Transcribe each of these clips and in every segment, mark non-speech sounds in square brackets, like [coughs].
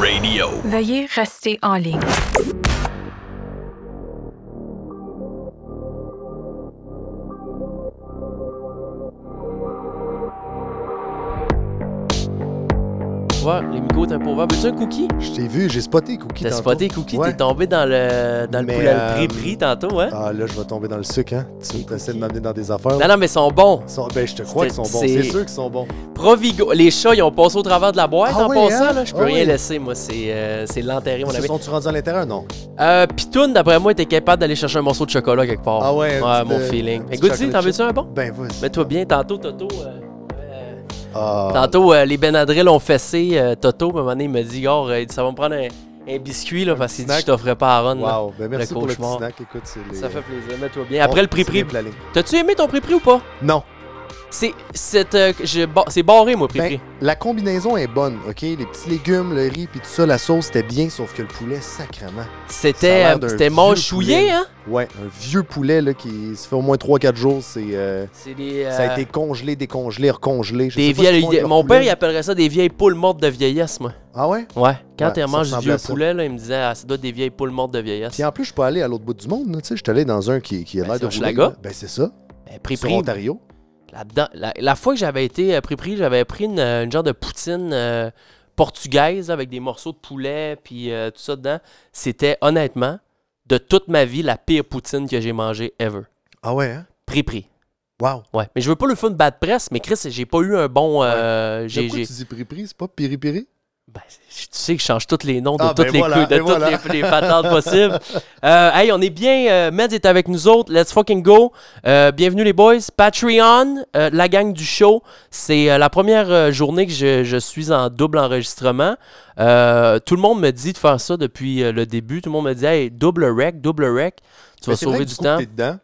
Radio. Veuillez rester en ligne. Ouais, les micros t'es un pauvre. Veux-tu un cookie? Je t'ai vu, j'ai spoté Cookie. T'as tantôt. spoté cookie, Ouais. t'es tombé dans le dans le Mais, poulet euh, pré-pris tantôt, hein? Ah là, je vais tomber dans le sucre, hein. Tu essaies de m'amener dans des affaires. Non, non, mais ils sont bons. Ils sont- Ben, je te crois qu'ils sont bons. C'est- C'est sûr qu'ils sont bons. Provigo. Les chats, ils ont passé au travers de la boîte Ah en oui, passant, hein? là. Je peux Ah rien oui. laisser, moi. C'est euh, c'est l'enterrer, mon Ils se ami. sont-tu rendus à l'intérieur? Non. Euh, Pitoun, d'après moi, était capable d'aller chercher un morceau de chocolat quelque part. Ah ouais, un Ouais, petit, mon euh, feeling. un Mais petit Goody, t'en chocolat veux-tu un bon? Ben, vas-y. Mets-toi bien, tantôt, Toto. euh, euh, Ah. Tantôt, euh, les Benadryl ont fessé euh, Toto. À un moment donné, il me dit, Gars, euh, il dit, ça va me prendre un, un biscuit, là, parce qu'il dit, snack. je t'offrais pas à Ron. là. Wow, ben merci Le pour le cauchemar. petit snack. Écoute, c'est les... Ça fait plaisir, mets-toi bien. Après le prix-prix, de la ligne. t'as-tu aimé ton prix-prix ou pas? Non. C'est c'est, euh, j'ai ba- c'est barré, moi, prix-prix. Ben, la combinaison est bonne, OK? Les petits légumes, le riz, puis tout ça, la sauce, c'était bien, sauf que le poulet, sacrément. C'était ça a euh, l'air d'un c'était vieux mâche chouillé, poulet. hein? Ouais, un vieux poulet là, qui se fait au moins 3-4 jours. C'est, euh, C'est des, euh, Ça a été congelé, décongelé, recongelé. Je des sais pas ce qu'ils vieilles. font avec leur Mon poulet. père, il appellerait ça des vieilles poules mortes de vieillesse, moi. Ah ouais? Ouais. Quand Ouais, il ça mange du ressemblait vieux à ça. poulet, là, il me disait, ah, ça doit être des vieilles poules mortes de vieillesse. Puis en plus, je suis pas allé à l'autre bout du monde. là, Tu sais, je suis allé dans un qui, qui a Ben, l'air c'est de rouler. Hochelaga. là. Ben, c'est ça. Ben, prix Sur prix, Ontario. là-dedans. La, la fois que j'avais été à Prix-Prix, j'avais pris une, euh, une genre de poutine euh, portugaise avec des morceaux de poulet puis euh, tout ça dedans. C'était honnêtement, de toute ma vie, la pire poutine que j'ai mangée ever. Ah ouais, hein? Prix-Prix. Wow. Ouais. Mais je veux pas le fun de bad presse, mais Chris, j'ai pas eu un bon. euh, j'ai- Pourquoi j'ai- tu dis piri-piri? C'est pas piri-piri? Ben, tu sais que je change tous les noms de Ah, toutes ben les voilà, couilles, de ben toutes voilà. les, les patentes possibles. [laughs] Euh, hey, on est bien. euh, Mads est avec nous autres. Let's fucking go. Euh, bienvenue les boys. Patreon, euh, la gang du show. C'est euh, la première euh, journée que je, je suis en double enregistrement. Euh, tout le monde me dit de faire ça depuis euh, le début. Tout le monde me dit hey, double rec, double rec. Tu vas Mais Ben, c'est vrai sauver que du coup, temps. t'es dedans.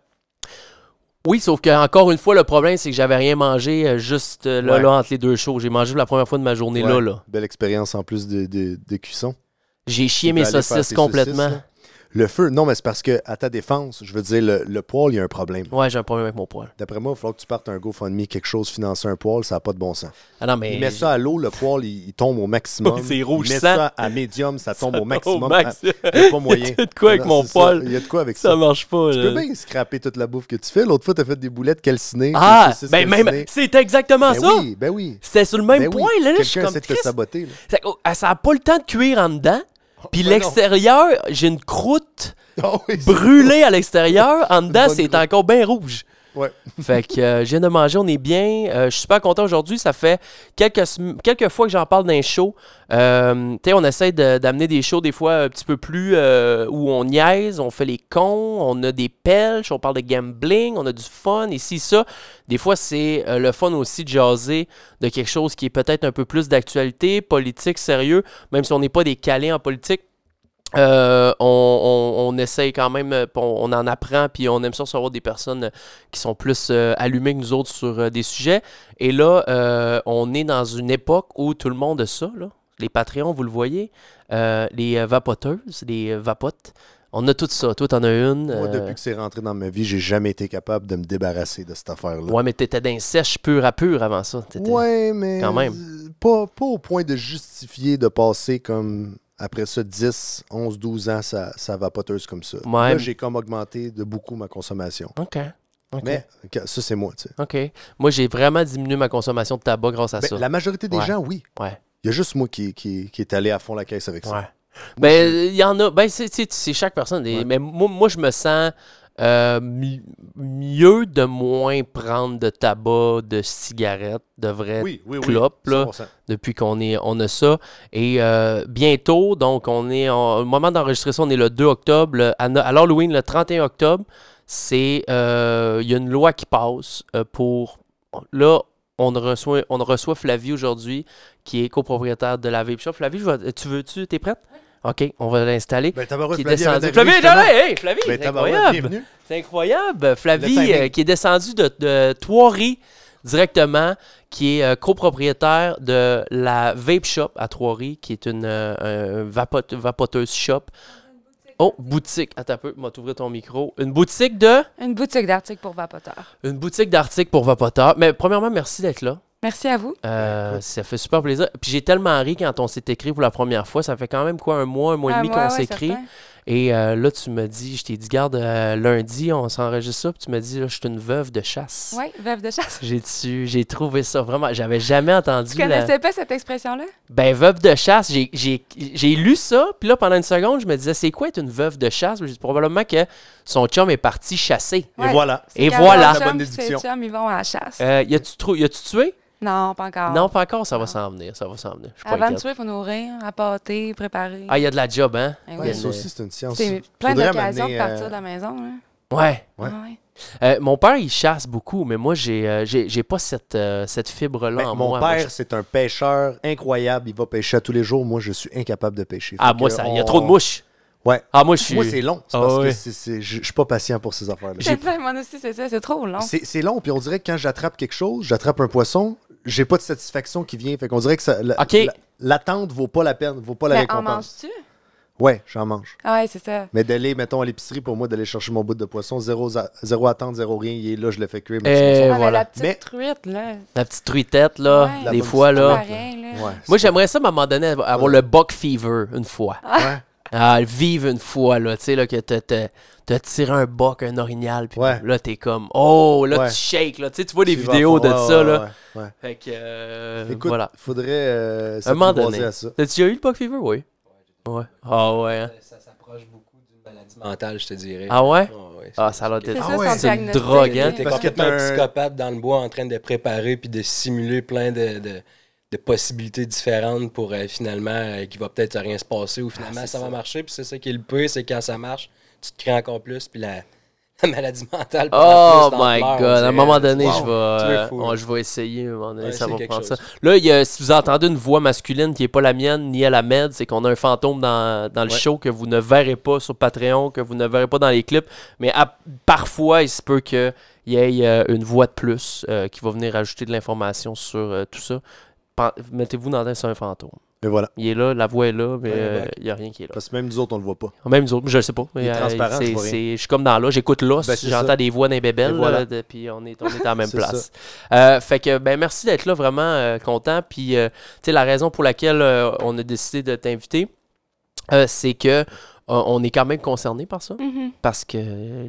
Oui, sauf que encore une fois, le problème, c'est que j'avais rien mangé euh, juste euh, là, Ouais. là, entre les deux shows. J'ai mangé pour la première fois de ma journée là, Ouais. là. Belle expérience en plus de, de, de cuisson. J'ai chié Tu mes peux aller faire saucisses tes complètement. saucisses, là. le feu, non, mais c'est parce que, à ta défense, je veux dire, le, le poêle, il y a un problème. Ouais, j'ai un problème avec mon poil. D'après moi, il va falloir que tu partes un GoFundMe, quelque chose, financer un poêle, ça n'a pas de bon sens. Ah non, mais. Il met ça à l'eau, le poêle, il, il tombe au maximum. [laughs] Oui, c'est rouge Il met sang. ça à médium, ça tombe [laughs] au maximum. Oh, Max, Ah, Il n'y a pas [laughs] moyen. de quoi avec Non, mon c'est ça. poêle? Il y a de quoi avec ça. ça marche pas, Tu là. peux bien scraper toute la bouffe que tu fais. L'autre fois, t'as fait des boulettes calcinées. Ah, des saucisses ben même. calcinées. C'est exactement Ben ça! oui, ben oui. C'était sur le même Ben oui. point, là. là, Je suis Quelqu'un comme essaie de te Christ. saboter. là. Ça- oh, Ça n'a pas le temps de cuire en dedans. Puis ben non. l'extérieur, j'ai une croûte [laughs] Ah oui, c'est- brûlée à l'extérieur. En dedans, bonne c'est croûte. encore bien rouge. Ouais. Fait que euh, je viens de manger, on est bien. Euh, je suis super content aujourd'hui. Ça fait quelques, sem- quelques fois que j'en parle d'un show. Euh, tu sais, on essaie de- d'amener des shows des fois un petit peu plus euh, où on niaise, on fait les cons, on a des pelches, on parle de gambling, on a du fun, ici, ça. Des fois, c'est euh, le fun aussi de jaser de quelque chose qui est peut-être un peu plus d'actualité, politique, sérieux, même si on n'est pas des calés en politique. Euh, on, on, on essaye quand même, euh, on, on en apprend, puis on aime ça recevoir des personnes euh, qui sont plus euh, allumées que nous autres sur euh, des sujets. Et là, euh, on est dans une époque où tout le monde a ça, là. Les Patreons, vous le voyez, euh, les euh, vapoteuses, les euh, vapotes. On a tout ça. Toi, t'en as une. Moi, euh, depuis que c'est rentré dans ma vie, j'ai jamais été capable de me débarrasser de cette affaire-là. Ouais, mais t'étais d'un sèche pur à pur avant ça. T'étais- Ouais, mais. Quand même. euh, Pas, pas au point de justifier de passer comme. Après ça, 10, 11, 12 ans, ça, ça vapoteuse comme ça. Ouais. Là, j'ai comme augmenté de beaucoup ma consommation. OK. OK. Mais que- ça, c'est moi, tu sais. OK. Moi, j'ai vraiment diminué ma consommation de tabac grâce à Ben, ça. la majorité des Ouais. gens, oui. Ouais. Il y a juste moi qui, qui, qui est allé à fond la caisse avec ça. Ouais. Ben, il y en a. Ben, c'est- c'est c'est chaque personne. Et- Ouais. Mais moi, moi, je me sens euh, mi- mieux de moins prendre de tabac, de cigarettes, de vraies Oui, oui, oui. clopes, là, 100%. depuis qu'on est, on a ça. Et euh, bientôt, donc, on est. en- au moment d'enregistrer ça, on est le 2 octobre. Le- à, no- à l'Halloween, le 31 octobre, c'est. euh, Il y a une loi qui passe euh, pour. Là, on reçoit, on reçoit Flavie aujourd'hui, qui est copropriétaire de la Vape Shop. Flavie, je vais- tu veux-tu? T'es prête? OK, on va l'installer. Ben, tabarouette, qui est Flavie, descendu. elle Flavie, est arrivée, Jolin, justement. hey, Flavie, Ben, c'est tabarouette, incroyable. bienvenue. C'est incroyable. Flavie, Le timing. euh, qui est descendue de, de Trois-Ris directement, qui est euh, copropriétaire de la Vape Shop à Trois-Ris, qui est une euh, un vapote- vapoteuse shop. Oh, boutique. Attends un peu, m'a t'ouvrir ton micro. Une boutique de... Une boutique d'articles pour vapoteurs. Une boutique d'articles pour vapoteurs. Mais premièrement, merci d'être là. Merci à vous. Euh, ça fait super plaisir. Puis j'ai tellement ri quand on s'est écrit pour la première fois. Ça fait quand même quoi, un mois, un mois et Ah, demi ouais, qu'on ouais, s'écrit. certain. Et euh, là, tu me dis, je t'ai dit, garde, euh, lundi, on s'enregistre ça. Puis tu me dis, là, je suis une veuve de chasse. Oui, veuve de [laughs] chasse. J'ai dessus, j'ai trouvé ça vraiment. J'avais jamais entendu. Tu la- connaissais pas cette expression-là? Ben, veuve de chasse, j'ai- j'ai j'ai lu ça, puis là, pendant une seconde, je me disais, c'est quoi être une veuve de chasse? Puis j'ai dit, probablement que son chum est parti chasser. Et Ouais. voilà. C'est Et quand voilà. leur La chum bonne puis ses déduction. chums, ils vont à la chasse. Euh, y a-tu trou- y a-tu tué? Non, pas encore. Non, pas encore, ça va Non. s'en venir, ça va s'en venir. Je suis pas Ah. Avant de inquiète. tuer, il faut nourrir, apporter, préparer. Ah, il y a de la job, hein? Ben Il y a oui. Ouais, de- ça aussi, c'est une science. C'est plein Faudrait d'occasions de m'amener, partir euh, de la maison. hein. Ouais. Ouais. Ah ouais. Euh, mon père, il chasse beaucoup, mais moi, j'ai euh, j'ai j'ai pas cette, euh, cette fibre-là Ben, en mon moi. Moi, père, je- c'est un pêcheur incroyable. Il va pêcher à tous les jours. Moi, je suis incapable de pêcher. Ah, Fait moi, que ça, il y a on- trop de mouches. Ouais. Ah, moi, je suis. Moi, c'est long. C'est Ah, parce ouais. que c'est- c'est- je je suis pas patient pour ces affaires-là. C'est plein, [laughs] moi aussi, c'est ça. C'est trop Ah. long. C'est c'est long, puis on dirait que quand j'attrape quelque chose, j'attrape un poisson, j'ai pas de satisfaction qui vient. Fait qu'on dirait que ça- la- Ok. Ben, la- l'attente vaut pas la peine, vaut pas la Mais Ben, en récompense. manges-tu? Ouais, j'en mange. Ah ouais, c'est ça. Mais d'aller, mettons, à l'épicerie, pour moi, d'aller chercher mon bout de poisson, zéro, za- zéro attente, zéro rien, il est là, je le fais cuire. mais Euh, Ah, c'est mais voilà. la petite Mais- truite, là. La petite truitette, là, Ouais. La des bonne fois, petite là. Pareil, là. bon. Ouais, Moi, j'aimerais ça, à un moment donné, avoir avoir le buck fever une fois. [laughs] ouais. Ah, le vivre une fois, là, tu sais, là, que t'as- t'as t'as tiré un boc, un orignal, puis Ouais. là, t'es comme, oh, là, Ouais. tu shakes, là, tu sais, tu vois des Tu vas vidéos à de fond, ouais, ça, ouais, là. ouais, ouais. Fait que, euh, Écoute, voilà. faudrait euh, Un moment donné. s'apprivoiser à ça. T'as-tu déjà eu le buck fever, oui? Ouais. Ah ouais, hein? Ça s'approche beaucoup d'une maladie mentale, je te dirais. Ah ouais? Mm. Ouais, ouais, Ah, ça l'a été. C'est Ah ça, ouais. son C'est une diagnostic, drogue, hein? là. T'es Parce que complètement t'as un un- psychopathe dans le bois en train de préparer puis de simuler plein de, de- de possibilités différentes pour euh, finalement euh, qu'il va peut-être rien se passer ou finalement ça, va marcher. Puis Ah, c'est ça qui est le pire, c'est quand ça marche, tu te crées encore plus puis la, [laughs] la maladie mentale. prend Oh plus my d'ampleur, god, on à un moment dirait. donné, Wow. je vais, Tu es euh, fou, on- là. je vais essayer, à un moment donné, Ouais, ça c'est va quelque prendre ça. chose. Là, il y a- si vous entendez une voix masculine qui n'est pas la mienne, ni à la med, c'est qu'on a un fantôme dans, dans le Ouais. show que vous ne verrez pas sur Patreon, que vous ne verrez pas dans les clips, mais à- parfois, il se peut qu'il y ait euh, une voix de plus euh, qui va venir ajouter de l'information sur euh, tout ça. Pen- Mettez-vous dans un c'est un fantôme. Mais voilà. Il est là, la voix est là, mais Ouais, euh, ouais. il n'y a rien qui est là. Parce que même nous autres, on le voit pas. Même nous autres, je sais pas. mais, euh, Il est transparent, c'est- je vois rien. c'est- je suis comme dans là, j'écoute là, Ben, c'est j'entends ça. des voix d'un bébé, Et voilà. puis on est, on est à la [laughs] même C'est place. Euh, fait que, ben, merci d'être là, vraiment euh, content. Puis, euh, tu sais, la raison pour laquelle euh, on a décidé de t'inviter, euh, c'est que euh, on est quand même concerné par ça Mhm. parce que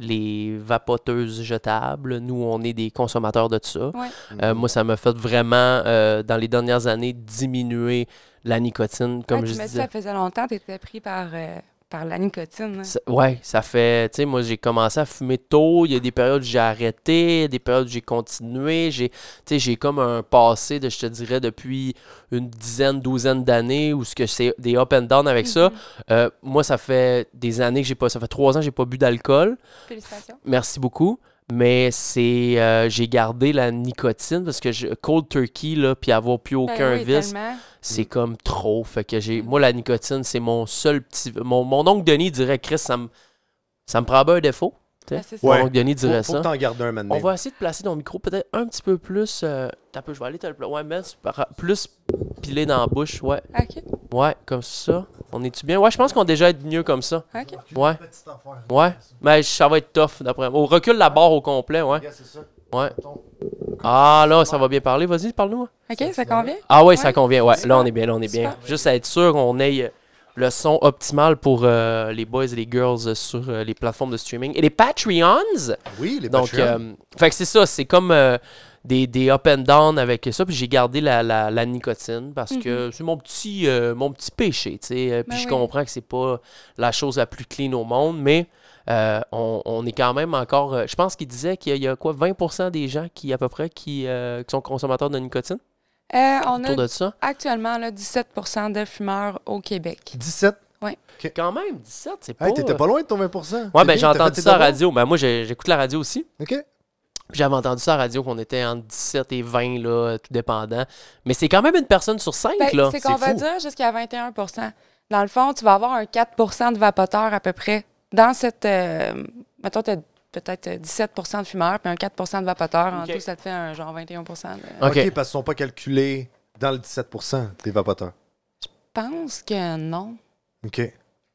les vapoteuses jetables, nous, on est des consommateurs de ça. Ouais. Mm-hmm. Euh, moi, ça m'a fait vraiment, euh, dans les dernières années, diminuer la nicotine, comme Ouais, je Ah, tu m'as dit, disais. ça faisait longtemps que tu étais pris par, euh, par la nicotine. hein. Ça- ouais, ça fait. Tu sais, moi, j'ai commencé à fumer tôt. Il y a des périodes où j'ai arrêté, des périodes où j'ai continué. J'ai, tu sais, j'ai comme un passé de, je te dirais, depuis une dizaine, douzaine d'années où ce que c'est des up and down avec ça. Mm-hmm. Euh, moi, ça fait des années que j'ai pas. Ça fait trois ans que j'ai pas bu d'alcool. Félicitations. Merci beaucoup. Mais c'est. euh, j'ai gardé la nicotine parce que je, cold turkey, là, puis avoir plus Ben aucun oui, vice tellement. c'est Mm. comme trop. Fait que j'ai. Moi, la nicotine, c'est mon seul petit. Mon, mon oncle Denis dirait Chris, ça me, ça me prend bien un défaut. tu sais. Ben, c'est ça. Mon Ouais. oncle Denis Faut, dirait faut ça. que t'en gardes un maintenant. On va essayer de placer ton micro peut-être un petit peu plus. euh, t'as peu, je vais aller te le pla- Ouais, mais c'est par- plus pilé dans la bouche. Ouais. OK, Ouais, comme ça. On est-tu bien? Ouais, je pense qu'on déjà être mieux comme ça. OK. Ouais. Ouais. Mais ça va être tough d'après moi. On recule la barre au complet, ouais. Ouais. Ah là, ça va bien parler. Vas-y, parle-nous. OK, ça convient? Ah oui, ça Ouais. convient. Ouais. Là, Super. on est bien, là, on est bien. Super. Juste à être sûr qu'on ait euh, le son optimal pour euh, les boys et les girls euh, sur euh, les plateformes de streaming. Et les Patreons! Oui, les Donc, Patreons. euh, fait que c'est ça, c'est comme euh, des, des up and down avec ça. Puis j'ai gardé la, la- la nicotine parce que c'est mon petit, euh, mon petit péché, tu sais. Euh, Puis Mm-hmm. Ben je oui. comprends que c'est pas la chose la plus clean au monde, mais euh, on, on est quand même encore. euh, je pense qu'il disait qu'il y a- il y a quoi, 20% des gens qui, à peu près, qui, euh, qui sont consommateurs de nicotine Euh, on autour a de ça. actuellement là, 17 de fumeurs au Québec. 17. Quand même, 17, c'est pas. Hey, t'étais pas loin de ton 20 Ouais, T'es bien, ben j'ai t'as fait entendu tes ça à la devoirs? radio. Ben moi, j'ai- j'écoute la radio aussi. OK. Puis J'avais entendu ça à la radio qu'on était entre 17 et 20, là, euh, tout dépendant. Mais c'est quand même une personne sur 5, Ben, là. c'est qu'on va fou. dire jusqu'à 21 Dans le fond, tu vas avoir un 4 de vapoteurs à peu près. Dans cette. euh, mettons, tu peut-être euh, 17 de fumeurs, puis un 4 de vapoteurs. En Ok. tout, ça te fait un genre 21 de- OK. OK, parce qu'ils sont pas calculés dans le 17 des vapoteurs. Je pense que non. OK.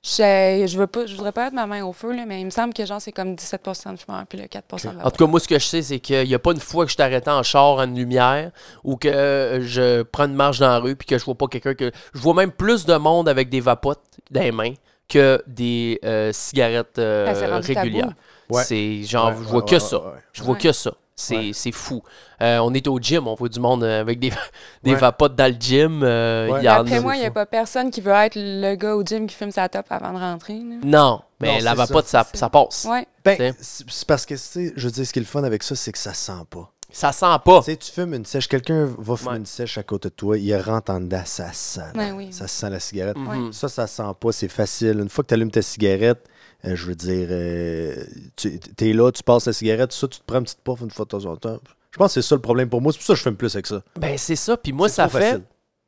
Je, je veux pas, je voudrais pas être ma main au feu, là, mais il me semble que genre c'est comme 17 de fumeurs puis le 4 de En vapeur. tout cas, moi, ce que je sais, c'est qu'il n'y a pas une fois que je t'arrêtais en char à une lumière ou que euh, je prends une marche dans la rue puis que je vois pas quelqu'un que. Je vois même plus de monde avec des vapotes dans les mains que des euh, cigarettes euh, Ben, c'est rendu tabou. régulières. Ouais. C'est genre, Ouais, je vois ouais, que ouais, ça. ouais, ouais. Je vois Ouais. que ça. C'est Ouais. c'est fou. Euh, on est au gym, on voit du monde euh, avec des, [laughs] des Ouais. vapotes dans le gym. euh, Ouais. il y en Après a. moi, il n'y a pas personne qui veut être le gars au gym qui fume sa top avant de rentrer. là. Non, mais la Non, c'est ça, vapote, ça, c'est ça. ça passe. Ouais. Ben, T'sais. c'est c'est parce que, tu sais, je veux dire, ce qui est le fun avec ça, c'est que ça sent pas. Ça sent pas. Tu sais, tu fumes une sèche, quelqu'un va fumer Oh. Ouais. une sèche à côté de toi, il rentre en dedans, ça sent. là. Ben oui. Ça sent la cigarette. Mhm. Ça, ça sent pas, c'est facile. Une fois que tu allumes ta cigarette, euh, je veux dire, euh, tu es là, tu passes la cigarette, ça, tu te prends une petite puff une fois de temps en temps. Je pense que c'est ça le problème pour moi. C'est pour ça que je fume plus avec ça. Ben, c'est ça. Puis moi, C'est ça trop fait facile.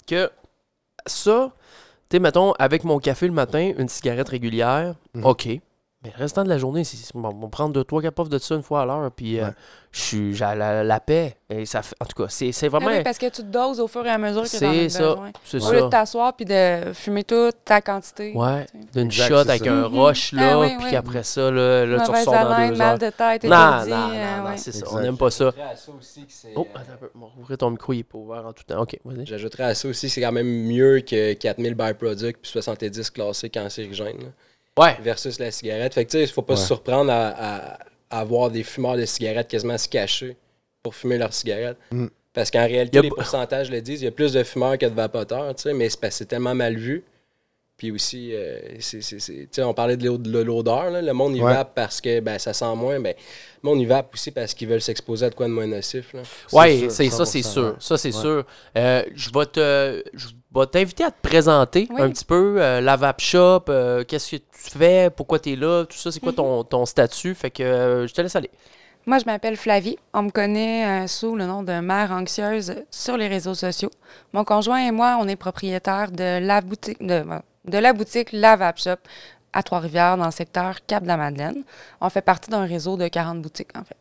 que ça, tu sais, mettons, avec mon café le matin, une cigarette régulière, Mhm. OK. Mais le restant de la journée, c'est- on va prendre deux, trois, quatre puffs de ça une fois à l'heure, puis euh, Ouais. je suis- j'ai la, la paix. Et ça fait- en tout cas, c'est c'est Ah vraiment... oui, parce que tu te doses au fur et à mesure que tu en c'est as ça, besoin. c'est Au lieu de ça. t'asseoir puis de fumer toute ta quantité. Ouais, tu sais. d'une Exact, shot c'est avec ça. un Mhm. rush, là, Ah oui, puis oui. qu'après ça, là, là, tu Mauvaise ressors dans haleine, deux heures. mal de tête, Non, étourdi. non, euh, non, non, ouais. c'est ça. Exact. On n'aime pas ça. J'ajouterais à ça aussi que c'est, Oh, euh, attends un peu, on va ouvrir ton micro, il est pas ouvert en tout temps. OK, vas-y. J'ajouterais à ça aussi que c'est quand même mieux que 4000 byproducts puis 70 classés cancérigènes là, Ouais, versus la cigarette. Fait que tu sais, faut pas Ouais. se surprendre à, à- à avoir des fumeurs de cigarettes quasiment se cacher pour fumer leur cigarette. Mm. Parce qu'en réalité, Y a les pas- pourcentages le disent, il y a plus de fumeurs que de vapoteurs, tu sais, mais c'est parce que c'est tellement mal vu. Puis aussi, euh, c'est- c'est- c'est- tu sais, on parlait de l'o- de l'odeur, là. le monde y Ouais. vape parce que ben, ça sent moins, ben, le monde y vape aussi parce qu'ils veulent s'exposer à de quoi de moins nocif. Là. Ouais, sûr, c'est ça, c'est 100%, sûr. ouais. Ça, c'est Ouais. sûr. Euh, je vais te, je vais t'inviter à te présenter Oui. un petit peu euh, la Vap Shop. euh, qu'est-ce que tu fais, pourquoi tu es là, tout ça, c'est [laughs] quoi ton, ton statut. Fait que euh, je te laisse aller. Moi, je m'appelle Flavie. On me connaît euh, sous le nom de mère anxieuse sur les réseaux sociaux. Mon conjoint et moi, on est propriétaires de la boutique de, ben, de la boutique La Vape Shop à Trois-Rivières dans le secteur Cap-de-la-Madeleine. On fait partie d'un réseau de 40 boutiques, en fait.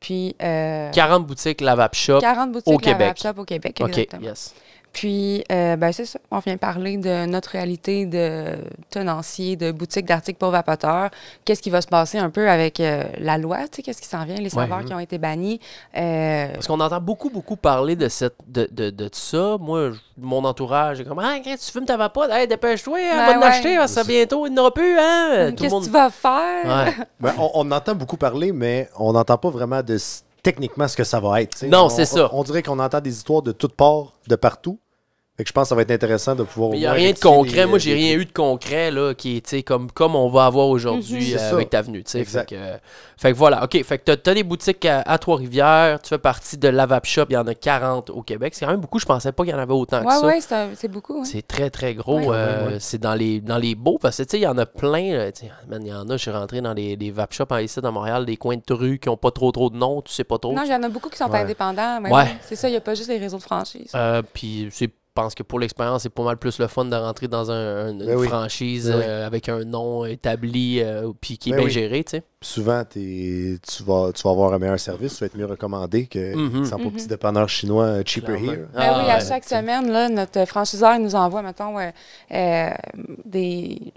Puis, euh, 40 boutiques la Vap Shop. 40 boutiques La Québec. Vape Shop au Québec, OK, exactement. yes. Puis, euh, ben, c'est ça. On vient parler de notre réalité de tenancier, de boutique d'articles pour vapoteurs. Qu'est-ce qui va se passer un peu avec euh, la loi? Tu sais, qu'est-ce qui s'en vient? Les serveurs qui ont été bannis. Euh, Parce qu'on entend beaucoup, beaucoup parler de, cette, de, de, de ça. Moi, je- mon entourage est comme Ah, Chris, tu fumes ta vapote, hey, dépêche-toi, hein, Ben va ouais. l'acheter, parce que ça bientôt, il n'aura plus, hein. Tout le qu'est-ce que monde- tu vas faire? Ouais. Ben, on, on entend beaucoup parler, mais on n'entend pas vraiment de s- techniquement ce que ça va être. tu sais. Non, On- c'est ça. On dirait qu'on entend des histoires de toutes parts, de partout. Fait que je pense que ça va être intéressant de pouvoir. Mais au il n'y a moins rien de rectifier concret. les- Moi, j'ai les- rien eu de concret là, qui est tu sais, comme, comme on va avoir aujourd'hui Mhm. C'est euh, ça. avec ta venue. tu sais. Fait Exact. que, euh, fait que voilà. OK. Fait que t'as- t'as des boutiques à, à Trois-Rivières. Tu fais partie de la Vap Shop. Il y en a 40 au Québec. C'est quand même beaucoup. Je pensais pas qu'il y en avait autant que Ouais, ça. ouais, c'est un- c'est beaucoup. hein. C'est très, très gros. Ouais. euh, Ouais, ouais. C'est dans les, dans les beaux. Parce que, tu sais, il y en a plein. là, tu sais, man, Il y en a. Je suis rentré dans les, les Vap Shops en ici, dans Montréal, des coins de rue qui n'ont pas trop, trop de noms. Tu sais pas trop. Non, il y en a beaucoup qui sont Ouais. indépendants. mais Ouais. oui, C'est ça, il n'y a pas juste les réseaux de franchise. Euh, puis je pense que pour l'expérience, c'est pas mal plus le fun de rentrer dans un- un- une Ben oui. franchise Ben oui. euh, avec un nom établi euh, puis qui est Ben bien oui. géré, tu sais. Souvent, t'es- tu, vas, tu vas avoir un meilleur service, tu vas être mieux recommandé que Mhm. sans pas Mhm. petit dépanneur chinois euh, cheaper Clairement. here. Ben oui, Ah, à ouais. chaque semaine, là, notre franchiseur il nous envoie, mettons, euh, euh, des,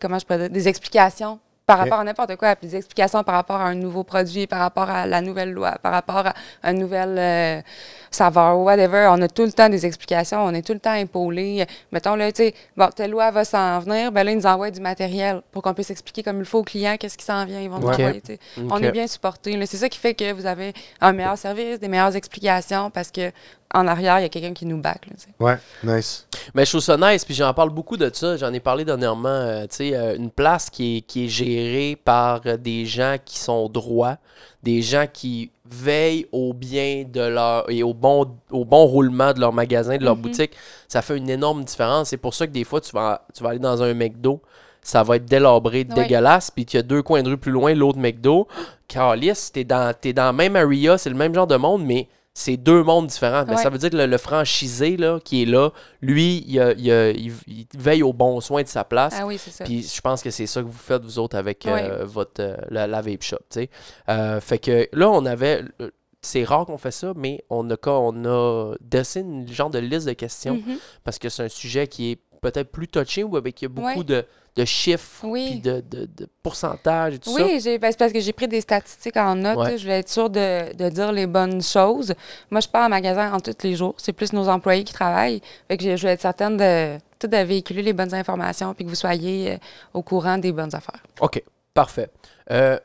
comment je pourrais dire, des explications par Ok. rapport à n'importe quoi, puis des explications par rapport à un nouveau produit, par rapport à la nouvelle loi, par rapport à une nouvelle euh, saveur, whatever. On a tout le temps des explications, on est tout le temps épaulé. Mettons, là, tu sais, bon, telle loi va s'en venir, ben là, ils nous envoient du matériel pour qu'on puisse expliquer comme il faut aux clients qu'est-ce qui s'en vient, ils vont nous Ouais. envoyer, tu sais. On Ok. est bien supporté. là. C'est ça qui fait que vous avez un meilleur service, des meilleures explications, parce que en arrière, il y a quelqu'un qui nous back. là, tu sais. Ouais, nice. Mais je trouve ça nice, puis j'en parle beaucoup de ça. J'en ai parlé dernièrement. euh, tu sais, euh, une place qui est, qui est gérée par euh, des gens qui sont droits, des gens qui veillent au bien de leur et au bon, au bon roulement de leur magasin, de leur Mhm. boutique. Ça fait une énorme différence. C'est pour ça que des fois, tu vas, tu vas aller dans un McDo. Ça va être délabré, Ouais. dégueulasse, puis qu'il y a deux coins de rue plus loin, l'autre McDo. [gasps] Calice, t'es dans, t'es dans la même area, c'est le même genre de monde, mais c'est deux mondes différents. Ben, Ouais. Ça veut dire que le, le franchisé là, qui est là, lui, il, a- il a- il- il veille aux bons soins de sa place. Ah oui, c'est ça. Puis je pense que c'est ça que vous faites, vous autres, avec euh, votre, euh, la, la vape shop. tu sais. Euh, fait que là, on avait. euh, C'est rare qu'on fait ça, mais on a, quand- on a dessiné une genre de liste de questions Mhm. parce que c'est un sujet qui est peut-être plus touchées ou avec beaucoup Oui. de, de chiffres Oui. puis de, de- de pourcentages et tout ça. Oui, j'ai- ben, c'est parce que j'ai pris des statistiques en note. Ouais. là. Je voulais être sûre de, de dire les bonnes choses. Moi, je pars en magasin en tous les jours. C'est plus nos employés qui travaillent. Fait que je, je voulais être certaine de, tout de véhiculer les bonnes informations puis que vous soyez euh, au courant des bonnes affaires. OK, parfait. Euh,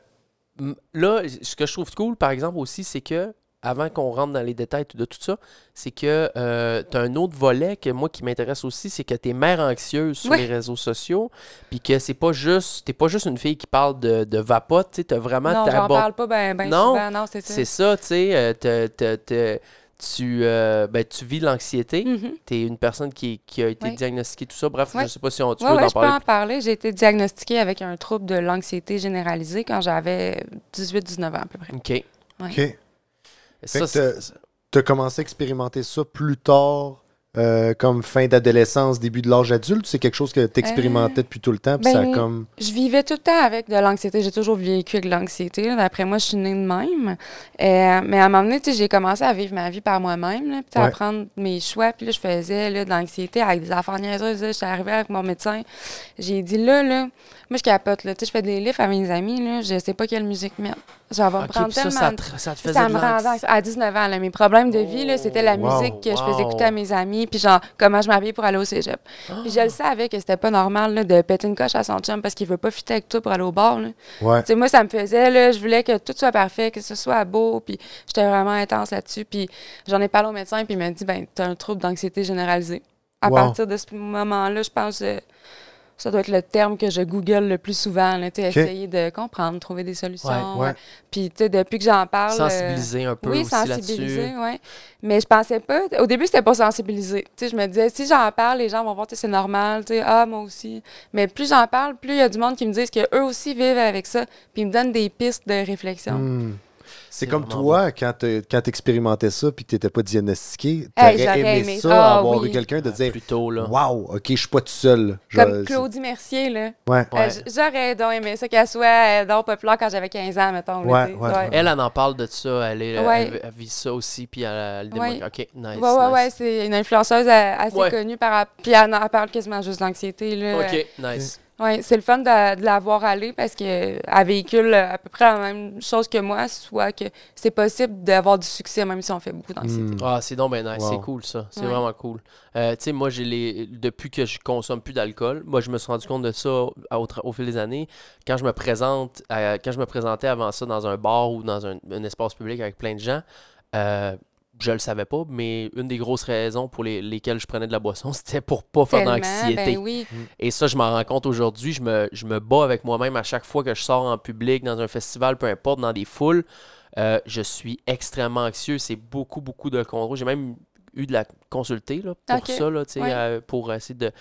m- là, ce que je trouve cool, par exemple, aussi, c'est que, avant qu'on rentre dans les détails de tout ça, c'est que tu as un autre volet que moi qui m'intéresse aussi, c'est que tu es mère anxieuse sur Ouais. les réseaux sociaux, puis que c'est pas juste, t'es pas juste une fille qui parle de, de vapote, tu as vraiment non, j'en t'abord- parle pas ben, ben Non, souvent. Non, c'est ça. C'est ça, tu sais, euh, t'as- t'as- t'as- tu, euh, ben, tu vis l'anxiété. Mhm. Tu es une personne qui, qui a été Oui. diagnostiquée, tout ça. Bref, Ouais. je sais pas si on, tu Oui, veux en je peux parler. en parler. J'ai été diagnostiquée avec un trouble de l'anxiété généralisée quand j'avais 18-19 ans à peu près. OK. OK. Ça, Fait que c'est- Tu as commencé à expérimenter ça plus tard, euh, comme fin d'adolescence, début de l'âge adulte. C'est quelque chose que tu expérimentais depuis tout le temps. Puis ça ben, a comme. Je vivais tout le temps avec de l'anxiété. J'ai toujours vécu avec de l'anxiété. là. D'après moi, je suis née de même. Euh, mais à un moment donné, tu sais, j'ai commencé à vivre ma vie par moi-même, là, puis à Ouais. prendre mes choix. Puis là, je faisais là, de l'anxiété avec des affaires niaiseuses. là. J'étais arrivée avec mon médecin. J'ai dit là, là, moi, je capote. Là. Tu sais, je fais des livres à mes amis. Là. Je sais pas quelle musique mettre. J'en vais OK, prendre puis ça, tellement ça, de te, ça te ça, faisait ça de me rendait l'anxiété. anxi- à 19 ans. là, mes problèmes de vie, là, c'était la Oh, musique que je faisais wow. écouter à mes amis, puis genre comment je m'habillais pour aller au cégep. Puis Ah. je le savais que c'était pas normal là, de péter une coche à son chum parce qu'il veut pas fitter avec toi pour aller au bar. là. Ouais. Tu sais, moi, ça me faisait, là, je voulais que tout soit parfait, que ce soit beau, puis j'étais vraiment intense là-dessus. Puis j'en ai parlé au médecin, puis il m'a dit, ben, t'as un trouble d'anxiété généralisée. À Wow. partir de ce moment-là, je pense que ça doit être le terme que je google le plus souvent, là, tu sais, OK. essayer de comprendre, trouver des solutions. Ouais. ouais. Puis, tu sais, depuis que j'en parle... euh, Sensibiliser un peu oui, aussi là-dessus. sensibiliser, oui. Mais je pensais pas. Au début, c'était pour sensibiliser. Tu sais, je me disais, si j'en parle, les gens vont voir, tu sais, c'est normal, tu sais, ah, moi aussi. Mais plus j'en parle, plus il y a du monde qui me disent qu'eux aussi vivent avec ça, puis ils me donnent des pistes de réflexion. Hmm. C'est comme vraiment toi, quand tu expérimentais ça puis que tu n'étais pas diagnostiqué, tu Hey, aurais j'aurais aimé, aimé. ça, Ah, avoir oui. eu quelqu'un de Ah, dire Plus tôt, là. Waouh, ok, je suis pas tout seul. Comme Je- Claudie Mercier, là. Ouais. Euh, Ouais. j- J'aurais donc aimé ça qu'elle soit euh, donc populaire quand j'avais 15 ans, mettons. là, Ouais, tu sais. ouais, ouais. Elle, elle en parle de ça. Elle, est, Ouais. elle, elle vit ça aussi, puis elle, elle Ouais. démontre. OK, nice. Ouais, ouais, ouais, nice. c'est une influenceuse euh, assez Ouais. connue par. rapp- Puis elle, en- elle parle quasiment juste d'anxiété, là. OK, nice. Oui, c'est le fun de, de la voir aller parce qu'elle véhicule euh, à peu près la même chose que moi, soit que c'est possible d'avoir du succès même si on fait beaucoup d'anxiété. Hmm. Ah, c'est donc ben nice. Wow. C'est cool, ça. C'est Ouais. vraiment cool. Euh, tu sais, moi, j'ai les... depuis que je consomme plus d'alcool, moi, je me suis rendu compte de ça au, au tra- au fil des années. Quand je me présente, à- quand je me présentais avant ça dans un bar ou dans un, un espace public avec plein de gens, euh, je le savais pas, mais une des grosses raisons pour les- lesquelles je prenais de la boisson, [laughs] c'était pour pas faire Tellement, d'anxiété. ben oui. Et ça, je m'en rends compte aujourd'hui. Je me, je me bats avec moi-même à chaque fois que je sors en public, dans un festival, peu importe, dans des foules. Euh, je suis extrêmement anxieux. C'est beaucoup, beaucoup de contrôle. J'ai même eu de la consulter là, pour Ok. ça, là, tu sais, Ouais. euh, pour essayer de.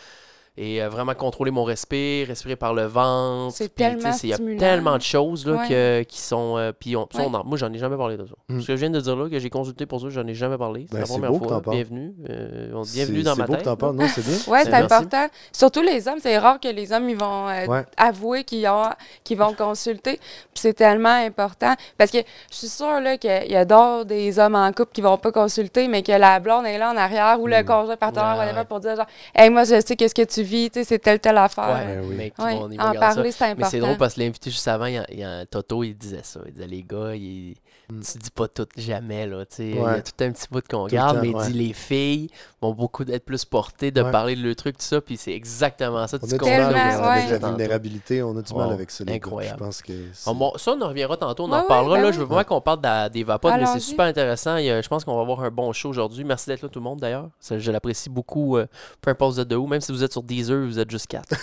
Et euh, vraiment contrôler mon respect, respirer par le ventre. C'est Puis, tu sais, tellement c'est- Il y a stimulant. tellement de choses là, Ouais. que- qui sont. euh, puis on- ça, on Ouais. en- moi, j'en ai jamais parlé de ça. Mm. Ce que je viens de dire là, que j'ai consulté pour ça, j'en ai jamais parlé. C'est Ben, la c'est première beau que fois. t'en parles. bienvenue. euh, on- C'est- bienvenue dans c'est ma beau que tête. t'en parles. Non, c'est bien. Ouais, Ben, c'est merci. important. Surtout les hommes, c'est rare que les hommes ils vont euh, Ouais. avouer qu'ils ont qu'ils vont consulter. Puis c'est tellement important parce que je suis sûre là qu'il y a d'autres des hommes en couple qui vont pas consulter mais que la blonde est là en arrière ou le Mm. conjoint partenaire Ouais. whatever, pour dire genre hey moi je sais qu'est-ce que tu vis, tu sais c'est telle telle affaire. Ouais, Ben oui. mais qui Ouais, vont- ils vont en regarder ça. parler, c'est Mais important. c'est drôle parce que l'invité juste avant, il y a, il y a- Toto, il disait ça. Il disait, les gars, il, Mm. tu dis pas tout jamais. Là, tu sais. Il y a Ouais. tout un petit bout qu'on Tout le garde, temps, mais il ouais. dit, les filles vont beaucoup d'être plus portées de Ouais. parler de leur truc, tout ça. Puis c'est exactement ça. On tu a du comprends, mal Tellement, là, ouais. avec la tantôt. vulnérabilité, on a du mal Wow, avec ça. les gars. incroyable. Je pense que. c'est- Ah, bon, ça, on en reviendra tantôt, on Ouais, en ouais, reparlera. ben là, oui. je veux vraiment qu'on parle d'a- des vapotes, mais c'est Allons-y. super intéressant. Il y a- je pense qu'on va avoir un bon show aujourd'hui. Merci d'être là, tout le monde, d'ailleurs. Ça, Je l'apprécie beaucoup, euh, peu importe vous êtes de où. Même si vous êtes sur Deezer, vous êtes juste [laughs] quatre.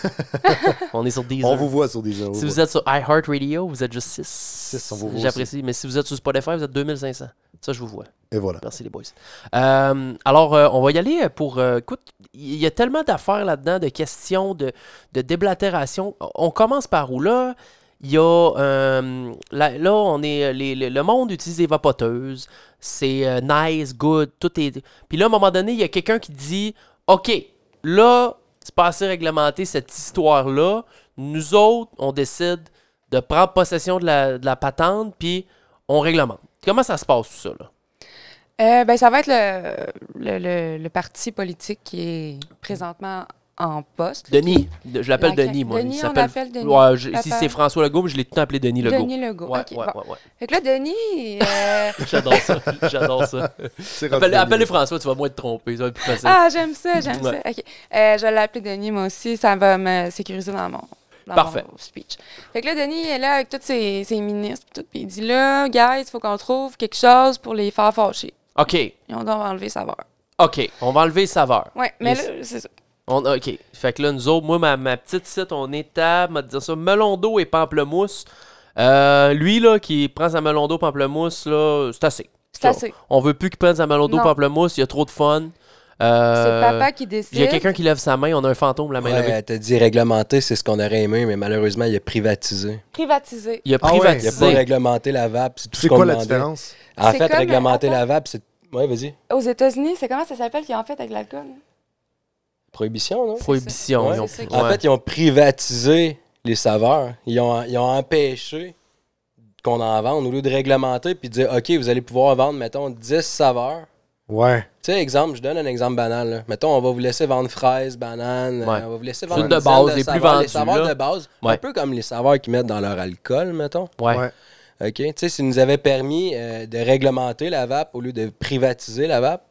on est sur Deezer. On vous voit sur des heures. Si vous êtes sur iHeartRadio, vous êtes juste 6. on vous voit J'apprécie. Mais si vous êtes sur Spotify, vous êtes 2500. Ça, je vous vois. Et voilà. Merci, les boys. Euh, alors, euh, on va y aller pour. euh, écoute, il y a tellement d'affaires là-dedans, de questions, de, de déblatération. On commence par où là? Il y a. euh, là, là, on est. euh, les- les- le monde utilise des vapoteuses. C'est euh, nice, good, tout est. Puis là, à un moment donné, il y a quelqu'un qui dit OK, là, c'est pas assez réglementé cette histoire-là. Nous autres, on décide de prendre possession de la, de la patente, puis on réglemente. Comment ça se passe tout ça, là? Euh, ben, ça va être le, le, le- le parti politique qui est présentement en poste. Denis, De- je l'appelle La- Denis, moi. Denis, il on s'appelle. l'appelle Denis. Ouais, je- si Papa. c'est François Legault, je l'ai tout le temps appelé Denis Legault. Denis Legault. Ouais, OK, ouais, bon. ouais, ouais. Fait que là, Denis. [laughs] euh, J'adore ça. J'adore ça. C'est Appelle- rendu- Appelle-le François, tu vas moins te tromper. Ça va être plus facile. Ah, j'aime ça, j'aime Ouais. ça. OK. Euh, je vais l'appeler Denis, moi aussi. Ça va me sécuriser dans mon, dans Parfait. mon speech. Fait que là, Denis est là avec tous ses, ses ministres. Tout, puis il dit là, guys, il faut qu'on trouve quelque chose pour les faire fâcher. OK. Ils ont donc enlevé saveur. OK. On va enlever les saveurs. Ouais, mais Les- là, c'est ça. On- OK. Fait que là, nous autres, moi, ma, ma petite site, on est à, m'a dire ça, melon d'eau et pamplemousse. Euh, lui, là, qui prend sa melon d'eau, pamplemousse, là, c'est assez. C'est assez. On veut plus qu'il prenne sa melon d'eau, Non. pamplemousse. Il y a trop de fun. Euh, C'est papa qui décide. Il y a quelqu'un qui lève sa main. On a un fantôme, Ah, la main Ouais, levée. elle t'a dit réglementer, c'est ce qu'on aurait aimé, mais malheureusement, il a privatisé. Privatisé. Il a Ah ouais, Il n'a privatisé. pas réglementé la vape, c'est tout C'est ce qu'on quoi la demandait. différence? En C'est fait, comme- réglementer attends. la vape, c'est. Ouais, vas-y. Aux États-Unis, c'est comment ça s'appelle qu'ils ont fait avec l'alcool? Prohibition, non? Prohibition. Ouais. ils ont- C'est ça qui- En ouais. fait, ils ont privatisé les saveurs. Ils ont, ils ont empêché qu'on en vende au lieu de réglementer puis de dire OK, vous allez pouvoir vendre, mettons, 10 saveurs. Ouais. Tu sais, exemple, je donne un exemple banal. là. Mettons, on va vous laisser vendre fraises, bananes, Ouais. euh, on va vous laisser vendre Ceux de une dizaine base, les plus saveurs, vendus, les saveurs là. de base, Ouais. un peu comme les saveurs qu'ils mettent dans leur alcool, mettons. Ouais. Ouais. OK, tu sais, s'ils nous avaient permis euh, de réglementer la vape au lieu de privatiser la vape,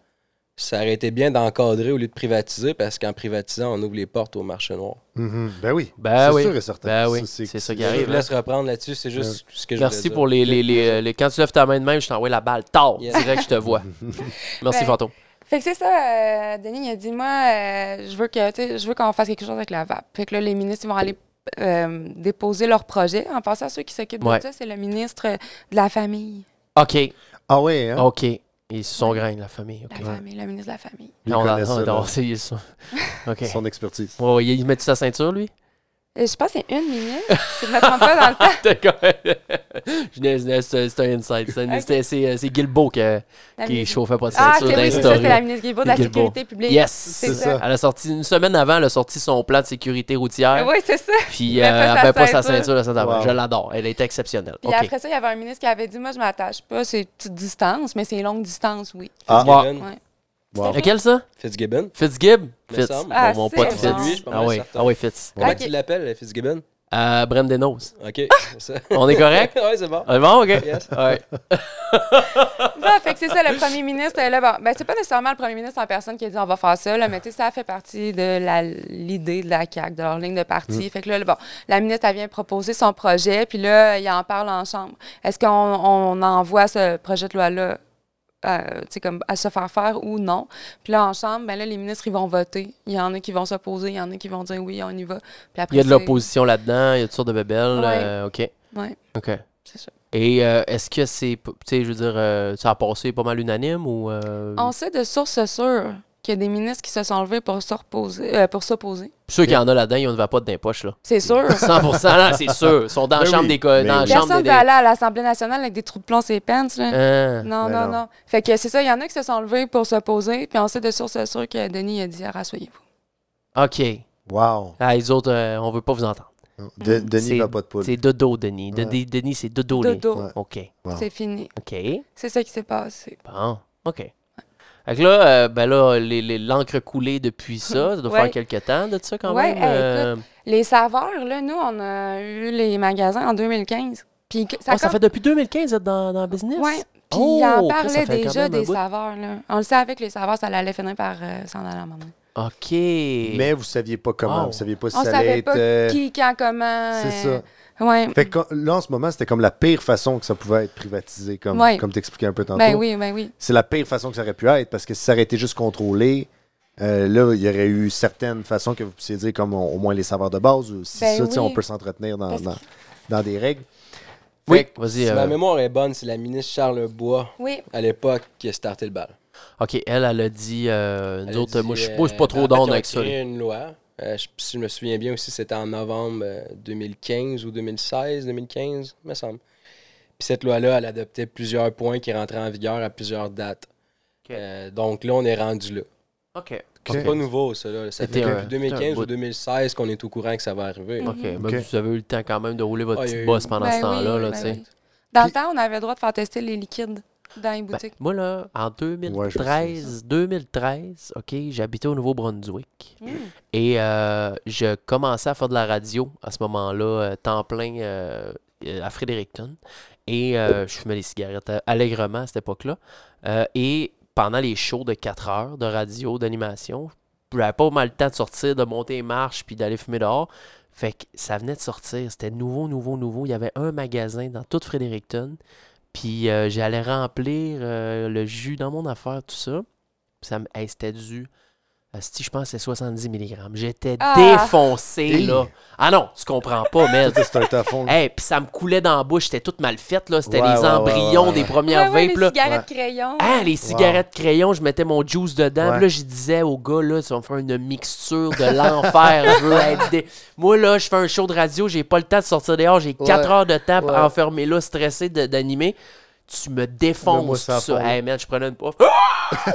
ça aurait été bien d'encadrer au lieu de privatiser parce qu'en privatisant, on ouvre les portes au marché noir. Mhm. Ben oui. Ben c'est oui. sûr et certain. Ben oui. Ça, C'est ça qui Je arrive. hein. vous laisse reprendre là-dessus, c'est juste ce que je Merci pour les, les, les, les- Quand tu lèves ta main de même, je t'envoie la balle. Tard, Yes. direct, je te [laughs] vois. Merci, Ben, fantôme. Fait que c'est ça, euh, Denis, il a dit, moi, euh, je veux que, tu sais, je veux qu'on fasse quelque chose avec la vape. Fait que là, les ministres, ils vont aller euh, déposer leur projet. En passant, ceux qui s'occupent Ouais. de ça, c'est le ministre de la famille. OK. Ah ouais, hein? OK. Ils se sont grains, la famille. OK. La famille, le ministre de la famille. Lui, Non, il on a, connaît ça, on a- là. on sait, [laughs] ils sont- OK. Son expertise. Ouais, ouais, il met sa ceinture, lui? Euh, je pense que c'est une ministre, si je ne me trompe pas dans le temps. D'accord. Je n'ai- je n'ai- c'est c'est un inside. C'est un- Ok. C'est c'est, euh, c'est Guilbeault que- La [laughs] qui ministre- chauffait pas de Ah, ceinture c'est oui, c'est ça, c'est d'instaurer. la ministre Guilbeault de la Guilbeault. Sécurité publique. Yes! C'est ça. Elle a sorti une semaine avant, elle a sorti son plan de sécurité Ah routière. Oui, c'est ça. Puis Il euh, a fait elle sa avait pas sa ceinture. ceinture la semaine d'avant. Wow. Je l'adore. Elle était exceptionnelle. Puis OK. après ça, il y avait un ministre qui avait dit, moi, je m'attache pas, c'est petites distances, mais c'est longues distances, oui. Ah, Fitzgibbon. Ouais. wow. Lequel ça? Fitzgibbon. Fitzgibb? Me Fitz. semble. Mon- mon Ah, pote c'est Fitz. bon. Lui, je suis pas Ah mal oui, certain. ah oui, Fitz. Comment Ok. Ah! tu l'appelles, Fitzgibbon? Euh, Brendanos. OK, c'est ça. On est correct? [laughs] ouais, c'est bon. On est bon, OK? Yes. Ouais. Bon, fait que c'est ça, le premier ministre, là, bon, ben, c'est pas nécessairement le premier ministre en personne qui a dit on va faire ça, là, mais tu sais, ça fait partie de la- l'idée de la CAQ, de leur ligne de Mm. parti. Fait que là, bon, la ministre, elle vient proposer son projet, puis là, il en parle en chambre. Est-ce qu'on on envoie ce projet de loi-là? euh, tu sais, comme à se faire faire ou non. Puis là, en chambre, ben là, les ministres, ils vont voter. Il y en a qui vont s'opposer, il y en a qui vont dire oui, on y va. Puis après, Il y a de c'est- l'opposition là-dedans, il y a toutes sortes de bébelles. Ouais. euh, OK. Ouais, OK. c'est ça. Et euh, est-ce que c'est, p- tu sais, je veux dire, euh, ça a passé pas mal unanime ou... euh, On sait de sources sûres qu'il y a des ministres qui se sont levés pour s'opposer. euh, pour s'opposer. Ceux qui en ont là-dedans, ils ont une vapote dans les [laughs] poches, là. c'est sûr. 100%, là, c'est sûr. Ils sont dans la Ben chambre oui, des... co- ben dans la oui. chambre Personne des... ne veut aller à l'Assemblée nationale avec des trous de plomb ses pants. Là. Hein. non, non, Ben non. non. Fait que c'est ça, il y en a qui se sont levés pour s'opposer, puis on sait de source sûre que Denis a dit « Rassoyez-vous Ah, OK. Wow. Ah, les autres, euh, on veut pas vous entendre. De- C'est- Denis va pas de poule. C'est dodo, Denis. Ouais. Denis, Denis, c'est dodo. ». lui. Dodo, Ouais. OK. Wow. c'est fini. OK. C'est ça qui s'est passé. Bon. OK. Fait que là, euh, ben là, les- les- l'encre coulée depuis ça, ça doit Ouais. faire quelques temps de ça quand Ouais, même. euh, hey, Les saveurs, là, nous, on a eu les magasins en 2015. Puis que- ça, Ça, Oh, ça fait depuis 2015 être dans, dans le business? Ouais. Puis Oh, il en Chris, ça parlait fait quand déjà même un des bout. saveurs, là. On le savait que les saveurs, ça allait finir par euh, s'en aller à un moment donné. OK. Mais vous saviez pas comment. Wow. Vous saviez pas si On ça allait savait être. pas euh, qui, quand, comment. C'est euh, Ouais. Fait que là, en ce moment, c'était comme la pire façon que ça pouvait être privatisé, comme, Ouais. comme t'expliquais un peu tantôt. Ben oui, ben oui. C'est la pire façon que ça aurait pu être, parce que si ça aurait été juste contrôlé, euh, là, il y aurait eu certaines façons que vous puissiez dire, comme on- au moins les saveurs de base, ou si Ben ça, tu sais, oui. on peut s'entretenir dans, Parce que- dans, dans des règles. Oui. Vas-y. Si euh, ma mémoire est bonne, c'est la ministre Charles Bois, Oui, à l'époque, qui a starté le bal. OK, elle, elle a dit. Euh, nous Elle a autres, dit, moi, je euh, moi, je suis pas en trop fait, down ils ont avec ça. créé une loi. Euh, je- si je me souviens bien aussi, c'était en novembre euh, 2015 ou 2016, 2015, me semble. Puis cette loi-là, elle adoptait plusieurs points qui rentraient en vigueur à plusieurs dates. Ok. Euh, donc là, on est rendu là. OK. Ok. C'est pas nouveau, ça. Là. Ça C'était fait un- depuis 2015 c'était un ou 2016 qu'on est au courant que ça va arriver. OK. ben, Ok. vous avez eu le temps quand même de rouler votre Ah, il y a petite eu- bosse pendant Ben ce temps-là, oui, là, ben tu sais. oui. Dans Puis- le temps, on avait le droit de faire tester les liquides. dans les Ben, boutiques. moi, là, en 2013, 2013, OK, j'habitais au Nouveau-Brunswick. Hmm. Et euh, je commençais à faire de la radio à ce moment-là, euh, temps plein euh, euh, à Fredericton. Et euh, je fumais des cigarettes euh, allègrement à cette époque-là. Euh, et pendant les shows de 4 heures de radio, d'animation, j'avais pas mal le temps de sortir, de monter les marches, puis d'aller fumer dehors. Fait que ça venait de sortir. C'était nouveau, nouveau, nouveau. Il y avait un magasin dans toute Fredericton. Puis euh, j'allais remplir euh, le jus dans mon affaire, tout ça. Puis ça me... hey, c'était du... Si je pense que c'est 70 mg. J'étais Ah! défoncé, Hey! là. Ah non, tu comprends pas, mais... Ça, C'est un tafond. [laughs] Hey, puis ça me coulait dans la bouche. C'était toute mal faite, là. C'était Ouais, les ouais, ouais, embryons ouais, ouais. des Ouais, premières ouais, vapes, les là. cigarettes crayons. Ah, les cigarettes crayon, je mettais mon juice dedans. Ouais. Puis là, je disais au gars, là, tu vas me faire une mixture de l'enfer. je veux être dé- Moi, là, je fais un show de radio, j'ai pas le temps de sortir dehors, j'ai Ouais. 4 heures de temps Ouais. enfermé là, stressé de- d'animer. Tu me défonces Là, moi, ça tout ça. fond. Hey, man, je prenais une pof. Ah!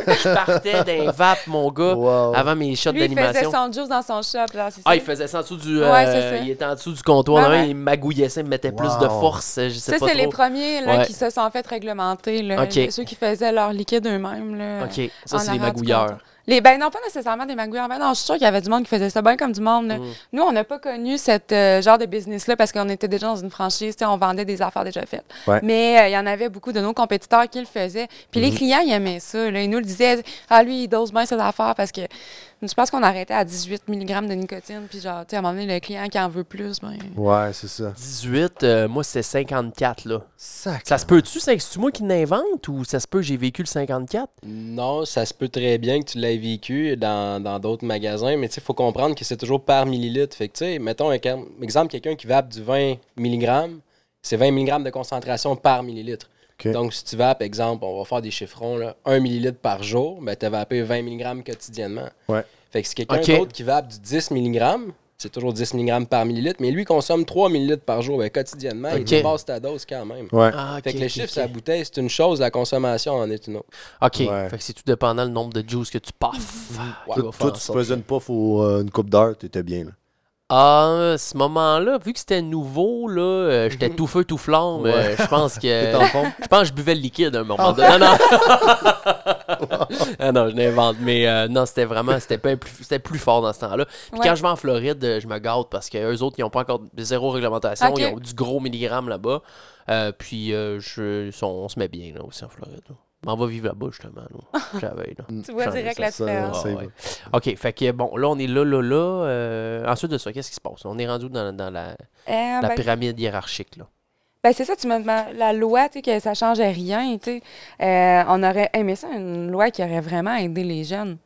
je partais [laughs] d'un vape, mon gars, Wow. avant mes shots Lui, il faisait d'animation. son juice dans son shop. Là, c'est Ah, ça. il faisait ça en dessous du. Ouais, euh, c'est ça. il était en dessous du comptoir, Ouais, là, ouais. il magouillait ça, il me mettait plus de Wow. force. Je sais ça, pas c'est les trop. premiers là, Ouais. qui se sont fait réglementer. Là, Ok. Ceux qui faisaient leur liquide eux-mêmes. là. Ok, ça, On c'est a les rendu magouilleurs. compte. Les, ben non, pas nécessairement des magouilleurs. Ben non, je suis sûre qu'il y avait du monde qui faisait ça bien comme du monde. là. Mm. Nous, on n'a pas connu cette euh, genre de business-là parce qu'on était déjà dans une franchise, tu sais, on vendait des affaires déjà faites. Ouais. Mais euh, il y en avait beaucoup de nos compétiteurs qui le faisaient. Puis Mm-hmm. les clients, ils aimaient ça. là. Ils nous le disaient, ah lui, il dose bien ses affaires parce que je pense qu'on arrêtait à 18 mg de nicotine. Puis genre, tu sais, à un moment donné, le client qui en veut plus, ben... Ouais, c'est ça. 18, euh, moi, c'est 54, là. Sac. Ça se peut-tu, c'est c'est-tu moi qui l'invente ou ça se peut j'ai vécu le 54? Non, ça se peut très bien que tu l'aies vécu dans dans d'autres magasins, mais tu sais, faut comprendre que c'est toujours par millilitre. Fait que, tu sais, mettons un cam- exemple, quelqu'un qui vape du 20 mg, c'est 20 mg de concentration par millilitre. Ok. Donc, si tu vapes, exemple, on va faire des chiffrons, là, 1 millilitre par jour, ben, tu as vapé 20 mg quotidiennement. Ouais. Fait que si quelqu'un Ok. d'autre qui vape du 10 mg, c'est toujours 10 mg par millilitre, mais lui consomme 3 millilitres par jour, ben, quotidiennement, Ok. il dépasse ta dose quand même. Ouais. Ah, ok. Fait que le ok, chiffre, ok. sur la bouteille, c'est une chose, la consommation en est une autre. Ok, Ouais. fait que c'est tout dépendant le nombre de juice que tu Mmh. paffes. Ouais. Tu vas faire Toi, en tu sorte faisais que- Euh, une puff ou euh, une coupe d'heure, t'étais bien. Là. Ah, à ce moment-là, vu que c'était nouveau, là, euh, j'étais Mmh. tout feu, tout flamme. Ouais. euh, je [laughs] pense T'étais que. en [laughs] fond. Je pense que je buvais le liquide à un moment donné. Non, non. ah non, je l'invente. Mais euh, non, c'était vraiment, c'était pas plus, c'était plus fort dans ce temps-là. Puis Ouais. quand je vais en Floride, euh, je me gâte parce qu'eux autres, ils n'ont pas encore zéro réglementation. Ok. Ils ont du gros milligramme là-bas. Euh, puis euh, je, ils sont- on se met bien là, aussi en Floride. là. Je m'en va vivre là-bas, justement. là. [laughs] J'avais, là. Tu vois Ça, direct ça, la ça, différence. Ah, c'est ouais. OK, fait que bon, là, on est là, là, là. Euh, ensuite de ça, qu'est-ce qui se passe? On est rendu dans, dans la, Eh, la ben, pyramide hiérarchique, là. Ben c'est ça, tu me demandes la loi, tu sais, que ça changeait rien, tu sais. Euh, on aurait aimé ça, une loi qui aurait vraiment aidé les jeunes.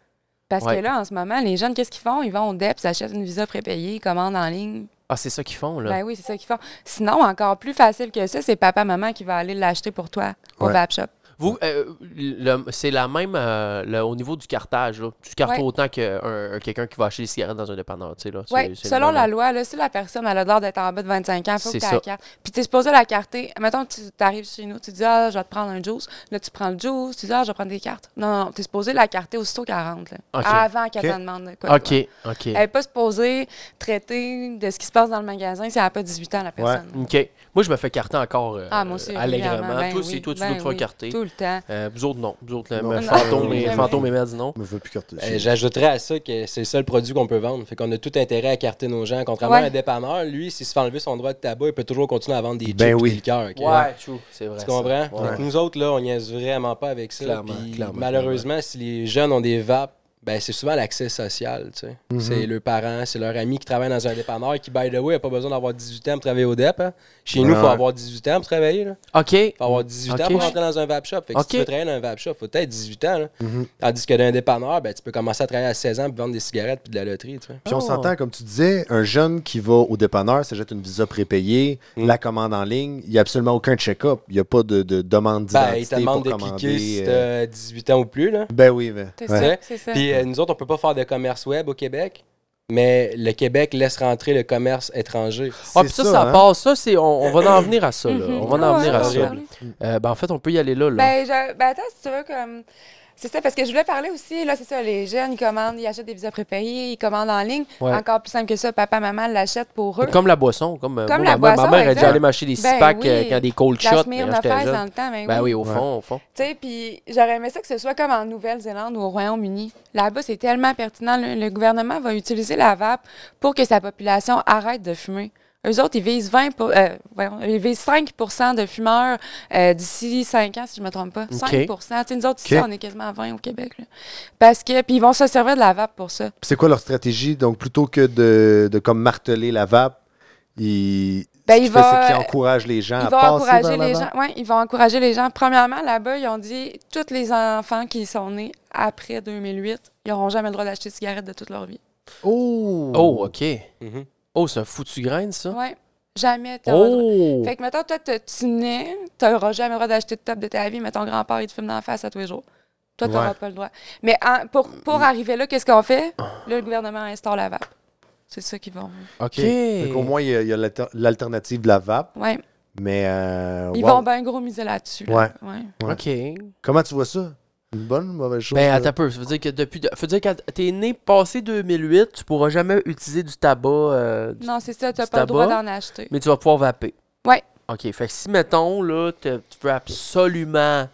Parce Ouais. que là, en ce moment, les jeunes, qu'est-ce qu'ils font? Ils vont au DEP, ils achètent une visa prépayée, ils commandent en ligne. Ah, c'est ça qu'ils font, là. Ben oui, c'est ça qu'ils font. Sinon, encore plus facile que ça, c'est papa-maman qui va aller l'acheter pour toi au Ouais. vape shop. Vous, euh, le- c'est la même euh, le- au niveau du cartage. Là. Tu cartes Ouais. autant que un- un- quelqu'un qui va acheter des cigarettes dans un dépanneur. Tu sais, là. C'est- Oui, c'est selon le la même. loi, là, si la personne elle a l'air d'être en bas de 25 ans, il faut C'est que tu ça. la carte. Puis tu es supposé la carter. Mettons, tu arrives chez nous, tu dis, ah, je vais te prendre un juice. Là, tu prends le juice, tu dis, ah, je vais prendre des cartes. Non, non, tu es supposé la carter aussitôt qu'elle rentre. là. OK. Avant qu'elle OK. te demande quoi. que ce soit. OK, OK. Elle n'est pas supposée traiter de ce qui se passe dans le magasin si elle n'a pas 18 ans, la personne. OK. Moi, je me fais carter encore euh, Ah, moi aussi. allègrement. régulièrement. Ben toi, oui, c'est toi, tu ben dois te faire oui, carter. Tout le temps. Euh, vous autres, non. Vous autres, le Non. le Non. fantôme, et, Jamais. fantôme et mère dit non. Je me veux plus carter. Euh, J'ajouterais à ça que c'est le seul produit qu'on peut vendre. Fait qu'on a tout intérêt à carter nos gens. Contrairement Ouais. à un dépanneur, lui, s'il se fait enlever son droit de tabac, il peut toujours continuer à vendre des chips Ben et oui. des liqueurs. ok? true. C'est vrai. Tu comprends? Mhm. ça. Fait que nous autres, là, on niaise vraiment pas avec ça. Clairement, Puis, clairement, malheureusement, si les jeunes ont des vapes, ben, c'est souvent l'accès social. tu sais. Mhm. C'est leurs parents, c'est leur ami qui travaille dans un dépanneur qui, by the way, n'a pas besoin d'avoir 18 ans pour travailler au DEP. hein. Chez nous, il faut Ouais. avoir 18 ans pour travailler. Il OK. faut avoir 18 Ok. ans pour rentrer dans un vape shop. Fait Ok. que Mm-hmm. si tu veux travailler dans un vape shop, faut peut-être 18 ans. là. Tandis que dans un dépanneur, ben, tu peux commencer à travailler à 16 ans puis vendre des cigarettes puis de la loterie. tu sais. Puis on Oh. s'entend, comme tu disais, un jeune qui va au dépanneur, s'achète une visa prépayée, la commande en ligne, il n'y a absolument aucun check-up. Il n'y a pas de, de demande d'identité Ben, il te demande pour de commander. cliquer si euh, t'as 18 ans ou plus. Là. Ben oui, mais... C'est ouais. ça. Ouais. C'est ça. Puis euh, nous autres, on peut pas faire de commerce web au Québec, mais le Québec laisse rentrer le commerce étranger. Ah, C'est puis ça, ça, ça hein? passe. Ça, c'est, on, on va en venir à ça. Là. Mhm. euh, On va en Ouais, venir à on va ça. parler. Euh, ben, en fait, on peut y aller là. là. Ben, je- ben, attends, si tu veux, comme. C'est ça, parce que je voulais parler aussi, là, c'est ça, les jeunes ils commandent, ils achètent des visas prépayés, ils commandent en ligne. Ouais. Encore plus simple que ça, papa, maman l'achètent pour eux. Comme la boisson. Comme, euh, Comme moi, la ma, mère- ma boisson, mère a déjà exact. allé m'acheter des six Ben packs oui. euh, quand des cold la shots. mais quand Smirnoff j'étais Ice jeune. dans le temps, ben, Ben oui. oui, au Ouais. fond, au fond. Tu sais, puis j'aurais aimé ça que ce soit comme en Nouvelle-Zélande ou au Royaume-Uni. Là-bas, c'est tellement pertinent. Le, le gouvernement va utiliser la vape pour que sa population arrête de fumer. Eux autres, ils visent, 20 pour- euh, voyons, ils visent 5 de fumeurs euh, d'ici 5 ans, si je ne me trompe pas. 5 Tu sais, nous autres, ici, Ok. on est quasiment à 20 au Québec. là. Parce que, puis ils vont se servir de la vape pour ça. Puis c'est quoi leur stratégie? Donc, plutôt que de, de comme marteler la vape, ils, Ben, ce il qu'ils font, va- c'est qu'ils encouragent les gens Ils à vont Ah, passer encourager vers la les vape. gens. Ouais, ils vont encourager les gens. Premièrement, là-bas, ils ont dit tous les enfants qui sont nés après 2008, ils n'auront jamais le droit d'acheter de cigarettes de toute leur vie. Oh! Oh, OK. Mhm. Oh, c'est un foutu grain, ça. Ouais, jamais. t'auras le droit. Oh! Fait que mettons, toi, te- tu nais, t'auras jamais le droit d'acheter de top de ta vie, mais ton grand-père, il te fume dans la face à tous les jours. Toi, t'auras Ouais. pas le droit. Mais en- pour, Mm. pour arriver là, qu'est-ce qu'on fait? Ah. Là, le gouvernement instaure la vape. C'est ça qu'ils vont. OK. OK. Donc, au moins, il y a, il y a l'alter- l'alternative de la vape, Ouais. mais... euh, Ah, Ils wow. vont bien gros miser là-dessus. là. Ouais. OK. Comment tu vois ça? Une bonne ou une mauvaise chose? euh? Ben, ça? attends un peu. Ça veut dire que depuis. Ça veut dire que quand t'es né passé 2008, tu pourras jamais utiliser du tabac. euh, du- Non, c'est ça, t'as Du pas le droit tabac? d'en acheter. Mais tu vas pouvoir vaper. Ouais. OK. Fait que si, mettons, là, te- tu veux absolument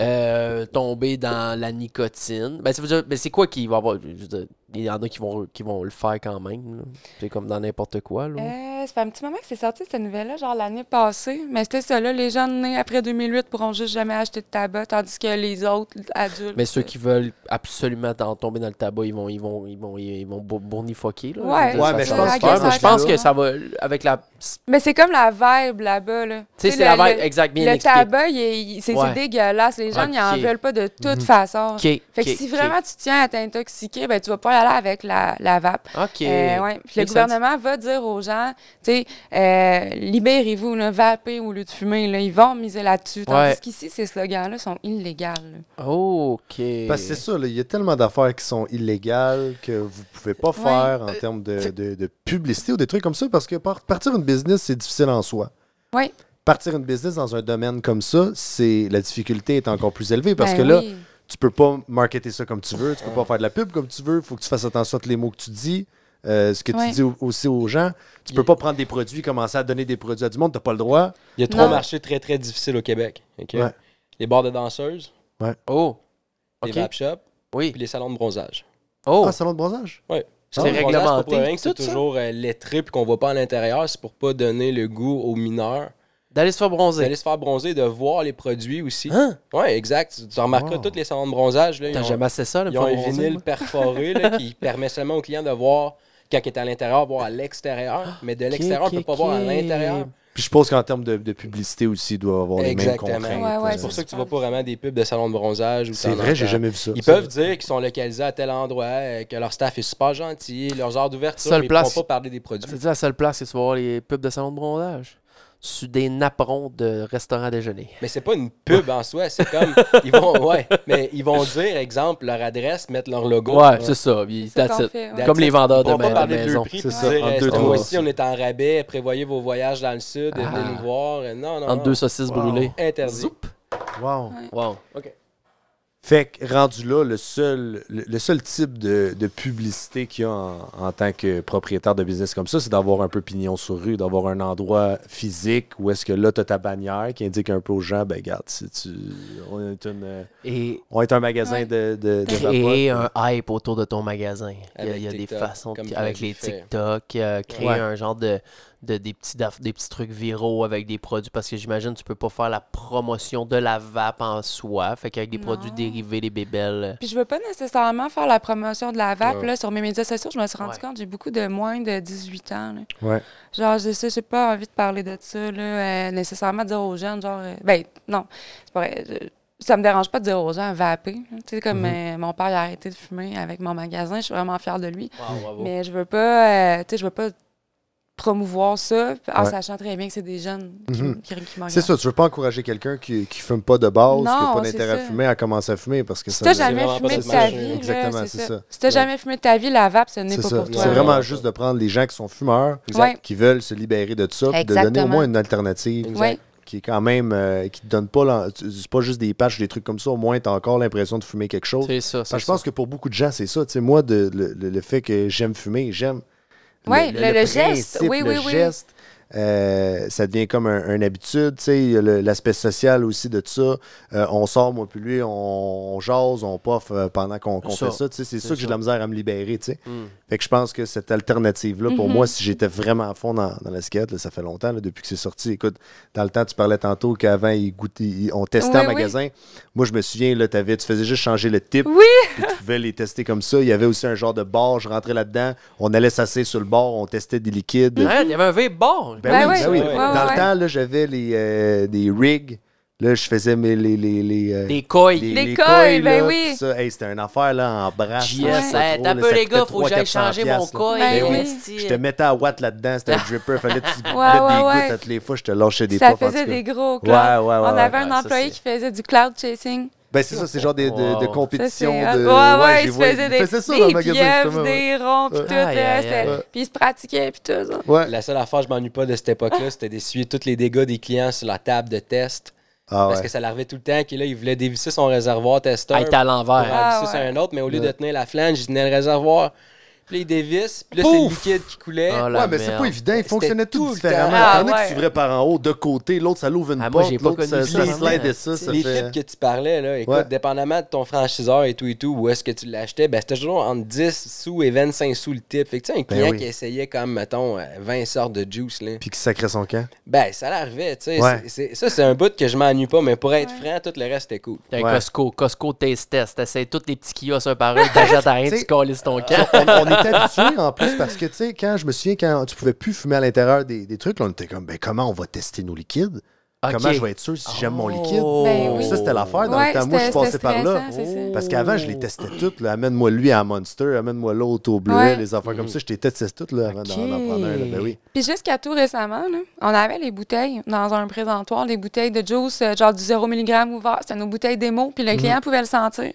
euh, tomber dans la nicotine, ben, ça veut dire. Ben, c'est quoi qui va avoir. je veux dire, il y en a qui vont, qui vont le faire quand même. là. C'est comme dans n'importe quoi, là. Euh, ça fait un petit moment que c'est sorti cette nouvelle-là, genre l'année passée. Mais c'était ça, là, les jeunes nés après 2008 pourront juste jamais acheter de tabac, tandis que les autres adultes. Mais ceux qui veulent absolument t'en tomber dans le tabac, ils vont, ils vont, ils vont, ils vont bour- bournifoquer. Là, Ouais, Ouais, Ça, mais je ça pense se que- fait, mais je pense ça- que ça va avec la. Tu Mais c'est comme la vibe là-bas, là. sais, Tu c'est le- la vibe le- exact bien Le expliquée. tabac, il est- il- c'est c'est Ouais. dégueulasse. Les gens, ils en Ok. Mhm. veulent pas de toute façon. Ok, Fait que ok, si ok. vraiment tu tiens à t'intoxiquer, ben, tu vas pas y aller avec la, la vape. Ok. Euh, ouais. Puis le Make gouvernement va dire aux gens, tu sais, euh, libérez-vous, là, vapez au lieu de fumer. Là. Ils vont miser là-dessus. Tandis Ouais. qu'ici, ces slogans-là sont illégaux. là. Ok. Parce que c'est ça, là, il y a tellement d'affaires qui sont illégales que vous pouvez pas faire euh, en termes de, fait- de- de publicité ou des trucs comme ça, parce que par- partir une business, c'est difficile en soi. Oui. Partir une business dans un domaine comme ça, c'est la difficulté est encore plus élevée parce Ben que là, oui. tu peux pas marketer ça comme tu veux, tu peux pas faire de la pub comme tu veux, il faut que tu fasses attention à tous les mots que tu dis, euh, ce que Ouais. tu dis au- aussi aux gens. Tu peux pas prendre des produits, commencer à donner des produits à du monde, t'as pas le droit. Il y a trois Non. marchés très, très difficiles au Québec. ok? Ouais. Les bars de danseuses, Oh. les Ok. vape shops, Oui. puis les salons de bronzage. Oh. Ah, salon de bronzage? Le salon C'est de bronzage, pas réglementé, pour rien que C'est tout ça? toujours euh, lettré puis qu'on voit pas à l'intérieur. C'est pour pas donner le goût aux mineurs D'aller se faire bronzer. d'aller se faire bronzer, de voir les produits aussi. Hein? Ouais, exact. Tu- Tu remarqueras Wow. tous les salons de bronzage. Là, ils T'as ont, jamais assez ça, là, me ils ont faire un bronzer, vinyle moi? perforé là, [laughs] qui permet seulement aux clients de voir quand il est à l'intérieur, voir à l'extérieur. Mais de Ah, Ok, l'extérieur, on ok, peut pas voir à ok. l'intérieur. Puis je suppose qu'en termes de, de publicité aussi, il doit avoir les Exactement. mêmes contraintes. Ouais, ouais, euh, C'est pour ça que tu Ouais. vois pas vraiment des pubs de salons de bronzage. ou C'est t'en vrai, j'ai entends. jamais vu ça. Ils Ça, peuvent dire qu'ils sont localisés à tel endroit, euh, que leur staff est super gentil, leurs heures d'ouverture, Seule mais ils ne place- pas parler des produits. C'est la seule place que tu vas voir les pubs de salon de bronzage. Sur des napperons de restaurants déjeuner. Mais c'est pas une pub en soi, c'est [laughs] comme ils vont ouais, mais ils vont dire exemple leur adresse, mettre leur logo. Ouais, c'est ça. puis C'est ça that's qu'on it. fait, ouais. Comme les vendeurs On de, va pas ma- de parler de maison. leur prix, C'est c'est ça, ça. Dire, entre euh, deux, ce trois. mois-ci, on est en rabais, prévoyez vos voyages dans le sud, Ah. venez nous voir. Non, non, Entre non. deux saucisses Wow. brûlées. Interdit. Zoup. Wow. Wow. Fait que rendu là, le seul, le, le seul type de, de publicité qu'il y a en, en tant que propriétaire de business comme ça, c'est d'avoir un peu pignon sur rue, d'avoir un endroit physique où est-ce que là, tu as ta bannière qui indique un peu aux gens, ben regarde, si tu, on, est une, euh, Et on est un magasin Ouais. de, de, de créer vapote. un hype autour de ton magasin. Il y a, Avec il y a des TikTok, façons, de- comme avec Flavie les fait. TikTok, euh, créer Ouais. un genre de, de- des, petits, daff- des petits trucs viraux avec des produits, parce que j'imagine tu peux pas faire la promotion de la vape en soi, fait qu'avec des produits Non. dérivés, les bébelles. Puis je veux pas nécessairement faire la promotion de la vape. Ouais. Là, sur mes médias sociaux, je me suis rendu Ouais. compte j'ai beaucoup de moins de 18 ans. là. Ouais. Genre, je sais, j'ai pas envie de parler de ça, là, euh, nécessairement dire aux jeunes, genre, euh, ben, non, c'est pas vrai. je- ça me dérange pas de dire aux gens, vaper. là. Tu sais, Mhm. comme euh, mon père, il a arrêté de fumer avec mon magasin, je suis vraiment fière de lui. Ah, Oh. Mais je veux pas, euh, tu sais, je veux pas promouvoir ça en Ouais. sachant très bien que c'est des jeunes qui, Mhm. qui, qui m'en C'est ça, tu veux pas encourager quelqu'un qui, qui fume pas de base, qui n'a Non, pas c'est d'intérêt à ça. fumer, à commencer à fumer parce que Si ça. t'as ne- jamais vraiment pas fumé de notre ta marché. vie, là, Exactement, c'est c'est ça. ça. Si t'as jamais fumé de ta vie, la vape, ce n'est C'est pas ça. pour toi. C'est là. vraiment juste de prendre les gens qui sont fumeurs, Exact. qui veulent se libérer de ça, puis de donner au Exactement. moins une alternative. Oui, qui est quand même. euh, qui te donne pas. l'en- C'est pas juste des patchs, des trucs comme ça. Au moins, t'as encore l'impression de fumer quelque chose. C'est ça. Parce que c'est je pense que pour beaucoup de gens, c'est ça. Tu sais, moi, de- le, le- le fait que j'aime fumer, j'aime. Ouais, le- le geste. Oui, le oui, oui. geste, euh, ça devient comme un- une habitude. Tu sais, il y a le- l'aspect social aussi de ça. Euh, on sort, moi puis lui, on, on jase, on poffe euh, pendant qu'on qu'on Ça. fait ça. Tu sais, c'est sûr que j'ai ça. de la misère à me libérer. Tu sais. ça. Mm. Fait que je pense que cette alternative-là, pour Mhm. moi, si j'étais vraiment à fond dans, dans la skate, là, ça fait longtemps, là, depuis que c'est sorti. Écoute, dans le temps, tu parlais tantôt qu'avant, ils goûtaient- ils- on testait Oui, en oui. magasin. Moi, je me souviens, là, t'avais- tu faisais juste changer le type. Oui! Puis tu pouvais les tester comme ça. Il y avait aussi un genre de bar. Je rentrais là-dedans. On allait s'asseoir sur le bar. On testait des liquides. Arrête, il y avait un vape bar. Ben oui, oui, oui. Dans ouais. le temps, là, j'avais les, euh, des rigs. Là, je faisais mes, les, les, les, euh, Des coils. Les coils, ben là, oui. tout ça. Hey, c'était une affaire là, en bras. JS, hey, t'as peu les gars, faut que j'aille changer mon coil. Ben euh, oui. esti. Je te mettais à watt là-dedans, [laughs] c'était un dripper, fallait que tu mettes des ouais, gouttes ouais. à toutes les fois, je te lâchais des ça pops, en faisait tout cas. des gros Ouais, ouais, clouds. ouais. On ouais, avait ouais, un ça, employé c'est- qui faisait du cloud chasing. Ben, c'est ça, c'est genre des, de, de Wow. compétition. Ça, c'est de... hot. Ouais, ouais, j'ai il se vu- faisait des, faisait ça des dans le magasin, pieuvres, justement, ouais. des ronds, puis Ouais. tout. Aïe, là, aïe, c'était- aïe. Puis il se pratiquait, puis tout. ça. Ouais. La seule affaire, je m'ennuie pas de cette époque-là, c'était d'essuyer tous les dégâts des clients sur la table de test. Ah, Parce ouais. que ça l'arrivait tout le temps qu'il là, il voulait dévisser son réservoir testeur. Ah, il était à pour l'envers. Ah, en visser ouais. sur un autre, mais au lieu Ouais. de tenir la flange, il tenait le réservoir. Puis là, il dévisse, puis là, c'est le Pouf! liquide qui coulait. Ah, la Ouais, mais c'est merde. pas évident, ils fonctionnaient C'était tout tous le différemment. temps. Il y Ah, en a qui ouais. s'ouvraient par en haut, de côté, l'autre, ça l'ouvre une Ah, moi, j'ai porte, pas l'autre, connu ça, ça, ça vraiment. slide ça, ça les fait... types que tu parlais, là, écoute, Ouais. dépendamment de ton franchiseur et tout et tout, où est-ce que tu l'achetais, ben, c'était toujours entre 10 sous et 25 sous le type. Fait que tu sais, un client Ben oui. qui essayait comme, mettons, euh, 20 sortes de juice, là, Puis qui sacrait son [laughs] camp. ben, ça l'arrivait, tu sais. Ouais. C'est- c'est- Ça, c'est un bout que je m'ennuie pas, mais pour être Ouais. franc, tout le reste était cool. T'as un Ouais. Costco, Costco Taste Test. T'essayes tous les petits kiosques un [laughs] par un, t'achètes à rien, T'sais, tu calisses euh, ton camp. on, on était habitués en plus parce que, tu sais, quand je me souviens, quand tu pouvais plus fumer à l'intérieur des, des trucs, là, on était comme, ben comment on va tester nos liquides? Comment Ok. Oh. je vais être sûr si j'aime mon liquide? Ben oui. Ça, c'était l'affaire dans Ouais, le temps. Moi, je c'était- passais c'était par là. Oh. stressant, c'est ça. Parce qu'avant, je les testais toutes. là. Amène-moi lui à Monster, amène-moi l'autre au bleu, Ouais. les affaires comme ça. Je les testais toutes là, avant d'en- d'en Ok. prendre un. là. Ben oui. Puis jusqu'à tout récemment, là, on avait les bouteilles dans un présentoir, des bouteilles de juice, euh, genre du 0 mg ouvert. C'était nos bouteilles démo, puis le Mhm. client pouvait le sentir.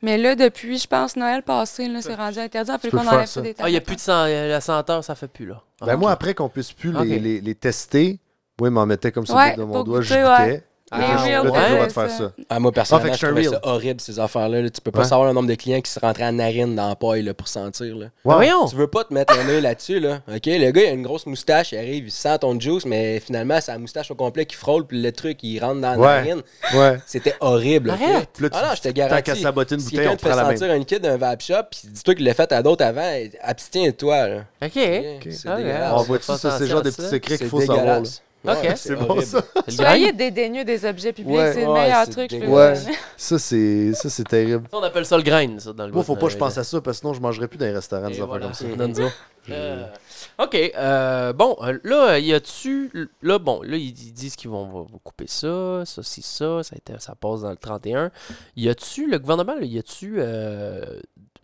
Mais là, depuis, je pense, Noël passé, là, c'est rendu interdit. Il faut peux qu'on faire enlève ça. tous des Ah, il n'y a plus de sen- euh, la senteur, ça fait plus, là. Ah, Ben ok. moi, après qu'on puisse plus les, Ok. les- les tester, moi, ils m'en mettaient comme ça au Ouais, bout de mon pour doigt. Je goûter, goûtais. Ah, Les Là, real t'as le droit de ones, faire ça. ça. Ah, moi, Ah, fait personnellement, que je je trouvais suis ça horrible, ces affaires-là. là. Tu peux pas Ouais. savoir le nombre de clients qui se rentraient à narine dans la paille là, pour sentir. Là. Ben Voyons! Tu veux pas te mettre un œil là-dessus, là. OK, le gars, il a une grosse moustache, il arrive, il sent ton juice, mais finalement, c'est la moustache au complet qui frôle, puis le truc, il rentre dans la Ouais. narine. Ouais. C'était horrible. ok? Arrête! Puis là, tu Ah non, dis, je te Tant garantis. qu'à saboter une si bouteille, quelqu'un on te fait prend la même. sentir un kid d'un vape shop, puis dis-toi qu'il l'a fait à d'autres avant, abstiens-toi, là. Ok. Ok, C'est Ah, On dégueulasse. ouais. voit-tu Faut ça? C'est attention genre des à petits ça. secrets qu'il C'est faut savoir. dégueulasse. là. Ok. Ouais, C'est bon, horrible. ça. C'est le Soyez grain. dédaigneux des objets publics, Ouais, c'est le ouais, meilleur c'est truc que je peux vous Ouais. donner. Ça, c'est ça, c'est terrible. Ça, On appelle ça le grain, ça, dans le Moi, bout, faut pas que je euh, pense à ça parce que sinon, je mangerais plus dans les restaurants, des Et affaires voilà. Mm. comme [laughs] ça. Donne-nous. [laughs] Euh, OK. euh, bon, euh, là, y a-tu. Là, bon, là, ils ils disent qu'ils vont, vont couper ça, ça, si, ça, ça, a été- ça passe dans le 31. Y a-tu, le gouvernement, là, y a-tu. euh,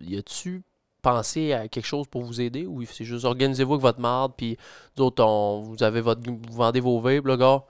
y a-tu pensé à quelque chose pour vous aider ou c'est juste organisez-vous avec votre marde, puis nous autres, on, vous, avez votre, vous vendez vos vapes, là, gars.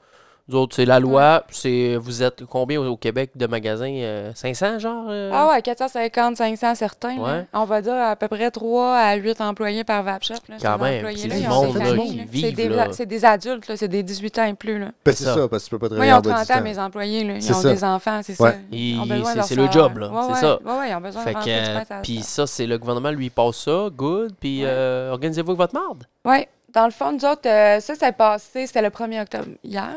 Nous autres, c'est la loi, c'est vous êtes combien au, au Québec de magasins euh, 500, genre euh? Ah ouais, 450, 500 certains. là. Ouais. On va dire à peu près 3 à 8 employés par vape shop. là. Ces Quand même, employés-là, c'est ils du ont monde, des là, familles, qui là. vivent, C'est des là. vra- C'est des adultes, là, c'est des 18 ans et plus. Là. Ben, c'est ça. ça, parce que tu peux pas Moi, travailler ils ont en bas 30 du ans, temps. mes employés. Là. C'est Ils ont ça. des enfants, c'est Ouais. ça. Et Ils ont besoin de c'est- leur c'est le salaire. job, là, Ouais, c'est ouais. ça. Ouais, ouais, ils ont besoin de Fait rentrer du pain sur que, la puis table. ça, c'est le gouvernement, lui, il passe ça, good, puis Ouais. euh, organisez-vous avec votre marde. Oui. Dans le fond, nous autres, euh, ça, c'est passé, c'était le 1er octobre hier.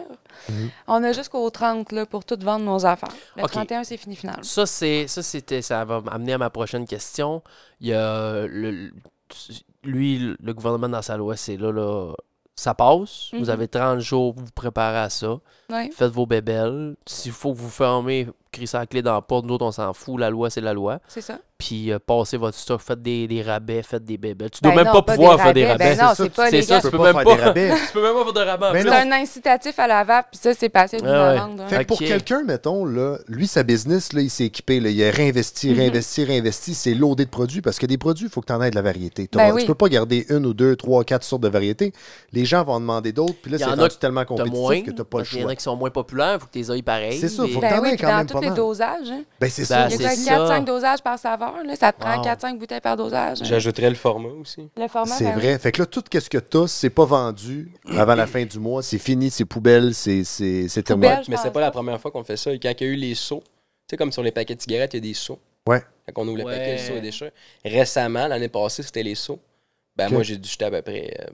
Mhm. On a jusqu'au 30 là, pour tout vendre nos affaires. Le OK. 31, c'est fini final. Ça, c'est, ça, c'était, ça va m'amener à ma prochaine question. Il y a, le, lui, le gouvernement dans sa loi, c'est là, là, ça passe. Vous Mhm. avez 30 jours pour vous préparer à ça. Ouais. Faites vos bébelles. S'il faut que vous fermez, crissez la clé dans la porte, nous autres, on s'en fout, la loi, c'est la loi. C'est ça. Puis euh, passez votre stock, faites des, des rabais, faites des bébelles. Tu Ben dois même non, pas, pas des pouvoir faire des rabais, rabais. ben non, ça, c'est pas tu- les gars. Tu peux Tu peux même pas faire des pas. rabais. tu peux même pas faire de rabais. en Ben plus. C'est un non. incitatif à la vape, puis ça, c'est passé du Ah ouais. novembre. Fait que pour Ok. quelqu'un, mettons, là, lui, sa business, là, il s'est équipé. là, il a Mhm. réinvesti, réinvesti, réinvesti. C'est loadé de produits parce que des produits, il faut que tu en aies de la variété. T'as- Ben tu oui. peux pas garder une ou deux, trois, quatre sortes de variétés. Les gens vont en demander d'autres. Puis là, Il y c'est en a rendu tellement T'as moins. compétitif que tu pas le Il y en choix. a qui sont moins populaires, faut que tes oeils pareils. C'est ça, des- faut que Ben t'en oui, aies puis quand dans même tous pas les mal. dosages. hein. Ben, c'est Ben, ça. Ah, Il c'est y a ça. 4-5 dosages par saveur. Là, ça te prend Wow. 4-5 bouteilles par dosage. hein. J'ajouterais le format aussi. Le format, C'est ben oui. vrai. Fait que là, tout ce que tu as, c'est pas vendu avant la fin du mois. C'est fini, c'est poubelle, c'est c'est- c'est terminé. Poubelle. Mais c'est pense pas la pas. première fois qu'on fait ça. Quand il y a eu les seaux, tu sais, comme sur les paquets de cigarettes, il y a des seaux. Ouais. Quand on ouvre le Ouais. paquet, le seau et déchets. Récemment, l'année passée, c'était les seaux. Ben, Ok. moi, j'ai dû jeter à peu près euh,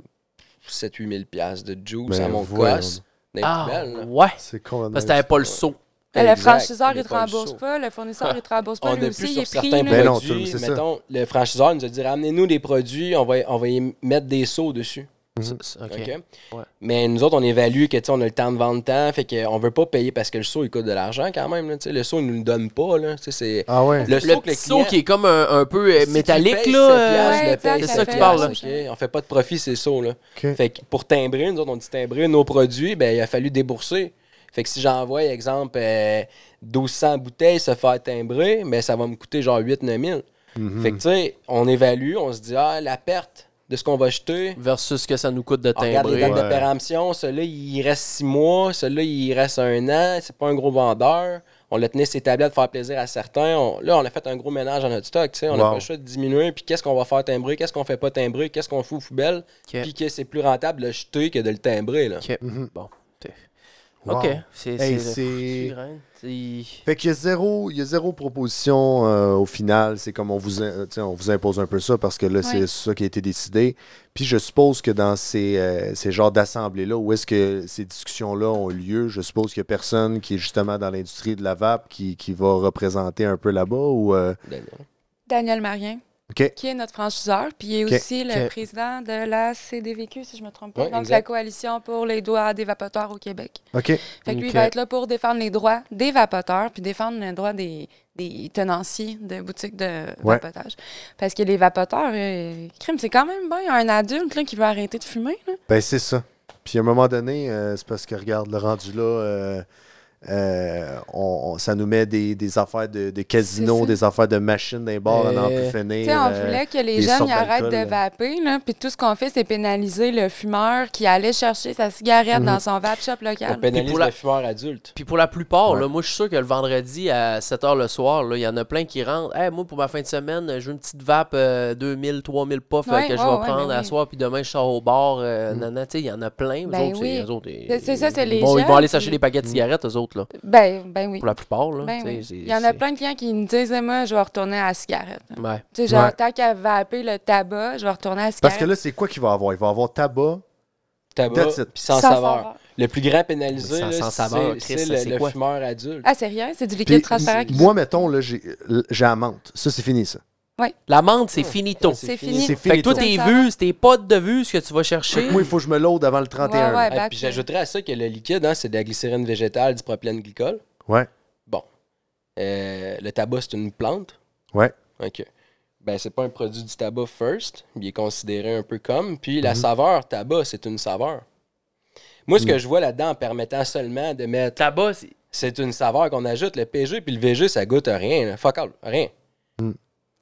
7-8 000 piastres de juice Ben, à mon voyons. gosse. Des Ah, poubelles, là. ouais. C'est con. Parce que t'avais pas le Ouais. saut. Mais le Exact, franchiseur, on il est te pas le rembourse show. pas. Le fournisseur, il te rembourse pas. On Lui n'est plus aussi, il sur est pris. certains là. Ben non, produits. tout- c'est ça. mettons, le franchiseur nous a dit ramenez-nous des produits, on va, on va y mettre des seaux dessus. Mhm. Ça, OK. OK? Ouais. Mais nous autres, on évalue que tu sais, on a le temps de vendre tant, fait qu'on veut pas payer parce que le seau, il coûte de l'argent quand même. là, tu sais, le seau, il nous le donne pas. Là, tu sais, c'est Ah ouais. le Le saut que petit le saut client- qui est comme un, un peu euh, si tu métallique, payes là. euh, sept Ouais, piastres, je le paye exact, c'est sept ça que tu parles, piastres, là. OK? On fait pas de profit, c'est ça. Là. OK. Fait que pour timbrer, nous autres, on dit timbrer nos produits, ben, il a fallu débourser. Fait que si j'envoie, exemple, euh, 1200 bouteilles se faire timbrer, ben, ça va me coûter genre 8-9 000. Mhm. Fait que, tu sais, on évalue, on se dit, ah, la perte de ce qu'on va jeter, Versus ce que ça nous coûte de on regarde les timbrer. dates Ouais. de péremption, celui-là, il reste six mois, celui-là, il reste un an, c'est pas un gros vendeur. On l'a tenu ses tablettes pour faire plaisir à certains. On- là, on a fait un gros ménage dans notre stock. tu sais. On n'a Wow. pas le choix de diminuer. Puis qu'est-ce qu'on va faire timbrer, qu'est-ce qu'on fait pas timbrer, qu'est-ce qu'on fout aux poubelles. Ok. Puis que c'est plus rentable de le jeter que de le timbrer. Là. OK. Mhm. Bon. t'es- Wow. OK. C'est. Hey, c'est- c'est- Suzeraine, c'est- Fait qu'il y a zéro, il y a zéro proposition euh, au final. C'est comme on vous, in- tu sais, on vous impose un peu ça parce que là, c'est Ouais. ça qui a été décidé. Puis je suppose que dans ces, euh, ces genres d'assemblées-là, où est-ce que ces discussions-là ont lieu, je suppose qu'il n'y a personne qui est justement dans l'industrie de la vape qui, qui va représenter un peu là-bas ou. euh, Ben, non. Daniel Marien, OK. qui est notre franchiseur, puis il est OK. aussi le OK. président de la CDVQ, si je me trompe pas. Ouais, Donc, exact. la coalition pour les droits des vapoteurs au Québec. OK. Fait que lui, il OK. va être là pour défendre les droits des vapoteurs, puis défendre les droits des, des tenanciers de boutiques de Ouais. vapotage. Parce que les vapoteurs, euh, crime, c'est quand même bien un adulte là, qui veut arrêter de fumer. là. Ben, c'est ça. Puis à un moment donné, euh, c'est parce que, regarde, le rendu là, euh, euh, on- on- ça nous met des, des affaires de, de C'est casino, ça. des affaires de machines d'un bar, on en Euh, plus finir. Tu sais, on euh, voulait que les des jeunes sortes ils arrêtent d'alcool, euh. de là. vaper, là, puis tout ce qu'on fait, c'est pénaliser le fumeur qui allait chercher sa cigarette Mhm. dans son vape shop local. On Puis pénalise pour la- le fumeur adulte. Puis pour la plupart, Ouais. là, moi, je suis sûr que le vendredi à 7 h le soir, là, il y en a plein qui rentrent. Hey, moi, pour ma fin de semaine, je veux une petite vape euh, 2000, 3000 puffs euh, Ouais, que je ouais, vais ouais, prendre ben à oui. soir, puis demain, je sors au bar. euh, Nana, tu sais, il y en a plein. Eux Ben autres, oui. c'est- eux autres, C'est- c'est ça, c'est ils les vont- Ils vont jeunes, aller s'acheter puis- des paquets de cigarettes, eux autres, là, Ben, ben oui. pour la plupart. Là, Ben tu sais, oui. c'est- Il y en a c'est- plein de clients qui me disent Eh, Moi, je vais retourner à la cigarette. Ouais. Tu sais, genre, Ouais. tant qu'à vaper le tabac, je vais retourner à la cigarette. Parce que là, c'est quoi qu'il va avoir? Il va avoir tabac. Tabac, That's it. puis sans, saveur. Le plus grand pénalisé, Sans- là, sans c'est- saveur, Chris, c'est c'est le, le quoi? fumeur adulte. Ah, c'est rien, c'est du Puis, liquide transparent. qui- moi, mettons, là, j'ai euh, j'ai la menthe. Ça, c'est fini, ça. L'amande, c'est finito. C'est fini. C'est Fait que finito. toi, C'est tes ça. vues, tes potes de vues, ce que tu vas Fait chercher. que moi, il faut que je me load avant le 31. Ouais, là. ouais. Ah, bac, puis euh. j'ajouterais à ça que le liquide, hein, c'est de la glycérine végétale, du propylène glycol. Ouais. Bon. Euh, le tabac, c'est une plante. Ouais. OK. Ben, c'est pas un produit du tabac first. Il est considéré un peu comme. Puis la Mhm. saveur, tabac, c'est une saveur. Moi, ce Mm. que je vois là-dedans en permettant seulement de mettre. Tabac, c'est- C'est une saveur qu'on ajoute, le PG, puis le VG, ça goûte à rien. là. Fuck all, rien.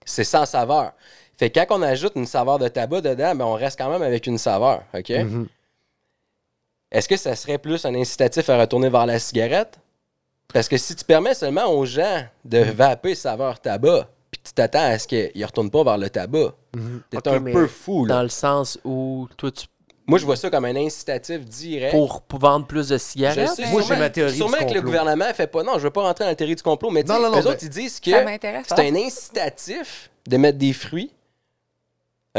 C'est sans saveur. Fait que quand on ajoute une saveur de tabac dedans, ben, on reste quand même avec une saveur. OK? Mhm. Est-ce que ça serait plus un incitatif à retourner vers la cigarette? Parce que si tu permets seulement aux gens de vaper saveur tabac, puis tu t'attends à ce qu'ils ne retournent pas vers le tabac, t'es Ok, un mais peu fou. Là. dans le sens où toi, tu Moi, je vois ça comme un incitatif direct. pour, pour vendre plus de Je cigarettes. sais, Moi, j'ai sûrement- ma théorie du Sûrement que le complot. gouvernement fait pas. Non, je veux pas rentrer dans la théorie du complot, mais tu Non, sais, non, non, eux mais- ben, autres, ils disent que Ça m'intéresse. c'est un incitatif de mettre des fruits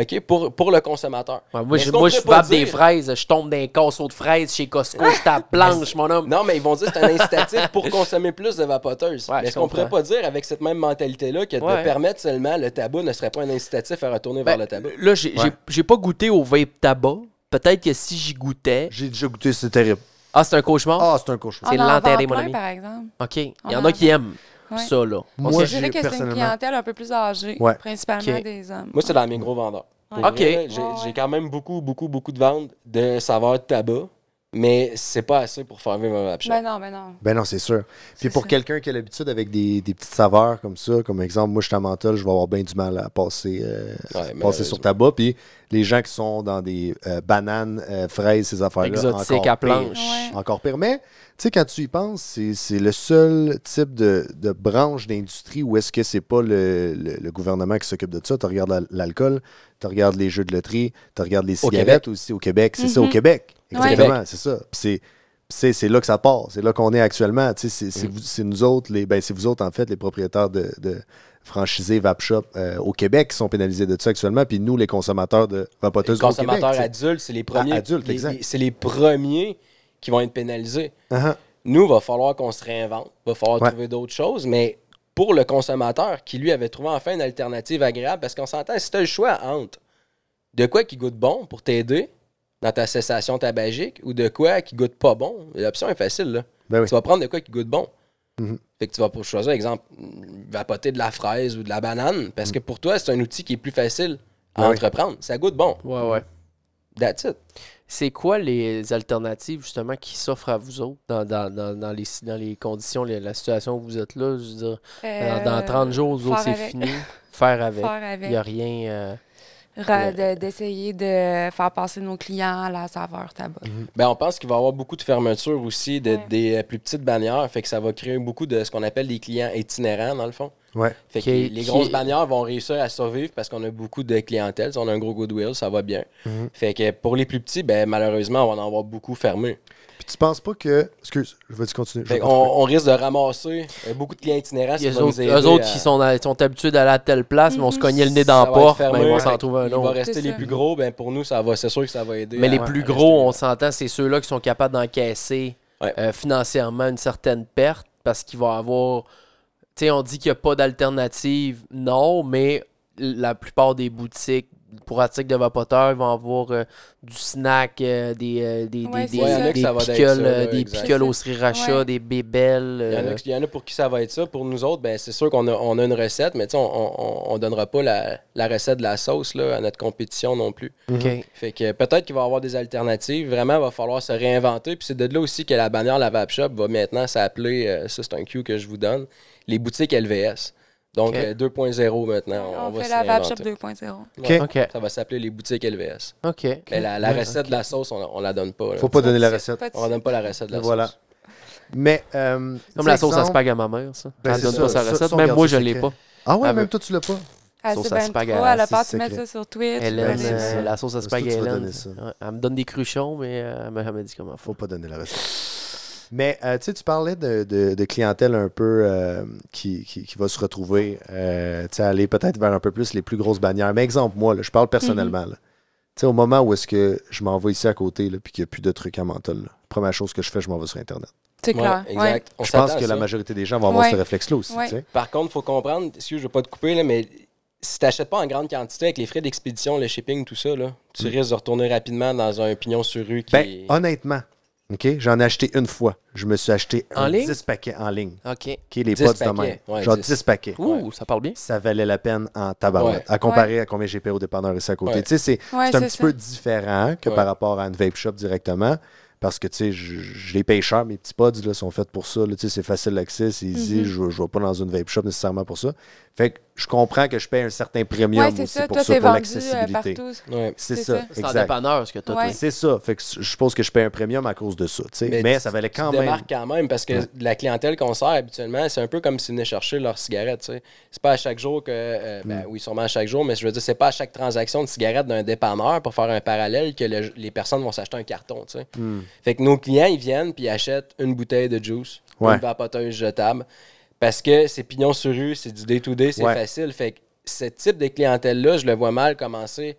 ok, pour, pour le consommateur. Ouais, moi, Mais je, ce qu'on moi, je pourrait pas vape des dire- fraises, je tombe dans un casseau de fraises chez Costco, je [laughs] tape planche, mon homme. Non, mais ils vont dire [laughs] que c'est un incitatif pour consommer plus de vapoteuses. Ouais, je mais ce qu'on comprends. pourrait pas dire avec cette même mentalité-là que Ouais. de permettre seulement le tabac ne serait pas un incitatif à retourner Ben, vers le tabac? Là, j'ai Ouais. j'ai- j'ai pas goûté au vape tabac. Peut-être que si j'y goûtais. J'ai déjà goûté, c'est terrible. Ah, c'est un cauchemar? Ah, c'est un cochon. On c'est en l'enterrer, vend mon plein, ami. par exemple. OK. Il y en en a qui aiment Ouais. ça, là. je Moi, j'ai dirais que c'est une personnellement. clientèle un peu plus âgée, Ouais. principalement Ok. des hommes. Moi, c'est dans mes gros vendeurs. Pour Ok. vrai, Ouais, J'ai ouais. j'ai quand même beaucoup, beaucoup, beaucoup de ventes de saveurs de tabac Mais c'est pas assez pour faire vivre un wrap shop. Ben non, ben non. Ben non, c'est sûr. Puis C'est pour ça. quelqu'un qui a l'habitude avec des, des petites saveurs comme ça, comme exemple, moi, je suis à menthol, je vais avoir bien du mal à passer, euh, Ouais, passer sur tabac. Puis les gens qui sont dans des euh, bananes, euh, fraises, ces affaires-là. Exotique encore à pire. planche. Ouais. Encore pire. Mais, tu sais, quand tu y penses, c'est- c'est le seul type de, de branche d'industrie où est-ce que c'est pas le, le- le gouvernement qui s'occupe de ça. Tu regardes la- l'alcool, tu regardes les jeux de loterie, tu regardes les Au cigarettes aussi au Québec. C'est ça, au Mhm. Québec. Ouais. Exactement, c'est ça. Puis c'est- c'est c'est là que ça part. C'est là qu'on est actuellement. Tu sais, C'est c'est Mhm. vous- c'est nous autres, les, ben, c'est vous autres, en fait, les propriétaires de, de franchisés Vapshop euh, au Québec qui sont pénalisés de ça actuellement. Puis nous, les consommateurs de Les vapoteuses au Québec. consommateurs tu sais. adultes, c'est les premiers. adultes, les- exact. les- C'est les premiers qui vont être pénalisés. Ah, ah. Nous, va falloir qu'on se réinvente, va falloir Ouais. trouver d'autres choses, mais pour le consommateur qui, lui, avait trouvé enfin une alternative agréable, parce qu'on s'entend, si tu as le choix entre de quoi qui goûte bon pour t'aider dans ta cessation tabagique ou de quoi qui goûte pas bon, l'option est facile. Là. Ben oui. Tu vas prendre de quoi qui goûte bon. Mhm. Fait que tu vas pour choisir, exemple, vapoter de la fraise ou de la banane, parce que pour toi, c'est un outil qui est plus facile à Mm. Ben oui. entreprendre. Ça goûte bon. Ouais, ouais. That's it. C'est quoi les alternatives justement qui s'offrent à vous autres dans, dans, dans, dans les, dans les conditions, les- la situation où vous êtes là? Je veux dire, dans, dans Euh, 30 jours, vous autres, faire c'est avec. fini. Faire avec. Faire Il avec. n'y a rien. euh, Ra- de- D'essayer de faire passer nos clients à la saveur tabac. Ben, on pense qu'il va y avoir beaucoup de fermetures aussi, de- Ouais. des euh, plus petites bannières. Fait que ça va créer beaucoup de ce qu'on appelle des clients itinérants, dans le fond. Ouais. Fait Qui- que les qui- grosses bannières vont réussir à survivre parce qu'on a beaucoup de clientèle. Si on a un gros goodwill, ça va bien. Mhm. Fait que pour les plus petits, ben, malheureusement, on va en avoir beaucoup fermé. Puis tu penses pas que. Excuse, je vais te continuer. Je Ben, Fait vais qu'on- pas te couper. on, risque de ramasser euh, beaucoup de clients itinérants. Il y a ça eux va nous autres, aider eux autres à- qui sont, à- sont habitués d'aller à telle place, mais on se Mhm. cognait le nez ça dans va la être porte, fermé. ben, on va s'en Fait trouver un Il va autre. rester C'est les ça. plus gros. Ben, pour nous, ça va, c'est sûr que ça va aider. Mais à- les à plus rester gros, là. on s'entend, c'est ceux-là qui sont capables d'encaisser Ouais. euh, financièrement une certaine perte parce qu'ils vont avoir. Tu sais, on dit qu'il n'y a pas d'alternative, non, mais la plupart des boutiques pour articles de vapoteurs, ils vont avoir euh, du snack, euh, des, euh, des, Ouais, des, c'est des- ça. Ouais, il y en a que des ça va d'être pickles, ça, euh, là, des exact. pickles au C'est ça. sriracha, Ouais. des bébelles. Il y, en a, euh, qui- il y en a pour qui ça va être ça. Pour nous autres, ben, c'est sûr qu'on a, on a une recette, mais tu sais, on ne donnera pas la, la recette de la sauce là, à notre compétition non plus. [laughs] OK. Fait que peut-être qu'il va y avoir des alternatives. Vraiment, il va falloir se réinventer. Puis c'est de là aussi que la bannière La Vape Shop va maintenant s'appeler, euh, ça c'est un cue que je vous donne, les boutiques LVS. Donc Ok. euh, 2.0 maintenant, on, On, va fait se la Vap Shop réinventer. 2.0. Ouais. OK. Ça va s'appeler les boutiques LVS. OK. Mais la, la Ouais, recette de la sauce, on, on la donne pas. là. Faut pas donner la C'est- recette. pas de- On donne pas la recette de la Voilà. sauce. Mais. euh, Comme la sauce à exemple- spag à ma mère, ça. Ben, Elle c'est donne ça, pas sa ça, recette. ça, on Même garde moi, ça je l'ai secret. pas. Ah ouais, Elle même veut. toi, tu l'as pas. Elle Sauce dit à ben spag à- trop, elle a c'est peur de mettre secret. ça sur Twitch. Hélène, prenez Ben, c'est euh, le- la sauce à C'est toi spag qui vas Hélène. donner ça. Ouais, Elle me donne des cruchons, mais euh, elle m'a jamais dit comment Faut faut. pas donner la recette. Mais euh, tu sais, tu parlais de, de- de clientèle un peu euh, qui, qui- qui va se retrouver, euh, tu sais, aller peut-être vers un peu plus les plus grosses bannières. Mais exemple, moi, là, je parle personnellement. Mhm. là. Tu sais, au moment où est-ce que je m'en vais ici à côté, là, puis qu'il n'y a plus de trucs à menthol, là, première chose que je fais, je m'en vais sur Internet. C'est Ouais, clair. ouais. exact. On je pense s'attend à que la hein. ça. majorité des gens vont avoir Ouais. ce réflexe-là aussi. Ouais. tu sais. Par contre, il faut comprendre, excuse, je ne veux pas te couper, là, mais si tu n'achètes pas en grande quantité avec les frais d'expédition, le shipping, tout ça, là, tu risques de retourner rapidement dans un pignon sur rue qui Ben, est- honnêtement, OK, j'en ai acheté une fois. Je me suis acheté En un ligne? 10 paquets en ligne. OK. OK, les 10 potes de même. paquets. Ouais, Genre 10, 10. paquets. Ouh, ça parle bien. Ça valait la peine en tabarouette. Ouais. À comparer à combien j'ai payé au dépanneur ici à côté. Ouais. Tu sais, c'est Ouais, c'est un c'est petit ça. peu différent que Ouais. par rapport à une vape shop directement. Parce que, tu sais, je, je les paye cher. Mes petits pods là, sont faits pour ça. là. Tu sais, c'est facile d'accès, c'est Mhm. easy. Je ne vais pas dans une vape shop nécessairement pour ça. Fait que je comprends que je paye un certain premium Ouais, c'est aussi ça. pour Toi, ça, t'es pour vendu euh, l'accessibilité. partout. Ouais. C'est C'est ça, ça. C'est en exact. dépanneur ce que t'as. Ouais. toi. C'est ça. Fait que je pense que je paye un premium à cause de ça. tu sais. Mais, Mais ça valait quand tu te même. démarques quand même parce que Ouais. la clientèle qu'on sert habituellement, c'est un peu comme s'ils venaient chercher leur cigarette. tu sais. C'est pas à chaque jour que. euh, Mm. ben, Oui, sûrement à chaque jour, mais je veux dire, c'est pas à chaque transaction de cigarette d'un dépanneur pour faire un parallèle que le- les personnes vont s'acheter un carton. tu sais. Mm. Fait que nos clients, ils viennent puis ils achètent une bouteille de juice, Ouais. une vapoteuse jetable parce que c'est pignon sur rue, c'est du day-to-day, c'est Ouais. facile. Fait que ce type de clientèle-là, je le vois mal commencer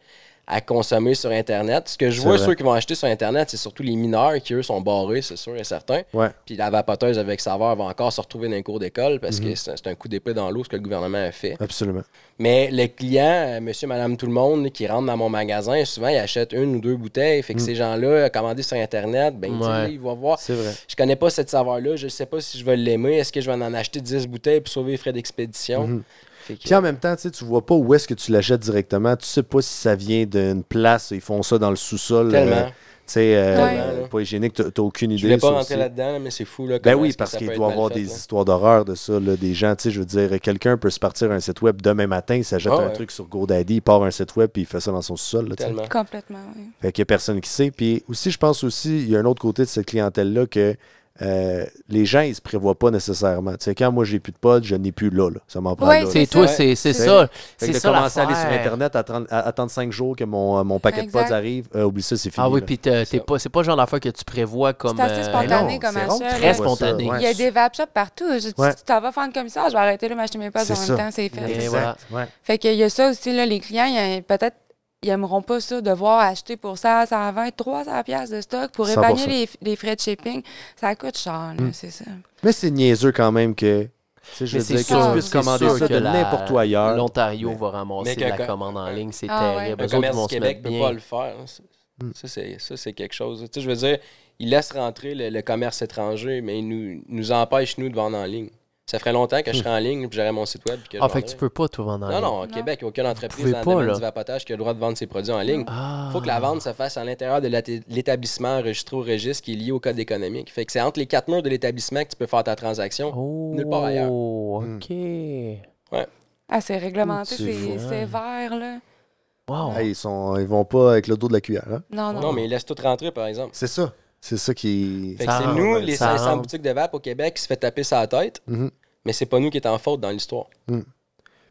à consommer sur Internet. Ce que je C'est vois, vrai. ceux qui vont acheter sur Internet, c'est surtout les mineurs qui, eux, sont barrés, c'est sûr et certain. Ouais. Puis la vapoteuse avec saveur va encore se retrouver dans les cours d'école parce Mhm. que c'est un- c'est un coup d'épée dans l'eau ce que le gouvernement a fait. Absolument. Mais le client, euh, monsieur, madame, tout le monde qui rentre dans mon magasin, souvent, il achète une ou deux bouteilles. Mhm. Fait que ces gens-là, commandés sur Internet, ben, tu sais, Ouais. ils vont voir. C'est vrai. Je connais pas cette saveur-là, je sais pas si je vais l'aimer. Est-ce que je vais en acheter 10 bouteilles pour sauver les frais d'expédition? Mhm. Fait que- Puis en même temps, tu sais, tu vois pas où est-ce que tu l'achètes directement. Tu sais pas si ça vient d'une place, ils font ça dans le sous-sol. Tellement. euh, tu sais, euh, Ouais. euh, pas hygiénique, t'as t'as aucune idée. Je voulais pas ça rentrer aussi. là-dedans, là, mais c'est fou. Là, Ben comment oui, est-ce que parce ça qu'il peut doit être avoir mal des fait, là. histoires d'horreur de ça, là, des gens, tu sais, je veux dire, quelqu'un peut se partir un site web demain matin, il s'achète Ah un ouais. truc sur GoDaddy, il part un site web, puis il fait ça dans son sous-sol, là, tu sais. Tellement. Complètement, oui. Fait qu'il n'y a personne qui sait. Puis aussi, je pense aussi, il y a un autre côté de cette clientèle-là que euh, les gens, ils se prévoient pas nécessairement. Tu sais, quand moi, j'ai plus de potes, je n'ai plus là, là. Ça m'en prend Ouais, là. c'est C'est toi, ça. c'est c'est C'est- ça. Fait que C'est de ça commencer à aller sur l'affaire. Internet, à attendre, à- attendre cinq jours que mon, euh, mon paquet Exact. de potes arrive, euh, oublie ça, c'est fini. Ah oui, là. puis t'es t'es pas, c'est pas le genre d'affaire que tu prévois comme. C'est assez euh, spontané. Ben non, comme c'est un rare seul, que tu Très vois ça, spontané. ouais. Il y a des vape shops partout. Je- tu- Ouais. Tu t'en vas faire une commissaire, je vais arrêter là, m'acheter mes potes C'est en ça. même temps, c'est fait. Et c'est ça. voilà. Exact, ouais. Fait qu'il y a ça aussi, là, les clients, il y a- peut-être, ils aimeront pas ça, devoir acheter pour 100, 120, 300 pièces de stock pour 100%. épargner les, les frais de shipping. Ça coûte cher, Hmm. là, c'est ça. Mais c'est niaiseux quand même que. tu sais, Je Mais veux c'est dire, sûr, que tu puisses c'est commander sûr ça que de la- n'importe où ailleurs. L'Ontario Mais- va ramasser Mais de la qu'un- commande en ligne, c'est Ah ouais. terrible. Le Eux autres, ils commerce vont du se Québec mettre ne peut bien. pas Hmm. le faire. Ça, ça, c'est- Ça, c'est quelque chose. Tu sais, je veux dire, ils laissent rentrer le, le commerce étranger, mais ils nous, nous empêchent, nous, de vendre en ligne. Ça ferait longtemps que je serais en ligne puis j'aurais mon site web. puis Que je Ah, fait que vendrais. tu peux pas tout vendre en hein. Non, ligne. non, au Non. Québec, il n'y a aucune pouvez entreprise en pas, domaine là. du vapotage qui a le droit de vendre ses produits en ligne. Ah. Il faut que la vente se fasse à l'intérieur de la- l'établissement enregistré au registre qui est lié au code économique. Fait que c'est entre les quatre murs de l'établissement que tu peux faire ta transaction. Oh, Nulle part ailleurs. OK. Ah, c'est réglementé, Tu c'est vois. sévère, là. Wow. Ah, ils, sont, ils vont pas avec le dos de la cuillère. hein. Non, non. Non, mais ils laissent tout rentrer, par exemple. C'est ça. C'est ça qui. Fait que Ça c'est rentre, nous, les ça 500 rentre. boutiques de vape au Québec, qui se fait taper sa tête, Mhm. mais c'est pas nous qui est en faute dans l'histoire.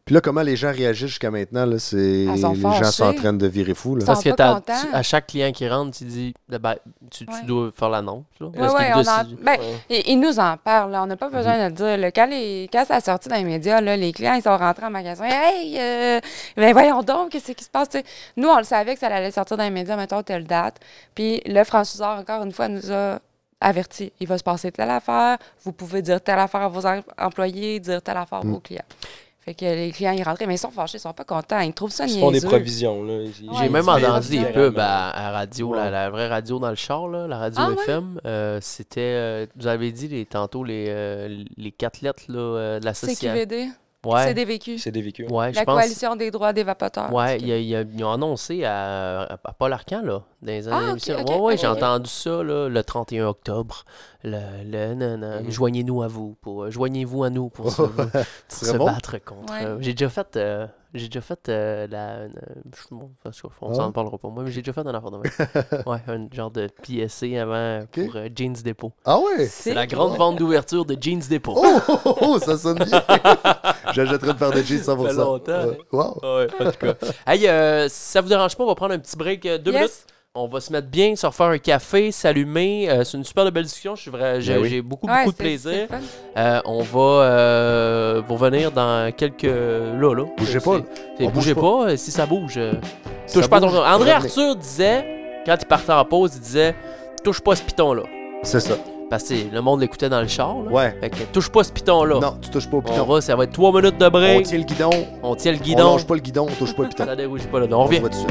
Puis là, comment les gens réagissent jusqu'à maintenant, là, c'est. Les sont gens sont en fâchés. train de virer fou, là. Ils sont Parce que pas t'as- contents. tu- à chaque client qui rentre, tu dis eh ben, tu, tu Ouais. dois faire l'annonce. là. Ouais, Parce qu'il ouais, doit- on en- ben, Ouais. ils, ils nous en parlent. là. On n'a Mhm. pas besoin de le dire. là. Quand, les, quand ça a sorti dans les médias, là, les clients ils sont rentrés en magasin. Hey, euh, ben voyons donc, qu'est-ce qui se passe? Tu sais, nous, on le savait que ça allait sortir dans les médias, mettons, telle date. Puis le franchiseur, encore une fois, nous a avertis. Il va se passer telle affaire. Vous pouvez dire telle affaire à vos em- employés, dire telle affaire Mm. aux clients. Fait que les clients, ils rentraient, mais ils sont fâchés, ils sont pas contents. Ils trouvent ça Ils se font des niaiseux. provisions. là. Ils- J'ai Ouais, tu même fais entendu des des pubs. pubs à, à radio, la, la vraie radio dans le char, là, la radio Ah ouais? FM. euh, C'était, euh, vous avez dit les, tantôt les, euh, les quatre lettres là, euh, de l'association. CQVD, Ouais, CDVQ, C'est des vécus. ouais je la pense. coalition des droits des vapoteurs. Ouais, il y a- il y a- ils ont annoncé à, à- à Paul Arcan, là, dans les Ah, années ok, d'émission. ok, ouais, ouais, j'ai ok. entendu ça, là, le 31 octobre. Le, le- nan, nan, Mhm. Joignez-nous à vous. pour euh, Joignez-vous à nous [laughs] pour se, pour serait se bon. battre contre. Ouais. euh, j'ai déjà fait. euh, j'ai déjà fait euh, la. euh, je- bon, parce qu'on- on Ah. s'en parlera pas, moi, mais j'ai déjà fait un affaire [laughs] de même. ouais, un genre de PSC avant pour euh, Jeans Dépôt. Ah ouais! C'est la grande vente d'ouverture de Jeans Dépôt. [laughs] Oh, oh, oh, oh, ça sonne [laughs] bien! J'achèterai une paire de jeans Oh, 100%. Ça fait longtemps. Ouais. Euh, Wow. Ouais, en tout cas. Hey, euh, si ça vous dérange pas, on va prendre un petit break, euh, deux Yes. minutes. On va se mettre bien, se refaire un café, s'allumer. Euh, c'est une super belle discussion. Je suis vra- J'ai Ben oui. j'ai beaucoup, Ouais, beaucoup de c'est- c'est le plaisir. fun. Euh, on va euh, vous revenir dans quelques. Là, là. Bougez pas. C'est- On Bougez bouge pas. euh, Si ça bouge, euh, Ça touche pas à ton. bouge. André Revenez. Arthur disait, quand il partait en pause, il disait touche pas ce piton-là. C'est ça. Parce que le monde l'écoutait dans le char. là. Ouais. Fait que touche pas ce piton-là. Non, tu touches pas au On piton. va, ça va être trois minutes de On break. tient le guidon. On tient le On guidon. longe pas le guidon, on touche pas au piton. Ça dérouge pas là. On se revient. voit dessus.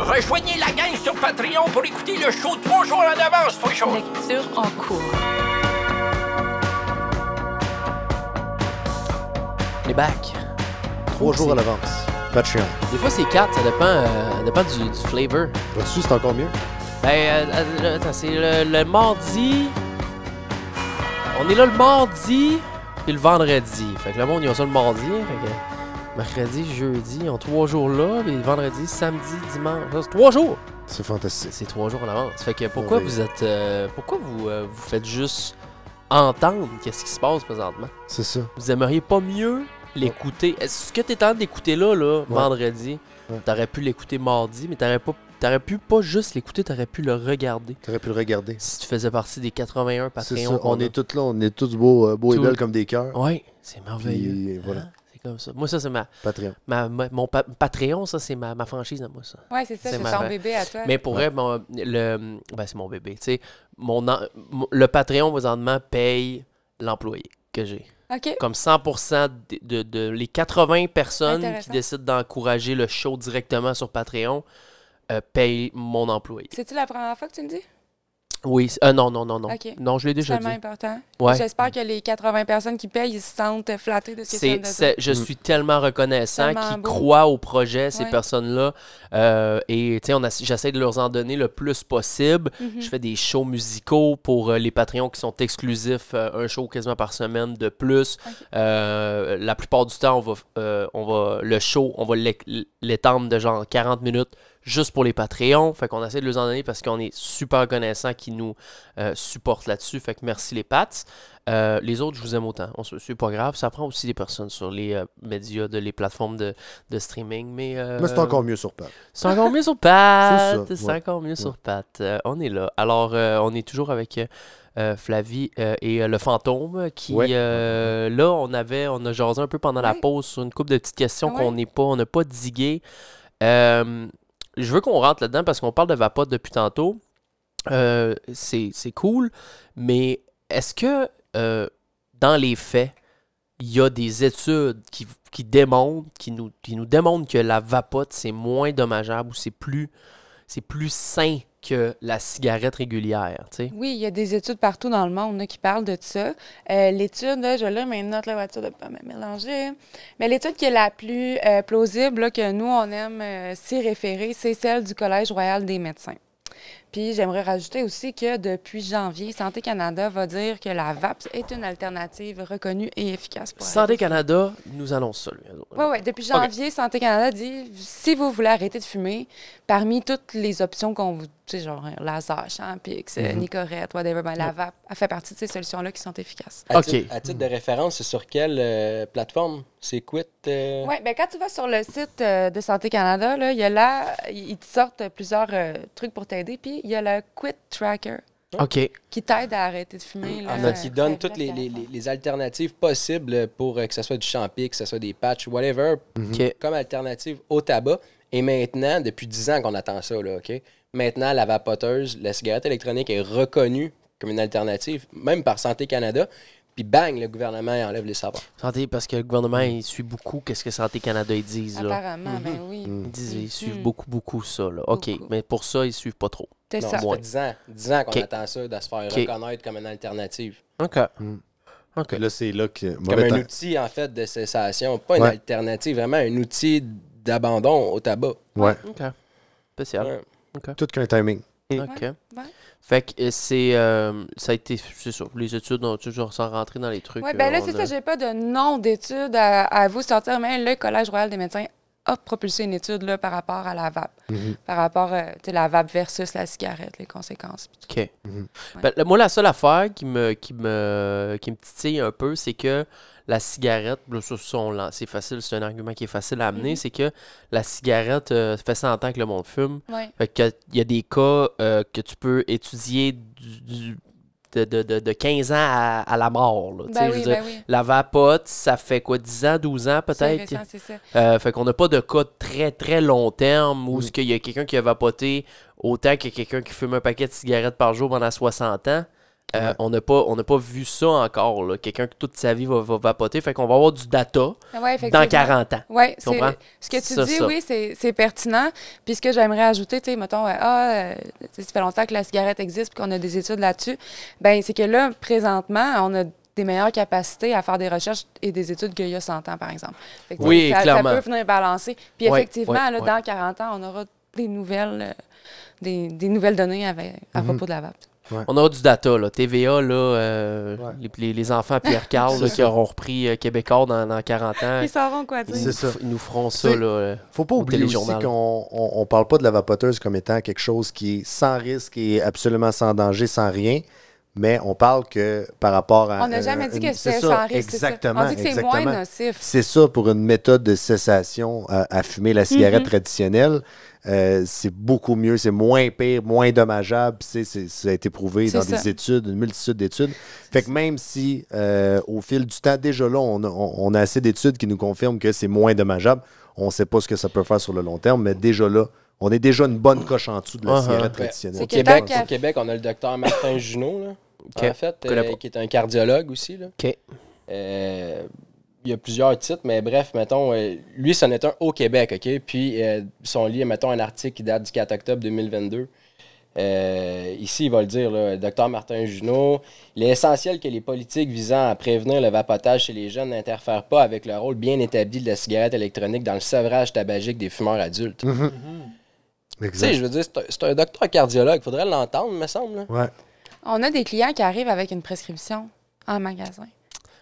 Rejoignez la gang sur Patreon pour écouter le show trois jours en avance, trois jours. Oh. Lecture en cours. On est back. Trois Oups, jours à c'est- l'avance. Patreon. Des fois, c'est 4, ça dépend, euh, ça dépend du, du flavor. Là-dessus, c'est encore mieux. Ben, euh, euh, attends, c'est le, le mardi. On est là le mardi, puis le vendredi. Fait que le monde, ils ont ça le mardi. Fait que mercredi, jeudi, ils ont trois jours là, puis vendredi, samedi, dimanche. Ça, C'est trois jours! C'est fantastique. C'est trois jours en avance. Fait que pourquoi Oui. vous êtes. euh, pourquoi vous, euh, vous faites juste entendre qu'est-ce qui se passe présentement? C'est ça. vous aimeriez pas mieux l'écouter. Est-ce que t'es en train d'écouter là, là, vendredi? Ouais. T'aurais pu l'écouter mardi, mais t'aurais pas. T'aurais pu pas juste l'écouter, t'aurais pu le regarder. T'aurais pu le regarder. Si tu faisais partie des 81 C'est Patreons. ça. qu'on On a. est tous là, on est tous beaux, euh, beaux et Tout- belles comme des cœurs. Ouais, c'est merveilleux. Puis voilà, Hein? C'est comme ça. Moi, ça, c'est ma, Patreon. ma- ma- mon pa- Patreon, ça, c'est ma, ma franchise à moi, ça. Ouais, c'est ça, C'est c'est marrant. ton bébé à toi. Mais pour vrai, mon- le, ben, c'est mon bébé. Tu sais, mon, en- mon- le Patreon, présentement, paye l'employé que j'ai. OK. comme 100% de, de- de- les 80 personnes qui Intéressant. décident d'encourager le show directement sur Patreon euh, payent mon employé. C'est-tu la première fois que tu me dis? Oui, c'est- euh, non, non, non, non. Ok. Non, je l'ai C'est déjà dit. tellement important. Ouais. J'espère que les 80 personnes qui payent, ils se sentent flattés de ce que C'est- c'est. c'est- je suis tellement reconnaissant Tellement qu'ils beau. croient au projet, ces Ouais. personnes-là. Euh, et tu sais, on a- j'essaie de leur en donner le plus possible. Mhm. Je fais des shows musicaux pour euh, les Patreons qui sont exclusifs, euh, un show quasiment par semaine de plus. Euh, la plupart du temps, on va, euh, on va le show, on va l'é- l'étendre de genre 40 minutes juste pour les Patreons. Fait qu'on essaie de leur en donner parce qu'on est super reconnaissant qu'ils nous euh, supportent là-dessus. Fait que merci les Pats. Euh, les autres, je vous aime autant. On se- C'est pas grave. Ça prend aussi des personnes sur les euh, médias, de, les plateformes de, de streaming. Mais, euh, Mais c'est encore mieux sur Pat. c'est encore mieux sur Pat. C'est ça, C'est ouais. encore mieux sur Pat. Euh, on est là. Alors, euh, on est toujours avec euh, euh, Flavie euh, et euh, le fantôme qui, Ouais. euh, là, on avait, on a jasé un peu pendant la Ouais. pause sur une couple de petites questions Ah ouais. qu'on n'est pas, on n'a pas diguées. Euh, je veux qu'on rentre là-dedans parce qu'on parle de Vapote depuis tantôt. Euh, c'est c'est cool, mais est-ce que euh, dans les faits, il y a des études qui, qui démontrent, qui nous, qui nous démontrent que la vapote, c'est moins dommageable ou c'est plus, c'est plus sain que la cigarette régulière, tu sais. Oui, il y a des études partout dans le monde là, qui parlent de ça. Euh, l'étude, là, je l'ai mes notes, la voiture de pas me mélanger. Mais l'étude qui est la plus euh, plausible, là, que nous, on aime euh, s'y référer, c'est celle du Collège royal des médecins. Puis j'aimerais rajouter aussi que depuis janvier, Santé Canada va dire que la VAPS est une alternative reconnue et efficace pour Santé Canada, nous annonce ça, lui. Oui, oui. Depuis janvier, Santé Canada dit si vous voulez arrêter de fumer, parmi toutes les options qu'on vous. Tu sais, genre euh, laser, Champix, Mhm. euh, Nicorette, whatever, ben, la vape, elle fait partie de ces solutions-là qui sont efficaces. À, Ok. titre, à titre de référence, c'est sur quelle euh, plateforme? C'est Quit? euh, Oui, ben quand tu vas sur le site euh, de Santé Canada, là, il y a là, ils te sortent plusieurs euh, trucs pour t'aider, puis il y a le Quit Tracker OK. qui t'aide à arrêter de fumer. là, En euh, fait, il donne très ben, toutes les, vite, les- là. les- les alternatives possibles pour euh, que ce soit du champi, que ce soit des patchs, whatever, OK. comme alternative au tabac. Et maintenant, depuis 10 ans qu'on attend ça, là, OK? Maintenant, la vapoteuse, la cigarette électronique est reconnue comme une alternative, même par Santé Canada. Puis bang, le gouvernement il enlève les savoirs. Santé, parce que le gouvernement, il suit beaucoup qu'est-ce que Santé Canada, ils disent, là. Apparemment, ben oui. Ils disent, ils suivent Mhm. beaucoup, beaucoup ça, là. OK. Beaucoup. Mais pour ça, ils suivent pas trop. C'est Non, ça. ça fait 10 ans, 10 ans qu'on OK. attend ça, de se faire OK. reconnaître comme une alternative. OK. OK. Là, c'est là que. Comme mauvais un temps. outil, en fait, de cessation. Pas une Ouais. alternative, vraiment un outil d'abandon au tabac. Ouais. OK. Spécial. Ouais. Tout qu'un timing. OK. ouais. Fait que euh, c'est. euh, ça a été. C'est ça. Les études, on toujours sans rentrer dans les trucs. Oui, ben euh, là, on c'est a- ça, j'ai pas de nom d'étude à, à vous sortir, mais le Collège royal des médecins a propulsé une étude là, par rapport à la vape, Mhm. par rapport à la vape versus la cigarette, les conséquences. pis tout. OK. Ouais. Ben, la- moi, la seule affaire qui me, qui me, qui me titille un peu, c'est que la cigarette, là, ça, ça, on l'en- c'est facile, c'est un argument qui est facile à Mhm. amener, c'est que la cigarette, euh, ça fait 100 ans que le monde fume. Ouais. Fait que, il y a des cas euh, que tu peux étudier du- du- de, de, de, de 15 ans à, à la mort. là. Tu sais, Ben je oui, veux dire, ben oui. La vapote, ça fait quoi, 10 ans, 12 ans C'est peut-être? récent, c'est ça. Euh, fait qu'on n'a pas de cas de très très long terme Mm. où ce qu'il y a quelqu'un qui a vapoté autant que quelqu'un qui fume un paquet de cigarettes par jour pendant 60 ans. Euh, On n'a pas, on n'a pas vu ça encore. là. Quelqu'un qui toute sa vie va, va vapoter. Fait qu'on va avoir du data Ah ouais, dans effectivement. 40 ans. Oui, Tu comprends? ce que tu Ça, dis, ça. oui, c'est c'est pertinent. Puis ce que j'aimerais ajouter, tu sais, mettons, euh, ah, euh, tu sais, ça fait longtemps que la cigarette existe puis qu'on a des études là-dessus. Ben, c'est que là, présentement, on a des meilleures capacités à faire des recherches et des études qu'il y a 100 ans, par exemple. Fait que, tu sais, Oui, ça, ça clairement. peut venir balancer. Puis Ouais, effectivement, ouais, là, ouais. dans 40 ans, on aura des nouvelles, euh, des, des nouvelles données avec- à Mhm. propos de la vape. On aura du data. Là. TVA, là, euh, Ouais. les, les- les enfants à Pierre-Carl là, qui auront repris euh, Québécois dans, dans 40 ans, Ils sauront quoi ils dire. nous, C'est ça. f- ils nous feront ça. C'est- Là, euh. Faut pas Au oublier aussi téléjournal. qu'on on, on parle pas de la vapoteuse comme étant quelque chose qui est sans risque et absolument sans danger, sans rien. Mais on parle que par rapport à. euh, On euh, n'a jamais dit une- que c'est c'était ça, sans risque. c'est ça. Exactement. On dit que c'est moins exactement. nocif. C'est ça pour une méthode de cessation à, à fumer la Mhm. cigarette traditionnelle. euh, c'est beaucoup mieux, c'est moins pire, moins dommageable. C'est, c'est- ça a été prouvé C'est dans ça. des études, une multitude d'études. Fait que même si euh, au fil du temps, déjà là, on a, on- on a assez d'études qui nous confirment que c'est moins dommageable, on ne sait pas ce que ça peut faire sur le long terme, mais déjà là, on est déjà une bonne coche en dessous de la Uh-huh. cigarette Ouais. traditionnelle. Au C'est que Québec, tant qu'à- au Québec, on a le docteur Martin Junot, là, Ok. en fait, Connais euh, pas. qui est un cardiologue aussi. Là. OK. Euh, il y a plusieurs titres, mais bref, mettons, euh, lui, c'en est un au Québec, OK? Puis, euh, son lit, mettons, un article qui date du 4 octobre 2022 Euh, ici, il va le dire, le docteur Martin Junot, il est essentiel que les politiques visant à prévenir le vapotage chez les jeunes n'interfèrent pas avec le rôle bien établi de la cigarette électronique dans le sevrage tabagique des fumeurs adultes. Tu Mhm. sais, je veux dire, c'est un- c'est un, docteur cardiologue, faudrait l'entendre, me semble. là. Ouais. On a des clients qui arrivent avec une prescription en magasin.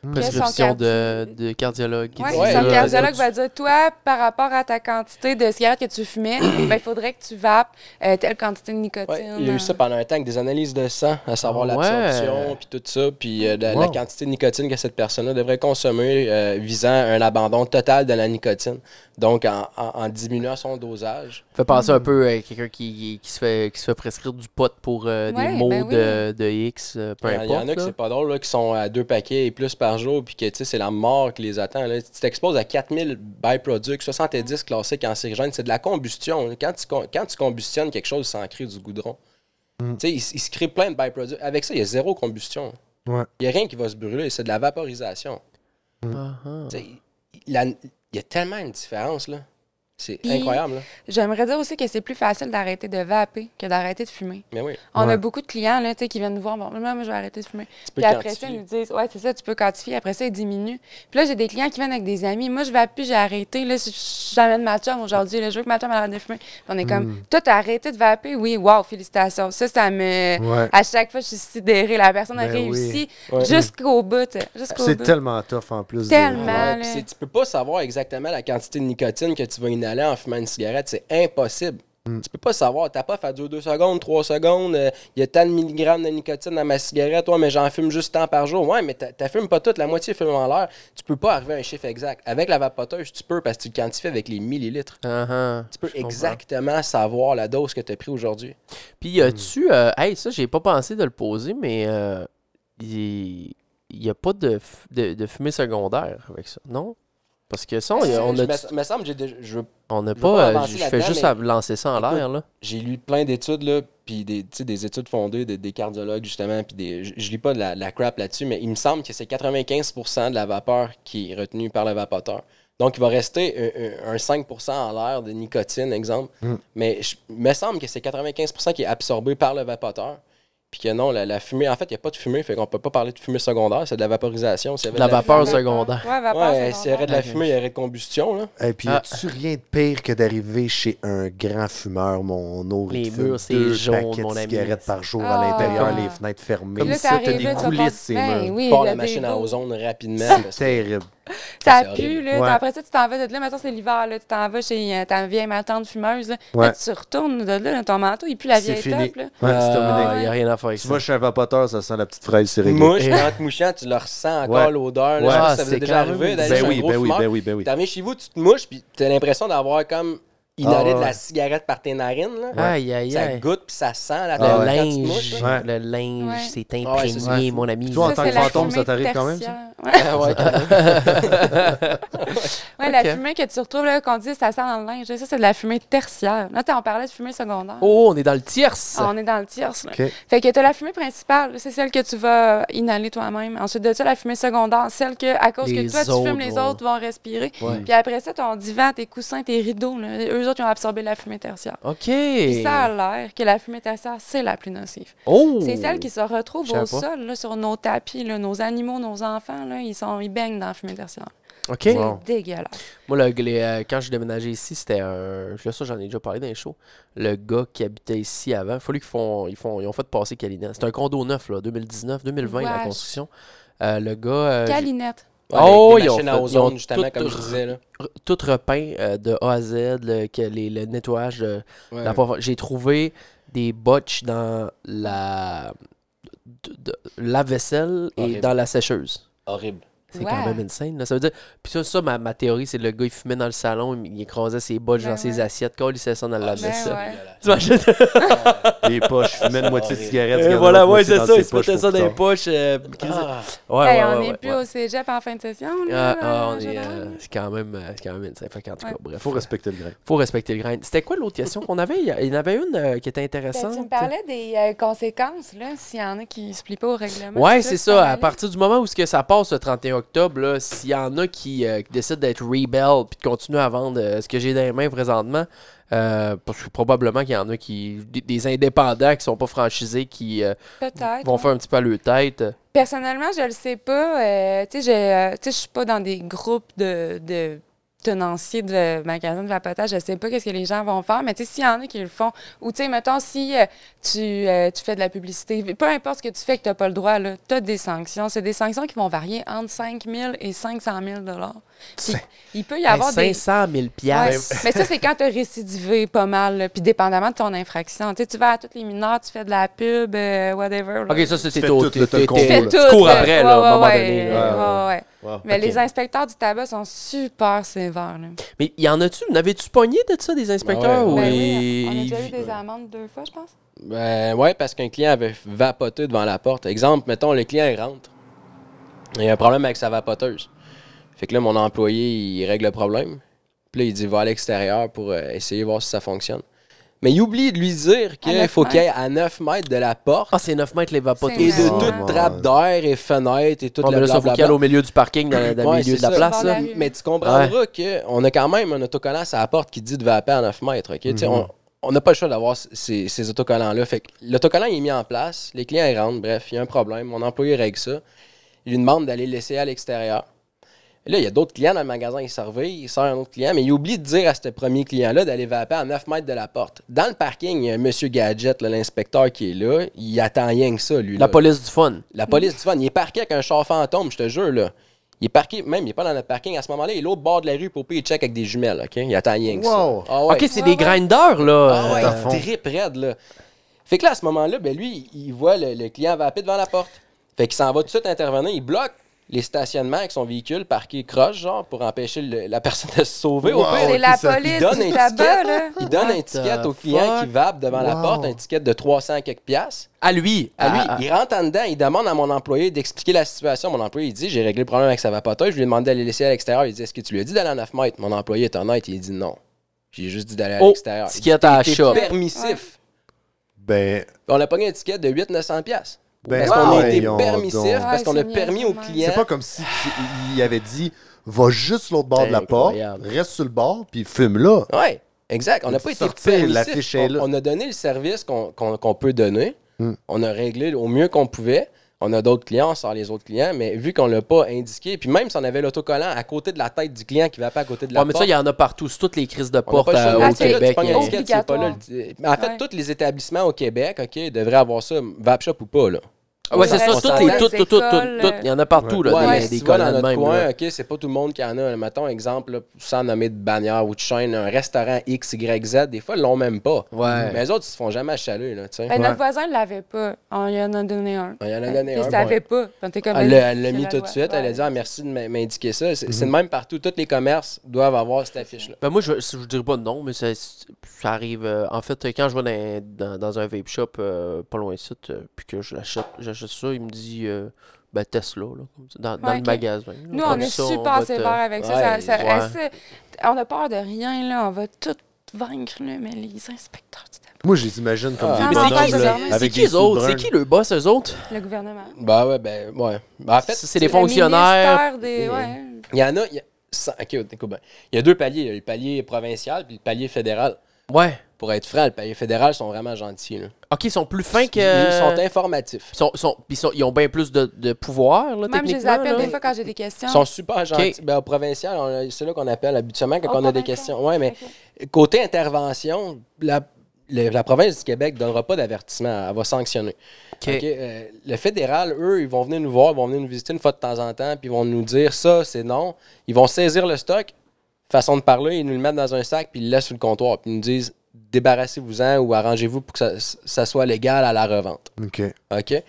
Mm. Prescription de, de cardiologue. qui Oui, dit, Ouais, son là, cardiologue tu- va dire Toi, par rapport à ta quantité de cigarettes que tu fumais, [coughs] ben, il faudrait que tu vapes euh, telle quantité de nicotine. euh. Ouais, il y a eu ça pendant un temps avec des analyses de sang, à savoir Ah ouais. l'absorption, puis tout ça, puis euh, la, la Wow. quantité de nicotine que cette personne-là devrait consommer euh, visant un abandon total de la nicotine. Donc, en, en- en diminuant son dosage. Fait penser Hmm. un peu à quelqu'un qui, qui, se fait, qui se fait prescrire du pot pour euh, des Ouais, mots ben oui. de, de X, euh, peu Il y en- importe. il y en a qui là. c'est pas drôle, là, qui sont à deux paquets et plus par jour, puis que tu sais, c'est la mort qui les attend. là. Tu t'exposes à 4000 byproducts, 70 classés cancérigènes. C'est de la combustion. là. Quand tu, con- quand tu combustionnes quelque chose, ça en crée du goudron. Mm. Tu sais, il, s- il se crée plein de byproducts. Avec ça, il y a zéro combustion. Ouais. Il n'y a rien qui va se brûler, c'est de la vaporisation. Ah, Hmm. ah. Tu sais, Il la- il y a tellement une différence, là. C'est Puis- incroyable, là. J'aimerais dire aussi que c'est plus facile d'arrêter de vaper que d'arrêter de fumer. Mais oui, On Ouais. a beaucoup de clients là, tu sais, qui viennent nous voir Bon, moi, moi, je vais arrêter de fumer. tu peux Puis après ça, quantifier. ils nous disent Ouais, c'est ça, tu peux quantifier. Après ça, ils diminuent. Puis là, j'ai des clients qui viennent avec des amis. Moi, je vais plus, j'ai arrêté. Là, si j'amène ma chum aujourd'hui. là, je veux que ma chum arrête de fumer. Puis on est comme Toi, t'as arrêté de vaper Oui, wow, félicitations. Ça, ça me. Ouais. À chaque fois, je suis sidérée. La personne a Ben réussi Ouais. jusqu'au bout. tu sais, Jusqu'au C'est bout. tellement tough en plus. de- Tellement. Ouais, mal, puis hein. c'est- tu peux pas savoir exactement la quantité de nicotine que tu vas inhaler en fumant une cigarette. C'est impossible. Mm. Tu peux pas savoir. T'as pas fait durer 2 secondes, 3 secondes. euh, Il y a tant de milligrammes de nicotine dans ma cigarette. Ouais, mais j'en fume juste tant par jour. Ouais, mais t'a- t'as fumes pas toute. La moitié fume en l'air. Tu peux pas arriver à un chiffre exact. Avec la vapoteuse, tu peux parce que tu le quantifies avec les millilitres. Ah, ah. Tu peux Je comprends. exactement savoir la dose que tu as pris aujourd'hui. Hmm. Puis, as-tu. euh, hey, ça, j'ai pas pensé de le poser, mais euh, il n'y a pas de, f- de, de fumée secondaire avec ça, non? Parce que ça, on Je- Oh, a- on je a, me- me semble que j'ai déjà- je veux on a veux pas. pas euh, avancer je fais là-dedans, juste mais- à lancer ça en Écoute, l'air, là. j'ai lu plein d'études, là, puis des, tu sais, des études fondées, des, des cardiologues, justement, puis des, je, je lis pas de la, de la crap là-dessus, mais il me semble que c'est 95% de la vapeur qui est retenue par le vapoteur. Donc, il va rester un- un, un 5% en l'air de nicotine, exemple, Mm. mais je- il me semble que c'est 95% qui est absorbé par le vapoteur. Puis que non, la, la fumée, en fait, il n'y a pas de fumée, fait qu'on peut pas parler de fumée secondaire, c'est de la vaporisation. S'il y avait De la vapeur Vapeur. secondaire. Ouais, vapeur Ouais, s'il y secondaire. aurait de la Ok. fumée, il y aurait de combustion, là. Et puis, Ah. tu rien de pire que d'arriver chez un grand fumeur, mon autre Les fume murs, c'est deux jaune, paquets mon de ami. cigarettes par jour à Ah. l'intérieur, Comme- les fenêtres fermées. Puis là, Ça, t'es t'as arrivé, des tu vas coulisses, faire- ces Ben murs. oui, Part le la machine à dégoût. ozone rapidement. C'est parce que- terrible. Ça C'est pue, horrible. là. Ouais. Après ça, tu t'en vas de là. Maintenant, c'est l'hiver, là. Tu t'en vas chez euh, ta vieille ma tante fumeuse, là. Ouais. Là, tu retournes de là, dans ton manteau, et puis la C'est vieille fini. top, là. Ouais, c'est terminé. Il n'y Ah, a rien à faire avec Tu ça. vas chez un vapoteur, ça sent la petite fraise, c'est Une réglé. mouche, puis en te mouchant, tu le ressens encore Ouais. l'odeur. là. Ouais. Je sais pas si Ah, ça vous c'est est déjà quand arrivé même- d'aller Ben chez oui, un gros ben oui, fumeur. ben oui, ben oui. T'en viens chez vous, tu te mouches, puis t'as l'impression d'avoir comme inhalé Ah, de ouais. la cigarette par tes narines. Là. Aïe, aïe, Ça aïe. Ah, goûte, puis ça sent la Le terre quand tu te mouches. linge, là. le Ouais. linge, Ouais. c'est Ah ouais, c'est ça. imprégné, mon ami. Toi, en Ça, tant c'est que la fantôme, ça fumée t'arrive quand même, ça? tertiaire. Ouais, Ah ouais, quand même. Ouais, la Ok. fumée que tu retrouves, là, qu'on dit, ça sent dans le linge. Ça, c'est de la fumée tertiaire. Là, t'sais, on parlait de fumée secondaire. Oh, on est dans le tierce. Ah, on est dans le tierce, là. OK. Fait que t'as la fumée principale, c'est celle que tu vas euh, inhaler toi-même. Ensuite de ça, la fumée secondaire, celle que, à cause Les que toi, tu autres fumes, les vont- autres vont respirer. Ouais. Hmm. Puis après ça, ton divan, tes coussins, tes rideaux, là, eux autres, ils ont absorbé la fumée tertiaire. OK. Puis ça a l'air que la fumée tertiaire, c'est la plus nocive. Oh! C'est celle qui se retrouve Je savais au pas. sol, là, sur nos tapis, là, nos animaux, nos enfants, là, ils, sont, ils baignent dans la fumée tertiaire. OK. C'est Wow. dégueulasse. Moi, le- les, euh, quand je suis déménagé ici, c'était un. Là, ça, j'en ai déjà parlé dans les shows. Le gars qui habitait ici avant, il fallait qu'ils font, ils font, ils ont fait passer Kalina. C'était un condo neuf, là, 2019, 2020, la Wesh. construction. Euh, le gars. euh, j'ai Calinette. Oh, Avec des ils ont machines à fait- ils ont ozone, justement, tout comme je disais. Là. re- tout repeint euh, de A à Z, le, que les- le nettoyage. de- Ouais. la prof- J'ai trouvé des botches dans la. de- de- lave-vaisselle et Horrible. dans la sécheuse. Horrible. C'est Ouais. quand même insane. Là. Ça veut dire. Puis ça, ça ma, ma théorie, c'est le gars, il fumait dans le salon, il il écrasait ses botches Ben dans ses ouais. assiettes, quand il s'est ça dans ben la vaisselle. ouais. Tu imagines? [laughs] Les poches, je fumais une moitié de cigarette. Et gardais voilà, l'autre ouais, moitié c'est dans ça, ses il se poches mettait ça pour dans les plus poches. euh, puis qu'il- Ah. Ouais, ouais, Hey, ouais, on n'est ouais, plus ouais. au cégep en fin de session. Ah, Là, ah, en on est, général. euh, c'est quand même, euh, c'est quand même insane. Fait qu'en tout cas, Ouais. bref. tard. Faut respecter le grain. Faut respecter le grain. C'était quoi l'autre question qu'on avait? Il y a- il y en avait une euh, qui était Ben, intéressante. tu me parlais des euh, conséquences, là, s'il y en a qui ne se plient pas au règlement. Ouais, tout c'est t'en ça. À allais. partir du moment où ce que ça passe le 31 octobre, là, s'il y en a qui, euh, qui décident d'être rebel puis de continuer à vendre euh, ce que j'ai dans les mains présentement, euh, parce que probablement qu'il y en a qui. des, des indépendants qui sont pas franchisés qui euh, Peut-être. vont ouais. faire un petit peu à leur tête. Personnellement, je le sais pas. euh, tu sais, je euh, tu sais, je suis pas dans des groupes de, de tenanciers de magasins de vapotage. Je sais pas qu'est-ce que les gens vont faire, mais tu sais, s'il y en a qui le font, ou tu sais, mettons, si euh, tu, euh, tu fais de la publicité, peu importe ce que tu fais que tu n'as pas le droit, là, tu as des sanctions. C'est des sanctions qui vont varier entre 5 000 et 500 000 Puis, Il peut y Hey, avoir des... 500 000 Ouais, piastres. mais ça, c'est quand tu as récidivé pas mal, là, puis dépendamment de ton infraction. Tu sais, tu vas à toutes les mineurs, tu fais de la pub, euh, whatever. là. Ok, ça, c'est fais tôt. tout, t'es- là, t'as le t'es- combo, t'es- Fais là. tout, tu cours là. après, Ouais, là, à un ouais, moment ouais, donné. là. ouais, ouais. Wow, Mais ok. les inspecteurs du tabac sont super sévères. Là. Mais y en a-tu? N'avais-tu pogné de ça, des inspecteurs? Ouais. ou Ben ils- on a déjà eu des amendes deux fois, je pense. Ben, ouais, parce qu'un client avait vapoté devant la porte. Exemple, mettons, le client il rentre. Il a un problème avec sa vapoteuse. Fait que là, mon employé, il règle le problème. Puis là, il dit va à l'extérieur pour euh, essayer de voir si ça fonctionne. Mais il oublie de lui dire À qu'il neuf faut mètres. Oh, qu'il aille à 9 mètres de la porte Ah, c'est 9 mètres les vapotes. C'est et ouais. de Ah, toute ouais. trappe d'air et fenêtre et toute Ouais, la Ah, mais là, ça faut blablabla. qu'il aille au milieu du parking, dans, dans Ouais, le milieu c'est de la ça. place. là. Bord de la rue. Mais tu comprendras qu'on a quand même un autocollant à la porte qui dit de vaper à 9 mètres. ok? Tu Mhm. sais, on- On n'a pas le choix d'avoir c- ces, ces autocollants-là. Fait que l'autocollant il est mis en place, les clients ils rentrent, bref, il y a un problème. Mon employé règle ça. Il lui demande d'aller le laisser à l'extérieur. Et Là, il y a d'autres clients dans le magasin, il servait, il sort un autre client, mais il oublie de dire à ce premier client-là d'aller vaper à 9 mètres de la porte. Dans le parking, il y a un monsieur Gadget, là, l'inspecteur qui est là, il attend rien que ça, lui. La là. police du fun. La police du fun, il est parqué avec un char fantôme, je te jure, là. Il est parqué, même, il est pas dans notre parking à ce moment-là, il est l'autre bord de la rue pour payer check avec des jumelles, OK? Il attend rien que ça. Wow. Ah ouais. Ok, c'est Ouais, des ouais. grinders, là. Ah ouais, Euh, fond. il trippe raide, là. Fait que là, à ce moment-là, ben lui, il voit le, le client vaper devant la porte. Fait qu'il s'en va tout de suite intervenir, il bloque les stationnements avec son véhicule parqué croche, genre, pour empêcher le- la personne de se sauver. Au Wow. pire, c'est ouais, la c'est ça. il police donne du un tabac, ticket, là. Ben, il donne What un ticket the au client fuck? qui vape devant la Wow. porte, un ticket de 300 quelques piastres. À lui. Ah, À Ah, à- lui, il rentre en dedans, il demande à mon employé d'expliquer la situation. Mon employé, il dit J'ai réglé le problème avec sa vapoteuse, je lui ai demandé d'aller laisser à l'extérieur. Il dit Est-ce que tu lui as dit d'aller à 9 mètres Mon employé est honnête, il dit non. J'ai juste dit d'aller à Oh, l'extérieur. Il ticket dit, à la T'es shop. permissif. Ben, On a pogné un ticket de 800-900$. piastres. ben, parce qu'on a été voyons permissif, donc. parce Ouais, qu'on a c'est permis niaiseux, au même. client. C'est pas comme si tu- il avait dit va juste sur l'autre bord de la porte, Incroyable. reste sur le bord, puis fume là. Ouais, exact. On n'a Faut pas été sortir, permissif. l'affiche est on, là. on a donné le service qu'on qu'on- qu'on peut donner. Hmm. On a réglé au mieux qu'on pouvait. On a d'autres clients, on sort les autres clients, mais vu qu'on l'a pas indiqué, puis même si on avait l'autocollant à côté de la tête du client qui va pas à côté de la Ouais, mais ça, porte, il y en a partout. C'est toutes les crises de on n'a porte pas le choix. euh, Ah, au c'est là, tu Québec. pognes il y a- un ticket, c'est pas là le- En fait, Ouais. tous les établissements au Québec, OK, devraient avoir ça, Vapshop ou pas, là. Ah Ouais, c'est ça. On Toutes s'entend. les. Toutes, toutes, toutes, Écoles, toutes. Il y en a partout, là. Ouais, des- mais des si tu vas colonnes dans de notre même, coin, là. OK, c'est pas tout le monde qui en a. Mettons, exemple, là, sans nommer de bannière ou de chaîne, un restaurant X, Y, Z, des fois, ils l'ont même pas. Ouais. Mais les autres, ils se font jamais achaler, là, tu sais. Ben, Ouais. Notre voisin ne l'avait pas. On lui en a donné un. Il y en a Fait donné que un, Il ne savait ouais. Ah, pas. Fait que t'es comme, Elle l'a- elle l'a je mis la tout de vois. suite. Elle a Ouais. dit ah, merci de m'in- m'indiquer ça. C'est Mhm. c'est de même partout. Tous les commerces doivent avoir cette affiche-là. Ben moi, je, je dirais pas non, mais ça, ça arrive. euh, en fait, quand je vais dans, dans- dans un vape shop euh, pas loin ici, euh, puis que je l'achète- j'achète ça, il me dit euh, ben Tesla, là, comme ça, dans, dans Ouais, le ok. magasin. là, Nous, on comme est ça, super va te- sévères avec ça. ça- ouais, ça- ouais. assez- On a peur de rien, là. On va tout vaincre, là. Mais les inspecteurs du tabac, Moi, je les imagine comme Ah, des mais c'est bonhommes, qui, là, c'est- C'est avec qui des les autres? C'est sous-bruns. qui le boss, eux autres? le gouvernement. Ben ouais, ben ouais. Ben, en fait, C'est des Le fonctionnaires. ministère des- ouais. il y en a. il y a- ça- ok, écoute bien. Il y a deux paliers. Il y a le palier provincial puis le palier fédéral. Ouais. Pour être franc, le palier fédéral sont vraiment gentils. là. Ok, ils sont plus fins que. Ils sont informatifs. Ils, sont, sont- puis ils sont- ils ont bien plus de, de pouvoir, là, Même je les techniquement, appelle là. des fois quand j'ai des questions. Ils sont super gentils. Ben, au provincial, on a- c'est là qu'on appelle habituellement quand Oh, on a des provincial. questions. Ouais, mais Ok. côté intervention, la, le- la province du Québec ne donnera pas d'avertissement. Elle va sanctionner. Ok. OK, euh, le fédéral, eux, ils vont venir nous voir, ils vont venir nous visiter une fois de temps en temps, puis ils vont nous dire ça, c'est non. Ils vont saisir le stock, façon de parler, ils nous le mettent dans un sac, puis ils le laissent sur le comptoir, puis ils nous disent débarrassez-vous-en ou arrangez-vous pour que ça, ça soit légal à la revente. OK. OK?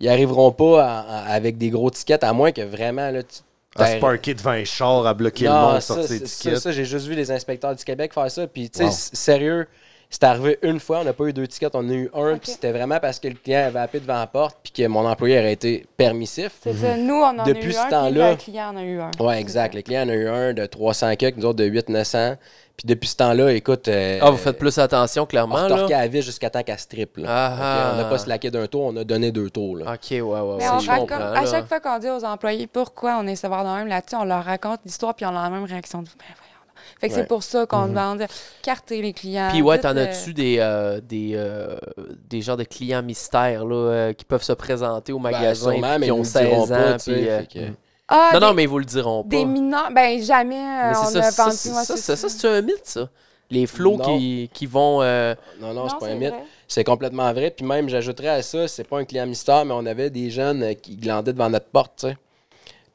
Ils arriveront pas à- à- avec des gros tickets, à moins que vraiment. Là, tu, À t'aies- se parker devant un char, à bloquer Ben, non, le monde, ça, sortir c'est- les ça, tickets. ça, j'ai juste vu les inspecteurs du Québec faire ça. Puis, tu sais, Wow. s- sérieux, C'est arrivé une fois, on n'a pas eu deux tickets, on en a eu un, puis c'était vraiment parce que le client avait appelé devant la porte, puis que mon employé aurait été permissif. C'est ça. Nous, on en a Depuis eu ce un, puis temps-là- le client en a eu un. Ouais, exact. Le client en a eu un de 300 quelques, nous autres de 8 900. Puis depuis ce temps-là, écoute. euh, Ah, vous faites plus attention, On clairement. retorquait Là. à vis jusqu'à temps qu'elle se triple. Ah, ah. On n'a pas slacké d'un tour, on a donné deux tours. là. Ok, ouais, ouais. Mais ouais, on je raconte, comprends, à hein, là. chaque fois qu'on dit aux employés pourquoi on est sévère dans même là-dessus, on leur raconte l'histoire puis on a la même réaction. de Ben voyons donc. fait que Ouais. c'est pour ça qu'on demande carter les clients. Mhm. Puis ouais, tout, t'en euh, as-tu des, euh, des, euh, des genres de clients mystères là, euh, qui peuvent se présenter au Ben, magasin sûrement, puis mais qui ils ont nous le diront 16 ans? pas, tu sais, puis, euh, fait que- Ah, Non, des, non, mais ils vous le diront pas. des mineurs. Ben jamais euh, Mais on c'est a ça, vendu. c'est- moi, ça, c'est ça, ça, c'est un mythe, ça. Les flots Non. qui, qui vont... euh, Non, non, Non, c'est pas c'est un mythe. vrai. C'est complètement vrai. Puis même, j'ajouterais à ça, c'est pas un client mystère, mais on avait des jeunes euh, qui glandaient devant notre porte, tu sais.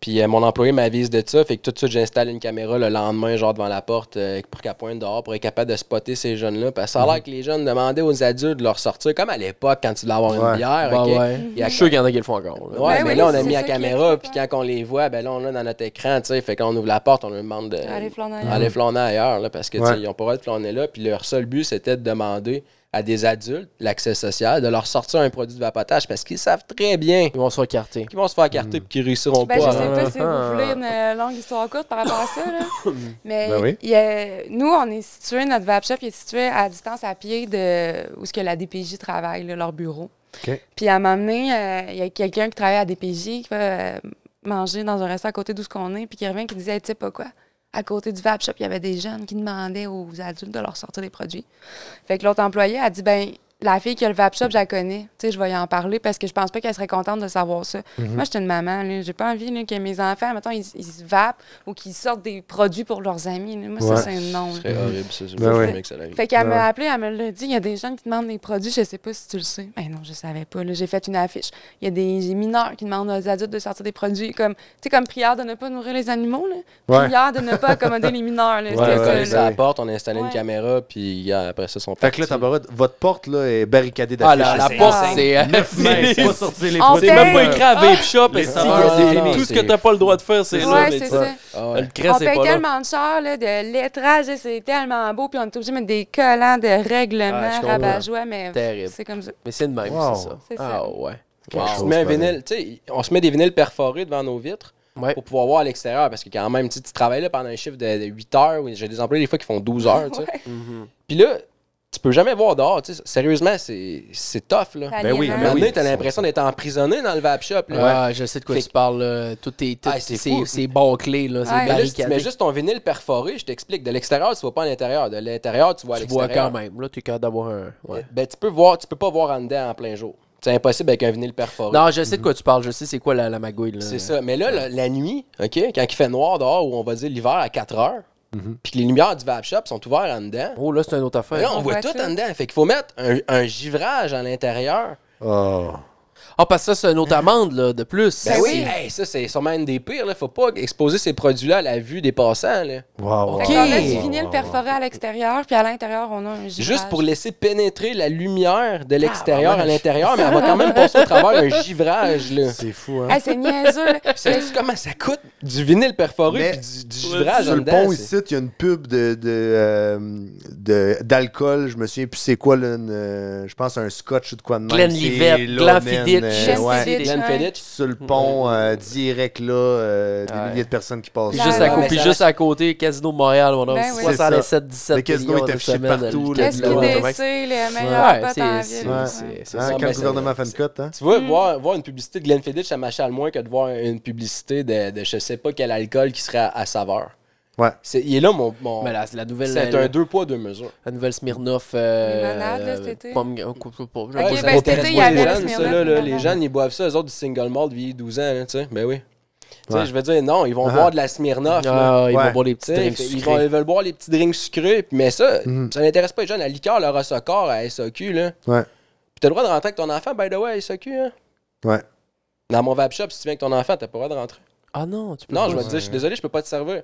Puis euh, mon employé m'avise de ça, fait que tout de suite, j'installe une caméra le lendemain, genre devant la porte, euh, pour qu'elle pointe dehors, pour être capable de spotter ces jeunes-là. Parce que ça a l'air que les jeunes demandaient aux adultes de leur sortir, comme à l'époque, quand tu voulais avoir Ouais. une bière, ben Ah, OK? ouais. Il y a Je suis sûr qu'il y en a qui le font encore. là. Ouais, Ben mais oui, là, on a c'est mis la ça qui est caméra, puis trippant. quand on les voit, ben là, on l'a dans notre écran, tu sais. Fait qu'on ouvre la porte, on leur demande de. Allez, flâner ailleurs. Aller flâner ailleurs, là, parce que, tu Ouais. sais, ils ont pas le droit de flâner là. Puis leur seul but, c'était de demander à des adultes, l'accès social, de leur sortir un produit de vapotage, parce qu'ils savent très bien Ils vont se faire carter. qu'ils vont se faire Hmm. carter, puis qu'ils réussiront Ben, pas. hein. je à- sais pas si Ah. vous voulez une euh, longue histoire courte par rapport à ça, là. mais [laughs] Ben oui. il y a- nous, on est situé, notre vape shop il est situé à distance à pied de où ce que la DPJ travaille, là, leur bureau. OK. Puis à un moment donné, euh, il y a quelqu'un qui travaille à DPJ qui va euh, manger dans un restaurant à côté d'où ce qu'on est, puis qui revient qui disait, Hey, tu sais pas quoi, à côté du vape shop, il y avait des jeunes qui demandaient aux adultes de leur sortir des produits. Fait que l'autre employé a dit, ben la fille qui a le vape shop, je la connais. Tu sais, je vais y en parler parce que je pense pas qu'elle serait contente de savoir ça. Mhm. Moi, j'étais une maman. là. J'ai pas envie là, que mes enfants, mettons, ils, ils se vapent ou qu'ils sortent des produits pour leurs amis. là. Moi, Ouais. ça, c'est un non. Ce là. serait horrible, ça. Je Ben veux oui. jamais que ça arrive. Fait qu'elle Ouais. m'a appelé, elle me l'a dit. Il y a des jeunes qui demandent des produits, je sais pas si tu le sais. Ben non, je savais pas. là. J'ai fait une affiche. Il y a des mineurs qui demandent aux adultes de sortir des produits comme, tu sais, comme prière de ne pas nourrir les animaux, là. Ouais. prière de ne pas accommoder les mineurs. là. Ouais, C'était On a ça, collé là. ça à la porte, on a installé une euh, Ouais. caméra, puis gars, après ça, ils sont Fait que là, partis. Tabarouette, votre porte là, est barricadée Ah, d'affiches. la, la C'est- porte, Ah. c'est... hein. Neuf mains, c'est pas sortir les produits. C'est même pas paye- écrit à Vape Shop. esti. serveurs, C'est- non, non, Tout ce que c'est- t'as pas le droit de faire, c'est là. Ouais, mais c'est tu- ça. Ah ouais. Le craie, on c'est paye pas là. ben, tellement de char, là, de lettrage, et c'est tellement beau, puis on est obligé de mettre des collants de Ah, je règlements, comprends. rabat-joie, mais Terrible. c'est comme ça. Mais c'est de même, Wow. c'est ça. C'est ça. Ah ouais. quelque On se chose, met un pareil. vinyle, tu sais, on se met des vinyles perforés devant nos vitres. Ouais. pour pouvoir voir à l'extérieur. Parce que quand même, tu sais, tu travailles là pendant un chiffre de, de 8 heures. oui, J'ai des employés des fois qui font 12 heures. tu sais. Mm-hmm. Puis là, tu peux jamais voir dehors. tu sais. Sérieusement, c'est c'est tough. Là. Ben oui, Aliénant. À ben un moment oui. donné, t'as l'impression d'être emprisonné dans le vape shop. là. Ouais, je sais de quoi Fait tu parles. là. Tout est, tout, Ah, c'est c'est, fou. c'est bâclé, là. Ouais. C'est Mais Mais là, si tu mets barricadé. juste ton vinyle perforé, je t'explique. De l'extérieur, tu vois pas à l'intérieur. De l'intérieur, tu vois à Tu vois quand l'extérieur. même. Là, t'es capable d'avoir un... ouais. Ben, tu peux voir, tu peux pas voir en dedans en plein jour. C'est impossible avec un vinyle perforé. Non, je sais de quoi tu parles. Je sais Mhm. c'est quoi la, la magouille, là. C'est ça. Mais là, la, la nuit, OK, quand il fait noir dehors, ou on va dire l'hiver à 4 heures, Mm-hmm. puis que les lumières du vape shop sont ouvertes en dedans, Oh, là, c'est une autre Mais affaire. là, on, On voit voit tout tout. en dedans. Fait qu'il faut mettre un, un givrage à l'intérieur. Oh. Ah, parce que ça, c'est une autre amende, là, de plus. Ben oui. Hey, ça, c'est sûrement une des pires. Là. Faut pas exposer ces produits-là à la vue des passants. Là. Wow, Fait Ok. qu'on a Wow, du vinyle perforé à l'extérieur, puis à l'intérieur, on a un givrage. Juste pour laisser pénétrer la lumière de l'extérieur Ah, ouais. à l'intérieur, mais elle va quand même passer au travers un givrage. Là. C'est fou, hein? Ah, c'est niaiseux. [laughs] là. Sais-tu comment ça coûte du vinyle perforé Mais- puis du, du givrage Sur en le dedans? pont Ah, c'est- ici, il y a une pub de, de, euh, de- d'alcool. Je me souviens plus c'est quoi, là, une, euh, je pense un scotch ou de quoi de même. Glenlivet, C'est Glenfiddich. là, man, euh, Glenfiddich. ouais. Glenfiddich. Glenn Ouais. Fiddich. Sur le pont euh, direct, là, euh, des Ouais. milliers de personnes qui passent. Puis La- juste, la- à côté, la- puis juste à côté, Casino de Montréal, on a Ben oui. 67, 17 Le casino millions est de affiché semaines, partout, le là, Qu'est-ce qu'il casino là. de est, Montréal. c'est les meilleurs Ouais, potes en c'est- ville. Ouais. c'est- c'est Hein, ça. quand mais le c'est- gouvernement fait une cote, hein? Tu vois, Mm. voir, voir une publicité de Glenfiddich, ça m'achale moins que de voir une publicité de, de je sais pas quel alcool qui serait à, à saveur. Ouais. C'est- il est là mon... mon- Mais la, la nouvelle, c'est la, un deux poids, deux mesures. la nouvelle Smirnoff. Limonade, là, cet Euh, été. pomme- euh, coupe- coupe- coupe- Ok, j'avoue, ça ben, m'intéresse cet été, pas. il y avait les le jeunes, Smirnoff, ça, là, là, les évidemment. jeunes, ils boivent ça. Eux autres, du single malt, vieillis 12 ans, là, tu sais. Ben oui. Tu sais, Ouais. je veux dire, non, ils vont Ah. boire de la Smirnoff. là. Uh-huh. Ah, ils Ouais. vont boire des Tu petits sais, drinks Ils, vont- sucrés. ils veulent boire les petits drinks sucrés, puis- mais ça, Mhm. ça n'intéresse pas les jeunes. La liqueur, leur SOCOR à SAQ, là. Ouais. Puis t'as le droit de rentrer avec ton enfant, by the way, à SAQ, hein. Ouais. Dans mon vape shop, si tu viens avec ton enfant, t'as pas le droit de rentrer. Ah non, tu peux Non, pas. je vais te dire, je suis désolé, je peux pas te servir.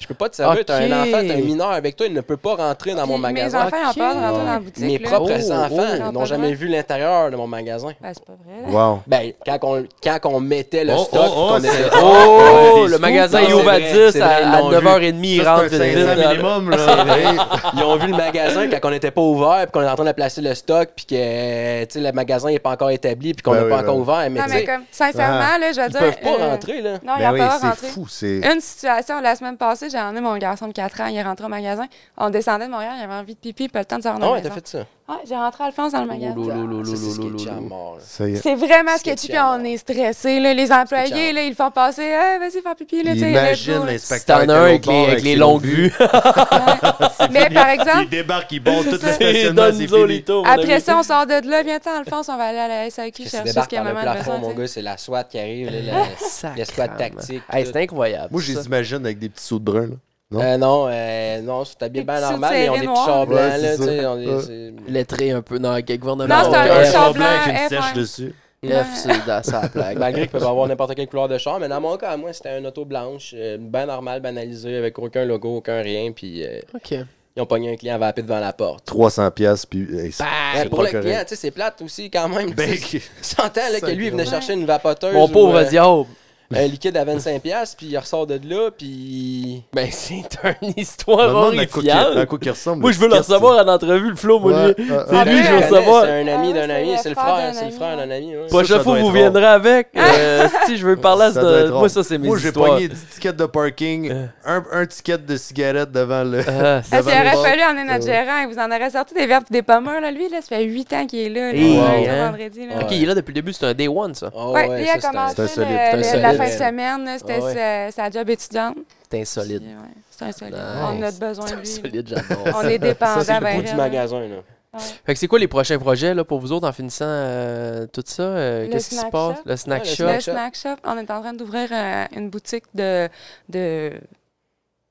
Je peux pas te servir. T'as Ok. un enfant, t'as un mineur avec toi, il ne peut pas rentrer dans mon Puis magasin. Mes enfants ils en Ok. parlent rentrer dans la boutique. Mes là. propres Oh, enfants oh. Ils ont n'ont pas jamais droit. vu l'intérieur de mon magasin. Ben, c'est pas vrai. Wow. Ben, quand on, quand on mettait le Oh, stock, oh, oh, qu'on était- [laughs] c'est- Oh, Ouais, le des magasin scoops. est ouvert à Non, c'est vrai, 10, c'est vrai, à, à ils l'ont 9h30, il rentre vite, c'est vite. un 500 [laughs] minimum, là. Ils ont vu le magasin quand on n'était pas ouvert, puis qu'on est en train de placer le stock, puis que euh, tu sais, le magasin n'est pas encore établi, puis qu'on Ben n'a oui, pas ben encore oui. ouvert. Mais, Non, tu mais sais, comme, sincèrement, là, je veux ils dire. peuvent pas euh, rentrer. là. Non, ils Ben n'ont oui, pas rentré. c'est fou. C'est... Hein? Une situation, la semaine passée, j'ai emmené mon garçon de 4 ans, il est rentré au magasin. On descendait de Montréal, il avait envie de pipi, pas le temps de se rendre Ah à ouais, la t'as maison. fait ça. Ouais, j'ai rentré Alphonse dans le magasin. Ah, ça, c'est sketchy à mort, là. Ça y est. C'est vraiment Sketchy, sketchy, puis hein. on est stressé. là. Les employés, Sketchy, hein. là, ils le font passer. Hey, vas-y, faire pipi. Là, tu sais, let's Imagine go, là. Si l'inspecteur. t'en as un avec les, avec les longues vues, [laughs] [laughs] Mais par exemple, débarque, il bombe C'est tout ça. le stationnement, c'est fini. hein? après ça, on sort de là. Viens-t'en, Alphonse, on va aller à la SAQ Qu'est-ce qui chercher ce débarque qu'il y a par le maman a besoin. plafond, tu mon sais. Ah! gars, c'est la SWAT qui arrive. là, le- [laughs] le squat tactique, Hey, tout. c'est incroyable. Moi, je les ça. imagine avec des petits sauts de brun, là. Non. Euh, non, euh, non, c'est habillé Des bien petits sous normal, mais on serrés est noirs. pichard blanc, Ouais, c'est là, ça. tu sais, on Ouais. est... c'est- Lettré un peu dans le gouvernement. Non, c'est un F, champ F blanc, avec une F, sèche ouais. dessus. F, c'est dans sa plaque. Malgré qu'il peut avoir n'importe quelle couleur de char, mais dans mon cas, moi, c'était un auto blanche, euh, ben normal, banalisé, avec aucun logo, aucun rien, puis euh, [laughs] OK. ils ont pogné un client vapé devant la porte. 300 piastres, puis... hey, c'est- Ah, Ouais, c'est pour pas le correct. client, tu sais, c'est plate aussi quand même. Ben, C'est- S'entend là, que lui, il venait Ouais. chercher une vapoteuse. Mon ou, pauvre euh, diable. Un liquide à 25$, puis il ressort de là, puis. Ben, [laughs] c'est une Je me histoire demande à quoi qu'il- à horrifiante. quoi qu'il ressemble. Ah, Moi, le je veux le skate, ça. recevoir en entrevue, le flow, moi. Ouais, Ah, lui. ouais, C'est ouais. Ah, lui, je veux le le connais, savoir. C'est un ami Ah, d'un c'est ami, le c'est le frère frère, d'un c'est le ami, frère ouais. d'un ami. ouais. Pas- Prochaine euh, ça fois, doit vous être viendrez avec. Euh, si, je veux parler à Ça doit être ce. drôle. Moi, ça, c'est mes Moi, j'ai histoires. pogné 10 tickets de parking, Euh. un, un ticket de cigarette devant le. Ah, c'est- Ah, S'il devant les aurait fallu bars. emmener notre gérant, il vous en aurait sorti des verres pis des pommeurs. Là. Lui, là, ça fait 8 ans qu'il est là. là, Hey, lundi au hein. vendredi, là. Ouais. OK, il est là depuis le début. C'est un day one, ça. Ah Ouais, ouais, lui ça, a c'est un- commencé un le- solide. le- C'est un la solide. fin de semaine. là, C'était Ah ouais. sa- sa job étudiante. C'est Puis, insolite. ouais, C'est un solide. Nice. On a besoin Ah C'est de lui. insolite, j'adore. On est [laughs] Ça, dépendant. c'est ben, le bout du raide. magasin, là. [laughs] Fait que c'est quoi les prochains projets là, pour vous autres en finissant euh, tout ça? euh, Le Qu'est-ce qui se snack passe? shop. Le snack Ouais, le shop. snack Le snack shop, on est en train d'ouvrir euh, une boutique de, de.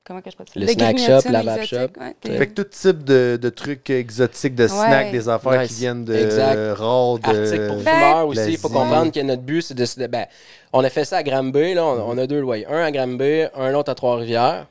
Comment que je peux dire? Le De snack shop, grignotines la vape exotiques, ouais, des- Fait que tout type de, de trucs exotiques, de snacks, Ouais. des affaires Nice. qui viennent de Exact. rares, Article pour de. Ben, fumeurs aussi. Il faut Vas-y. comprendre que notre but, c'est de. se- Ben, on a fait ça à Granby, là. On, on a deux loyers. Un à Granby, un autre à Trois-Rivières.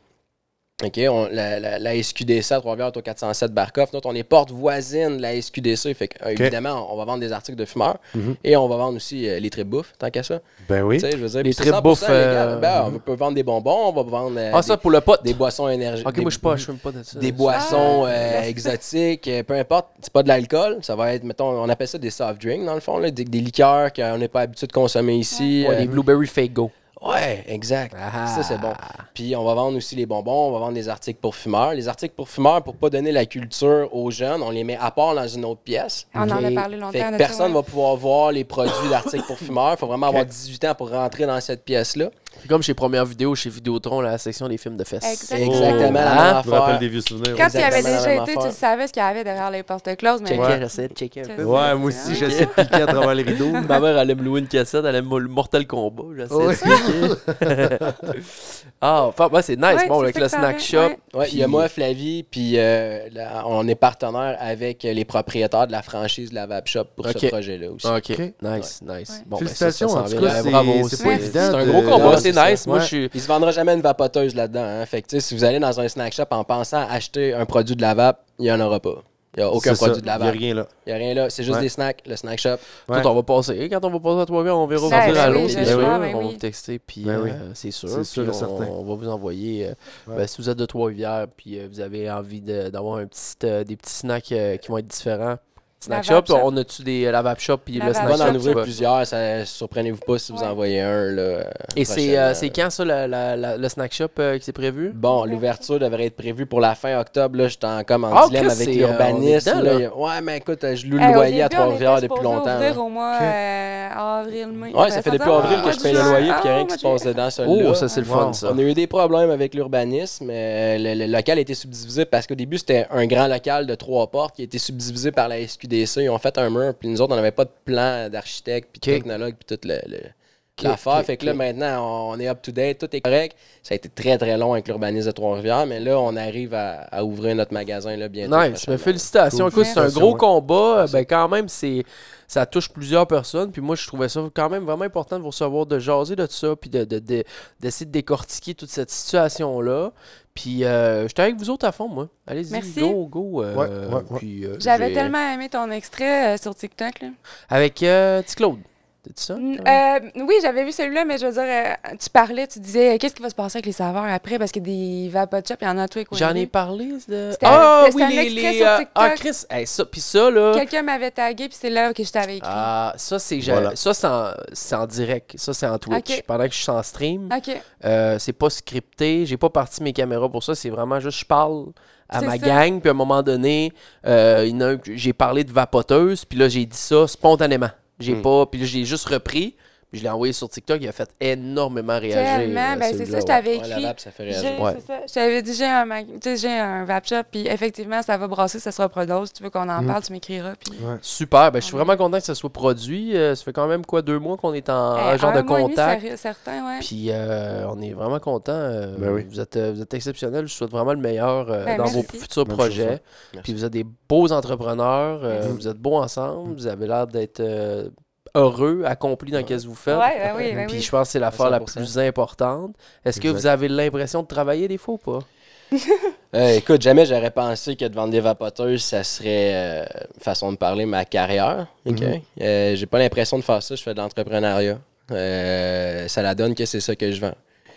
OK, on- la, la- la SQDC à Trois-Rivières est au 407 Barcoff. Nous, autres, on est porte voisine de la SQDC. Fait que, euh, OK. évidemment, on va vendre des articles de fumeurs Mhm. et on va vendre aussi euh, les tripes bouffes, tant qu'à ça. Ben oui. Tu sais, je veux dire, Les puis c'est tripes 100% bouffes, légal. euh, Ben, on peut vendre des bonbons, on va vendre euh, Ah, des, ça pour le pote. des boissons énergétiques. Ok, moi je suis pas, je fume pas de ça. des boissons Ah, euh, le- exotiques, euh, peu importe. C'est pas de l'alcool, ça va être, mettons, on appelle ça des soft drinks dans le fond, là, des, des liqueurs qu'on n'est pas habitué de consommer ici. Ouais, euh, des blueberry fake go. ouais, exact. Ah. Ça, c'est bon. Puis on va vendre aussi les bonbons, on va vendre des articles pour fumeurs. Les articles pour fumeurs, pour pas donner la culture aux jeunes, on les met à part dans une autre pièce. On en a Ok. parlé Fait longtemps. que personne va pouvoir voir les produits d'articles [coughs] pour fumeurs. Faut vraiment avoir Ok. 18 ans pour rentrer dans cette pièce-là. C'est comme chez Première Vidéo, chez Vidéotron, la section des films de fesses. Exact. Exactement la Ah, même Je me rappelle affaire. des vieux souvenirs. Quand tu y avais Exactement la déjà même été, tu affaire. le savais ce qu'il y avait derrière les portes closes, mais Checker, Ouais. j'essaie de checker un peu. Ouais, moi aussi, j'essaie de piquer à travers les rideaux. Ma mère, elle aime louer une cassette, elle aime le Mortal Kombat. J'essaie Ouais. de [laughs] piquer. ah, enfin, ouais, c'est nice. Ouais, bon, c'est avec ça le que ça snack fait, shop. ouais. Ouais, il y a Puis- moi, Flavie, puis euh, là, on est partenaire avec les propriétaires de la franchise de la Vap Shop pour Ok. ce projet-là aussi. Ok, Ok. nice, nice. Ouais. Bon, ben, ça, Félicitations, ça s'en en tout vient. cas, Ouais, c'est- bravo, c'est pas évident C'est un de- gros combat, Non, c'est c'est nice. ça. Moi, Ouais. je suis. Il se vendra jamais une vapoteuse là-dedans. hein. Fait que, tu sais, si vous allez dans un snack shop en pensant acheter un produit de la vape, il n'y en aura pas. Il n'y a aucun C'est ça, produit de la Il y a vape. Il rien là. n'y a, rien là. C'est juste Ouais. des snacks, le snack shop. Ouais. Tout, on va passer. Quand on va passer à trois gars, on verra Ça, venir à ben oui, l'autre. je bien sais sûr. pas, ben on va oui. vous texter, puis Ben oui. euh, c'est sûr. C'est sûr puis et on, certain. on va vous envoyer. euh, Ouais. ben, si vous êtes de Trois-Rivières, puis euh, vous avez envie de- d'avoir un petit, euh, des petits snacks euh, qui vont être différents. Snack shop, vape shop. on a-tu des euh, la vape shop, puis La le vape On snack va en shop? ouvrir ça va. plusieurs. Ça, surprenez-vous pas si vous Ouais. en voyez un. Là, euh, Et c'est prochainement. euh, c'est quand ça, la- la- la- le snack shop euh, qui s'est prévu? Bon, l'ouverture devrait être prévue pour la fin octobre. Là, j'étais en, comme en Ah, dilemme Chris, avec c'est, euh, l'urbanisme. on est dedans, là. là. Il y a- Ouais, mais écoute, euh, je loue on le loyer à Trois-Rivières depuis longtemps. là. ouvrir au mois Ok. euh, avril, mai. Ouais, ça fait depuis avril Ah, que je paye le juin. loyer et qu'il n'y Ah, a rien qui moi, se passe j'ai- dedans, celui-là. Oh, ça, c'est le Wow. fun, ça. On a eu des problèmes avec l'urbanisme. euh, le, le local a été subdivisé parce qu'au début, c'était un grand local de trois portes qui a été subdivisé par la SQDC. Ils ont fait un mur, puis nous autres, on n'avait pas de plan d'architecte, puis de Ok. technologue, puis tout le, le- l'affaire. ok, fait que là, ok. maintenant, on est up-to-date, tout est correct. Ça a été très, très long avec l'urbanisme de Trois-Rivières, mais là, on arrive à, à ouvrir notre magasin là, bientôt. Nice, mais prochainement. félicitations. euh, Cool. Écoute, c'est un Félicitations, gros ouais. combat. Ben, quand même, c'est ça touche plusieurs personnes. Puis moi, je trouvais ça quand même vraiment important de vous recevoir, de jaser de ça, puis de, de- de- d'essayer de décortiquer toute cette situation-là. Puis euh, j'étais avec vous autres à fond, moi. Allez-y, Merci. go, go. euh, Ouais, ouais, ouais. puis, euh, J'avais j'ai- tellement aimé ton extrait euh, sur TikTok. Là. Avec euh, petit Claude. C'est ça? Mm, quand même? euh, oui, j'avais vu celui-là, mais je veux dire, euh, tu parlais, tu disais, euh, qu'est-ce qui va se passer avec les saveurs après? Parce que des vapot shop, il y en a tous les coins de J'en ai rue. parlé de. euh, C'était avec- c'était un extrait sur euh, TikTok. ah, Chris, hey, ça, puis ça, là. Quelqu'un m'avait tagué, puis c'est là que je t'avais écrit. Ah, ça, c'est j'a- Voilà. ça, c'est en, c'est en direct. Ça, c'est en Twitch. Ok. Pendant que je suis en stream, OK. Euh, c'est pas scripté, j'ai pas parti mes caméras pour ça, c'est vraiment juste je parle à C'est ma ça. gang, puis à un moment donné, euh, il y en a un que j'ai parlé de vapoteuse, puis là j'ai dit ça spontanément. J'ai pas, puis là, j'ai juste repris, puis je l'ai envoyé sur TikTok, il a fait énormément réagir. Tellement. euh, Ben, c'est celui-là, ça, je ouais. t'avais Ouais, écrit. la vape, ça fait réagir. J'ai- Ouais. C'est ça. Je t'avais dit, j'ai un, mag- tu sais, j'ai un vape shop, puis effectivement, ça va brasser, ça sera produit. Si tu veux qu'on en Mm. parle, tu m'écriras. Puis... Super, ben, je suis vraiment content que ça soit produit. euh, ça fait quand même quoi, deux mois qu'on est en Eh, un genre de mois et demi, contact. sérieux- certain, ouais. Puis euh, on est vraiment content. euh, Ben oui. vous, êtes, euh, vous êtes exceptionnels. Je vous souhaite vraiment le meilleur euh, Ben, dans vos merci. futurs Même chose, hein. projets. ouais. Puis vous êtes des beaux entrepreneurs. euh, Merci. vous êtes beaux ensemble. Vous avez l'air d'être euh, heureux, accompli dans ce que vous faites. Ouais, ben oui, ben Puis oui. je pense que c'est l'affaire la 100%. plus importante. Est-ce que Exact. vous avez l'impression de travailler des fois ou pas? Euh, écoute, jamais j'aurais pensé que de vendre des vapoteuses, ça serait, euh, façon de parler, ma carrière. OK? Mhm. Euh, J'ai pas l'impression de faire ça, je fais de l'entrepreneuriat. Euh, ça la donne que c'est ça que je vends.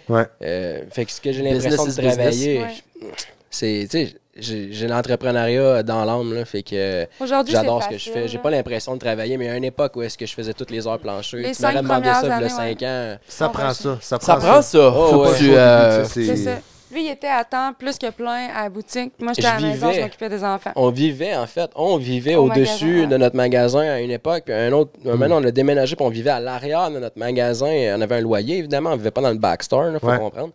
Ouais. Euh, fait que ce que j'ai Business l'impression de is business. travailler, Ouais. c'est, tu sais, j'ai j'ai l'entrepreneuriat dans l'âme, là, fait que euh, Aujourd'hui, j'adore ce c'est que je facile, fais. J'ai là. pas l'impression de travailler, mais à une époque où est-ce que je faisais toutes les heures plancheuses, Les tu m'aurais cinq demandé premières ça il y a années, 5 ans. Ça On prend va- ça. Ça prend Ça prend ça. Oh, Faut ouais. que tu, euh, C'est ça. Lui, il était à temps plus que plein à la boutique. Moi, j'étais Je à la maison, je vivais. m'occupais des Oh, enfants. On vivait, en fait, on vivait Au au-dessus magasin, ouais. de notre magasin à une époque. Puis un autre, Hmm. maintenant, on a déménagé, puis on vivait à l'arrière de notre magasin. On avait un loyer, évidemment. On vivait pas dans le backstore, il faut Ouais. comprendre.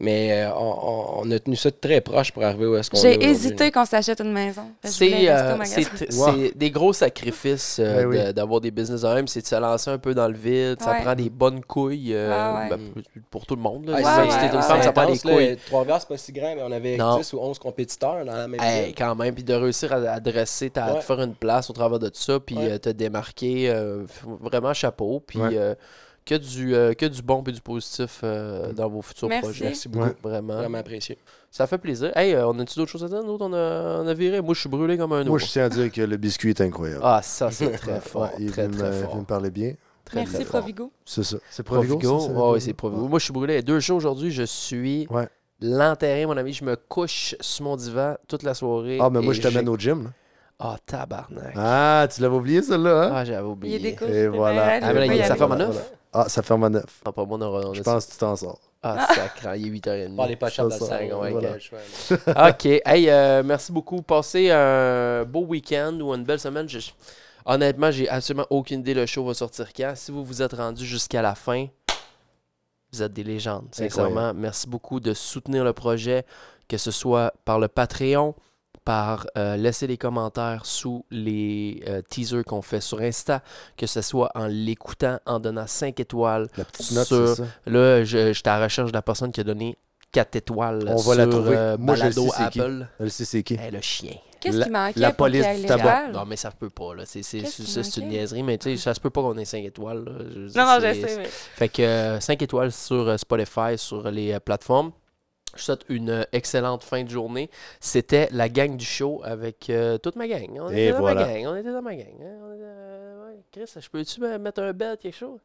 Mais euh, on, on- on a tenu ça très proche pour arriver où est-ce qu'on est. J'ai aujourd'hui, là. hésité qu'on s'achète une maison. Fait que je C'est voulais rester au euh, magasin. c'est- Wow. c'est des gros sacrifices euh, Ben oui. de- d'avoir des business en même, c'est de se lancer un peu dans le vide, ça Ouais. Ah prend des bonnes couilles euh, Ouais, ouais. ben, pour- pour tout le monde. là. Ah, Ouais, c'est- ouais, Si t'es c'était une ouais, femme, ouais. ça prend des intense, là. couilles. Trois-Rivières, c'est pas si grand, mais on avait Non. 10 ou 11 compétiteurs dans la même Hey, ville. quand même, puis de réussir à, à dresser, ta- à Ouais. te faire une place au travers de ça, puis Ouais. euh, te démarquer, euh, f- vraiment chapeau, puis Ouais. euh, que, du, euh, que du bon et du positif euh, dans vos futurs Merci. projets. Merci beaucoup. Mm. Ouais. Vraiment. Vraiment apprécié. Ça fait plaisir. Hey, euh, on a-tu d'autres choses à dire? Nous autres, on a, on a viré. Moi, je suis brûlé comme un Moi, ours. je tiens à dire que le biscuit est incroyable. Ah, ça, [laughs] c'est très fort. Ouais, il très, vient de très me- il vient fort. de me parler bien. Très, Merci, très fort. Provigo. C'est ça. C'est Provigo. Provigo. ça, ça, Ouais, le- ouais, c'est Provigo. Moi, je suis brûlé. Deux shows aujourd'hui, je suis Ouais. l'enterré, mon ami. Je me couche sur mon divan toute la soirée. Ah, mais moi, et je t'amène j'ai- au gym. là. Ah, tabarnak. Ah, tu l'avais oublié, celle-là, hein? Ah, j'avais Il oublié. est découvert. Et voilà. Ah, mais là, il- Et ça voilà, ferme à voilà, 9? voilà. Ah, ça ferme à 9. Ah, pas bon, on aura- on a- Je pense que tu t'en sors. Ah, sacré, il est 8h30. Parlez pas Ah, de Ça, charte dans le ça, salon, ouais, voilà. quel choix, là. OK. Hey, euh, merci beaucoup. Passez un beau week-end ou une belle semaine. Je- Honnêtement, j'ai absolument aucune idée le show va sortir quand. Si vous vous êtes rendu jusqu'à la fin, vous êtes des légendes. Sincèrement, merci beaucoup de soutenir le projet, que ce soit par le Patreon, par euh, laisser des commentaires sous les euh, teasers qu'on fait sur Insta, que ce soit en l'écoutant, en donnant 5 étoiles. La petite note, Sur- c'est ça. Là, je, j'étais à la recherche de la personne qui a donné 4 étoiles On sur va la trouver. euh, Moi, je Balado sais c'est qui. Apple. Elle sait c'est qui. Eh, le chien. Qu'est-ce qui manquait la pour police qu'il y ait du les tabac. étoiles? Non, mais ça peut pas. Là. C'est, c'est, Qu'est-ce c'est- qui ça, c'est une manquait? niaiserie, mais tu sais, ça se peut pas qu'on ait 5 étoiles. là. Je veux dire, Non, non, je c'est- sais, mais... Fait que 5 étoiles sur euh, Spotify, sur les euh, plateformes. Je vous souhaite une euh, excellente fin de journée. C'était la gang du show avec euh, toute ma gang. On Et était dans voilà. ma gang. On était dans ma gang. hein. On était, euh, ouais. Chris, je peux-tu me- mettre un bed, quelque chose?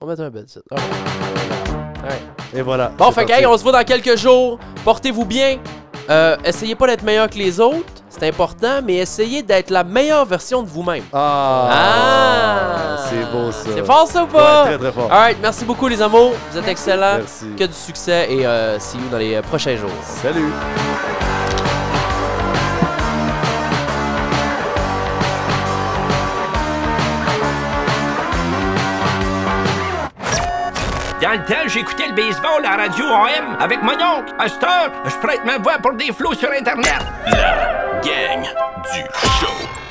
On va mettre un bed, c'est All right. All right. Et voilà. Bon, C'est fait que, parti. hey, on se voit dans quelques jours. Portez-vous bien. Euh, essayez pas d'être meilleur que les autres, c'est important, mais essayez d'être la meilleure version de vous-même. Ah! C'est beau, ça. C'est fort ça ou Ouais, pas? très, très fort. Alright, merci beaucoup les amours, vous êtes excellents, Merci. que du succès et euh, see you dans les euh, prochains jours. Salut! Dans le temps, j'écoutais le baseball à Radio AM avec mon oncle. À cette heure, je prête ma voix pour des flots sur Internet. gang du show.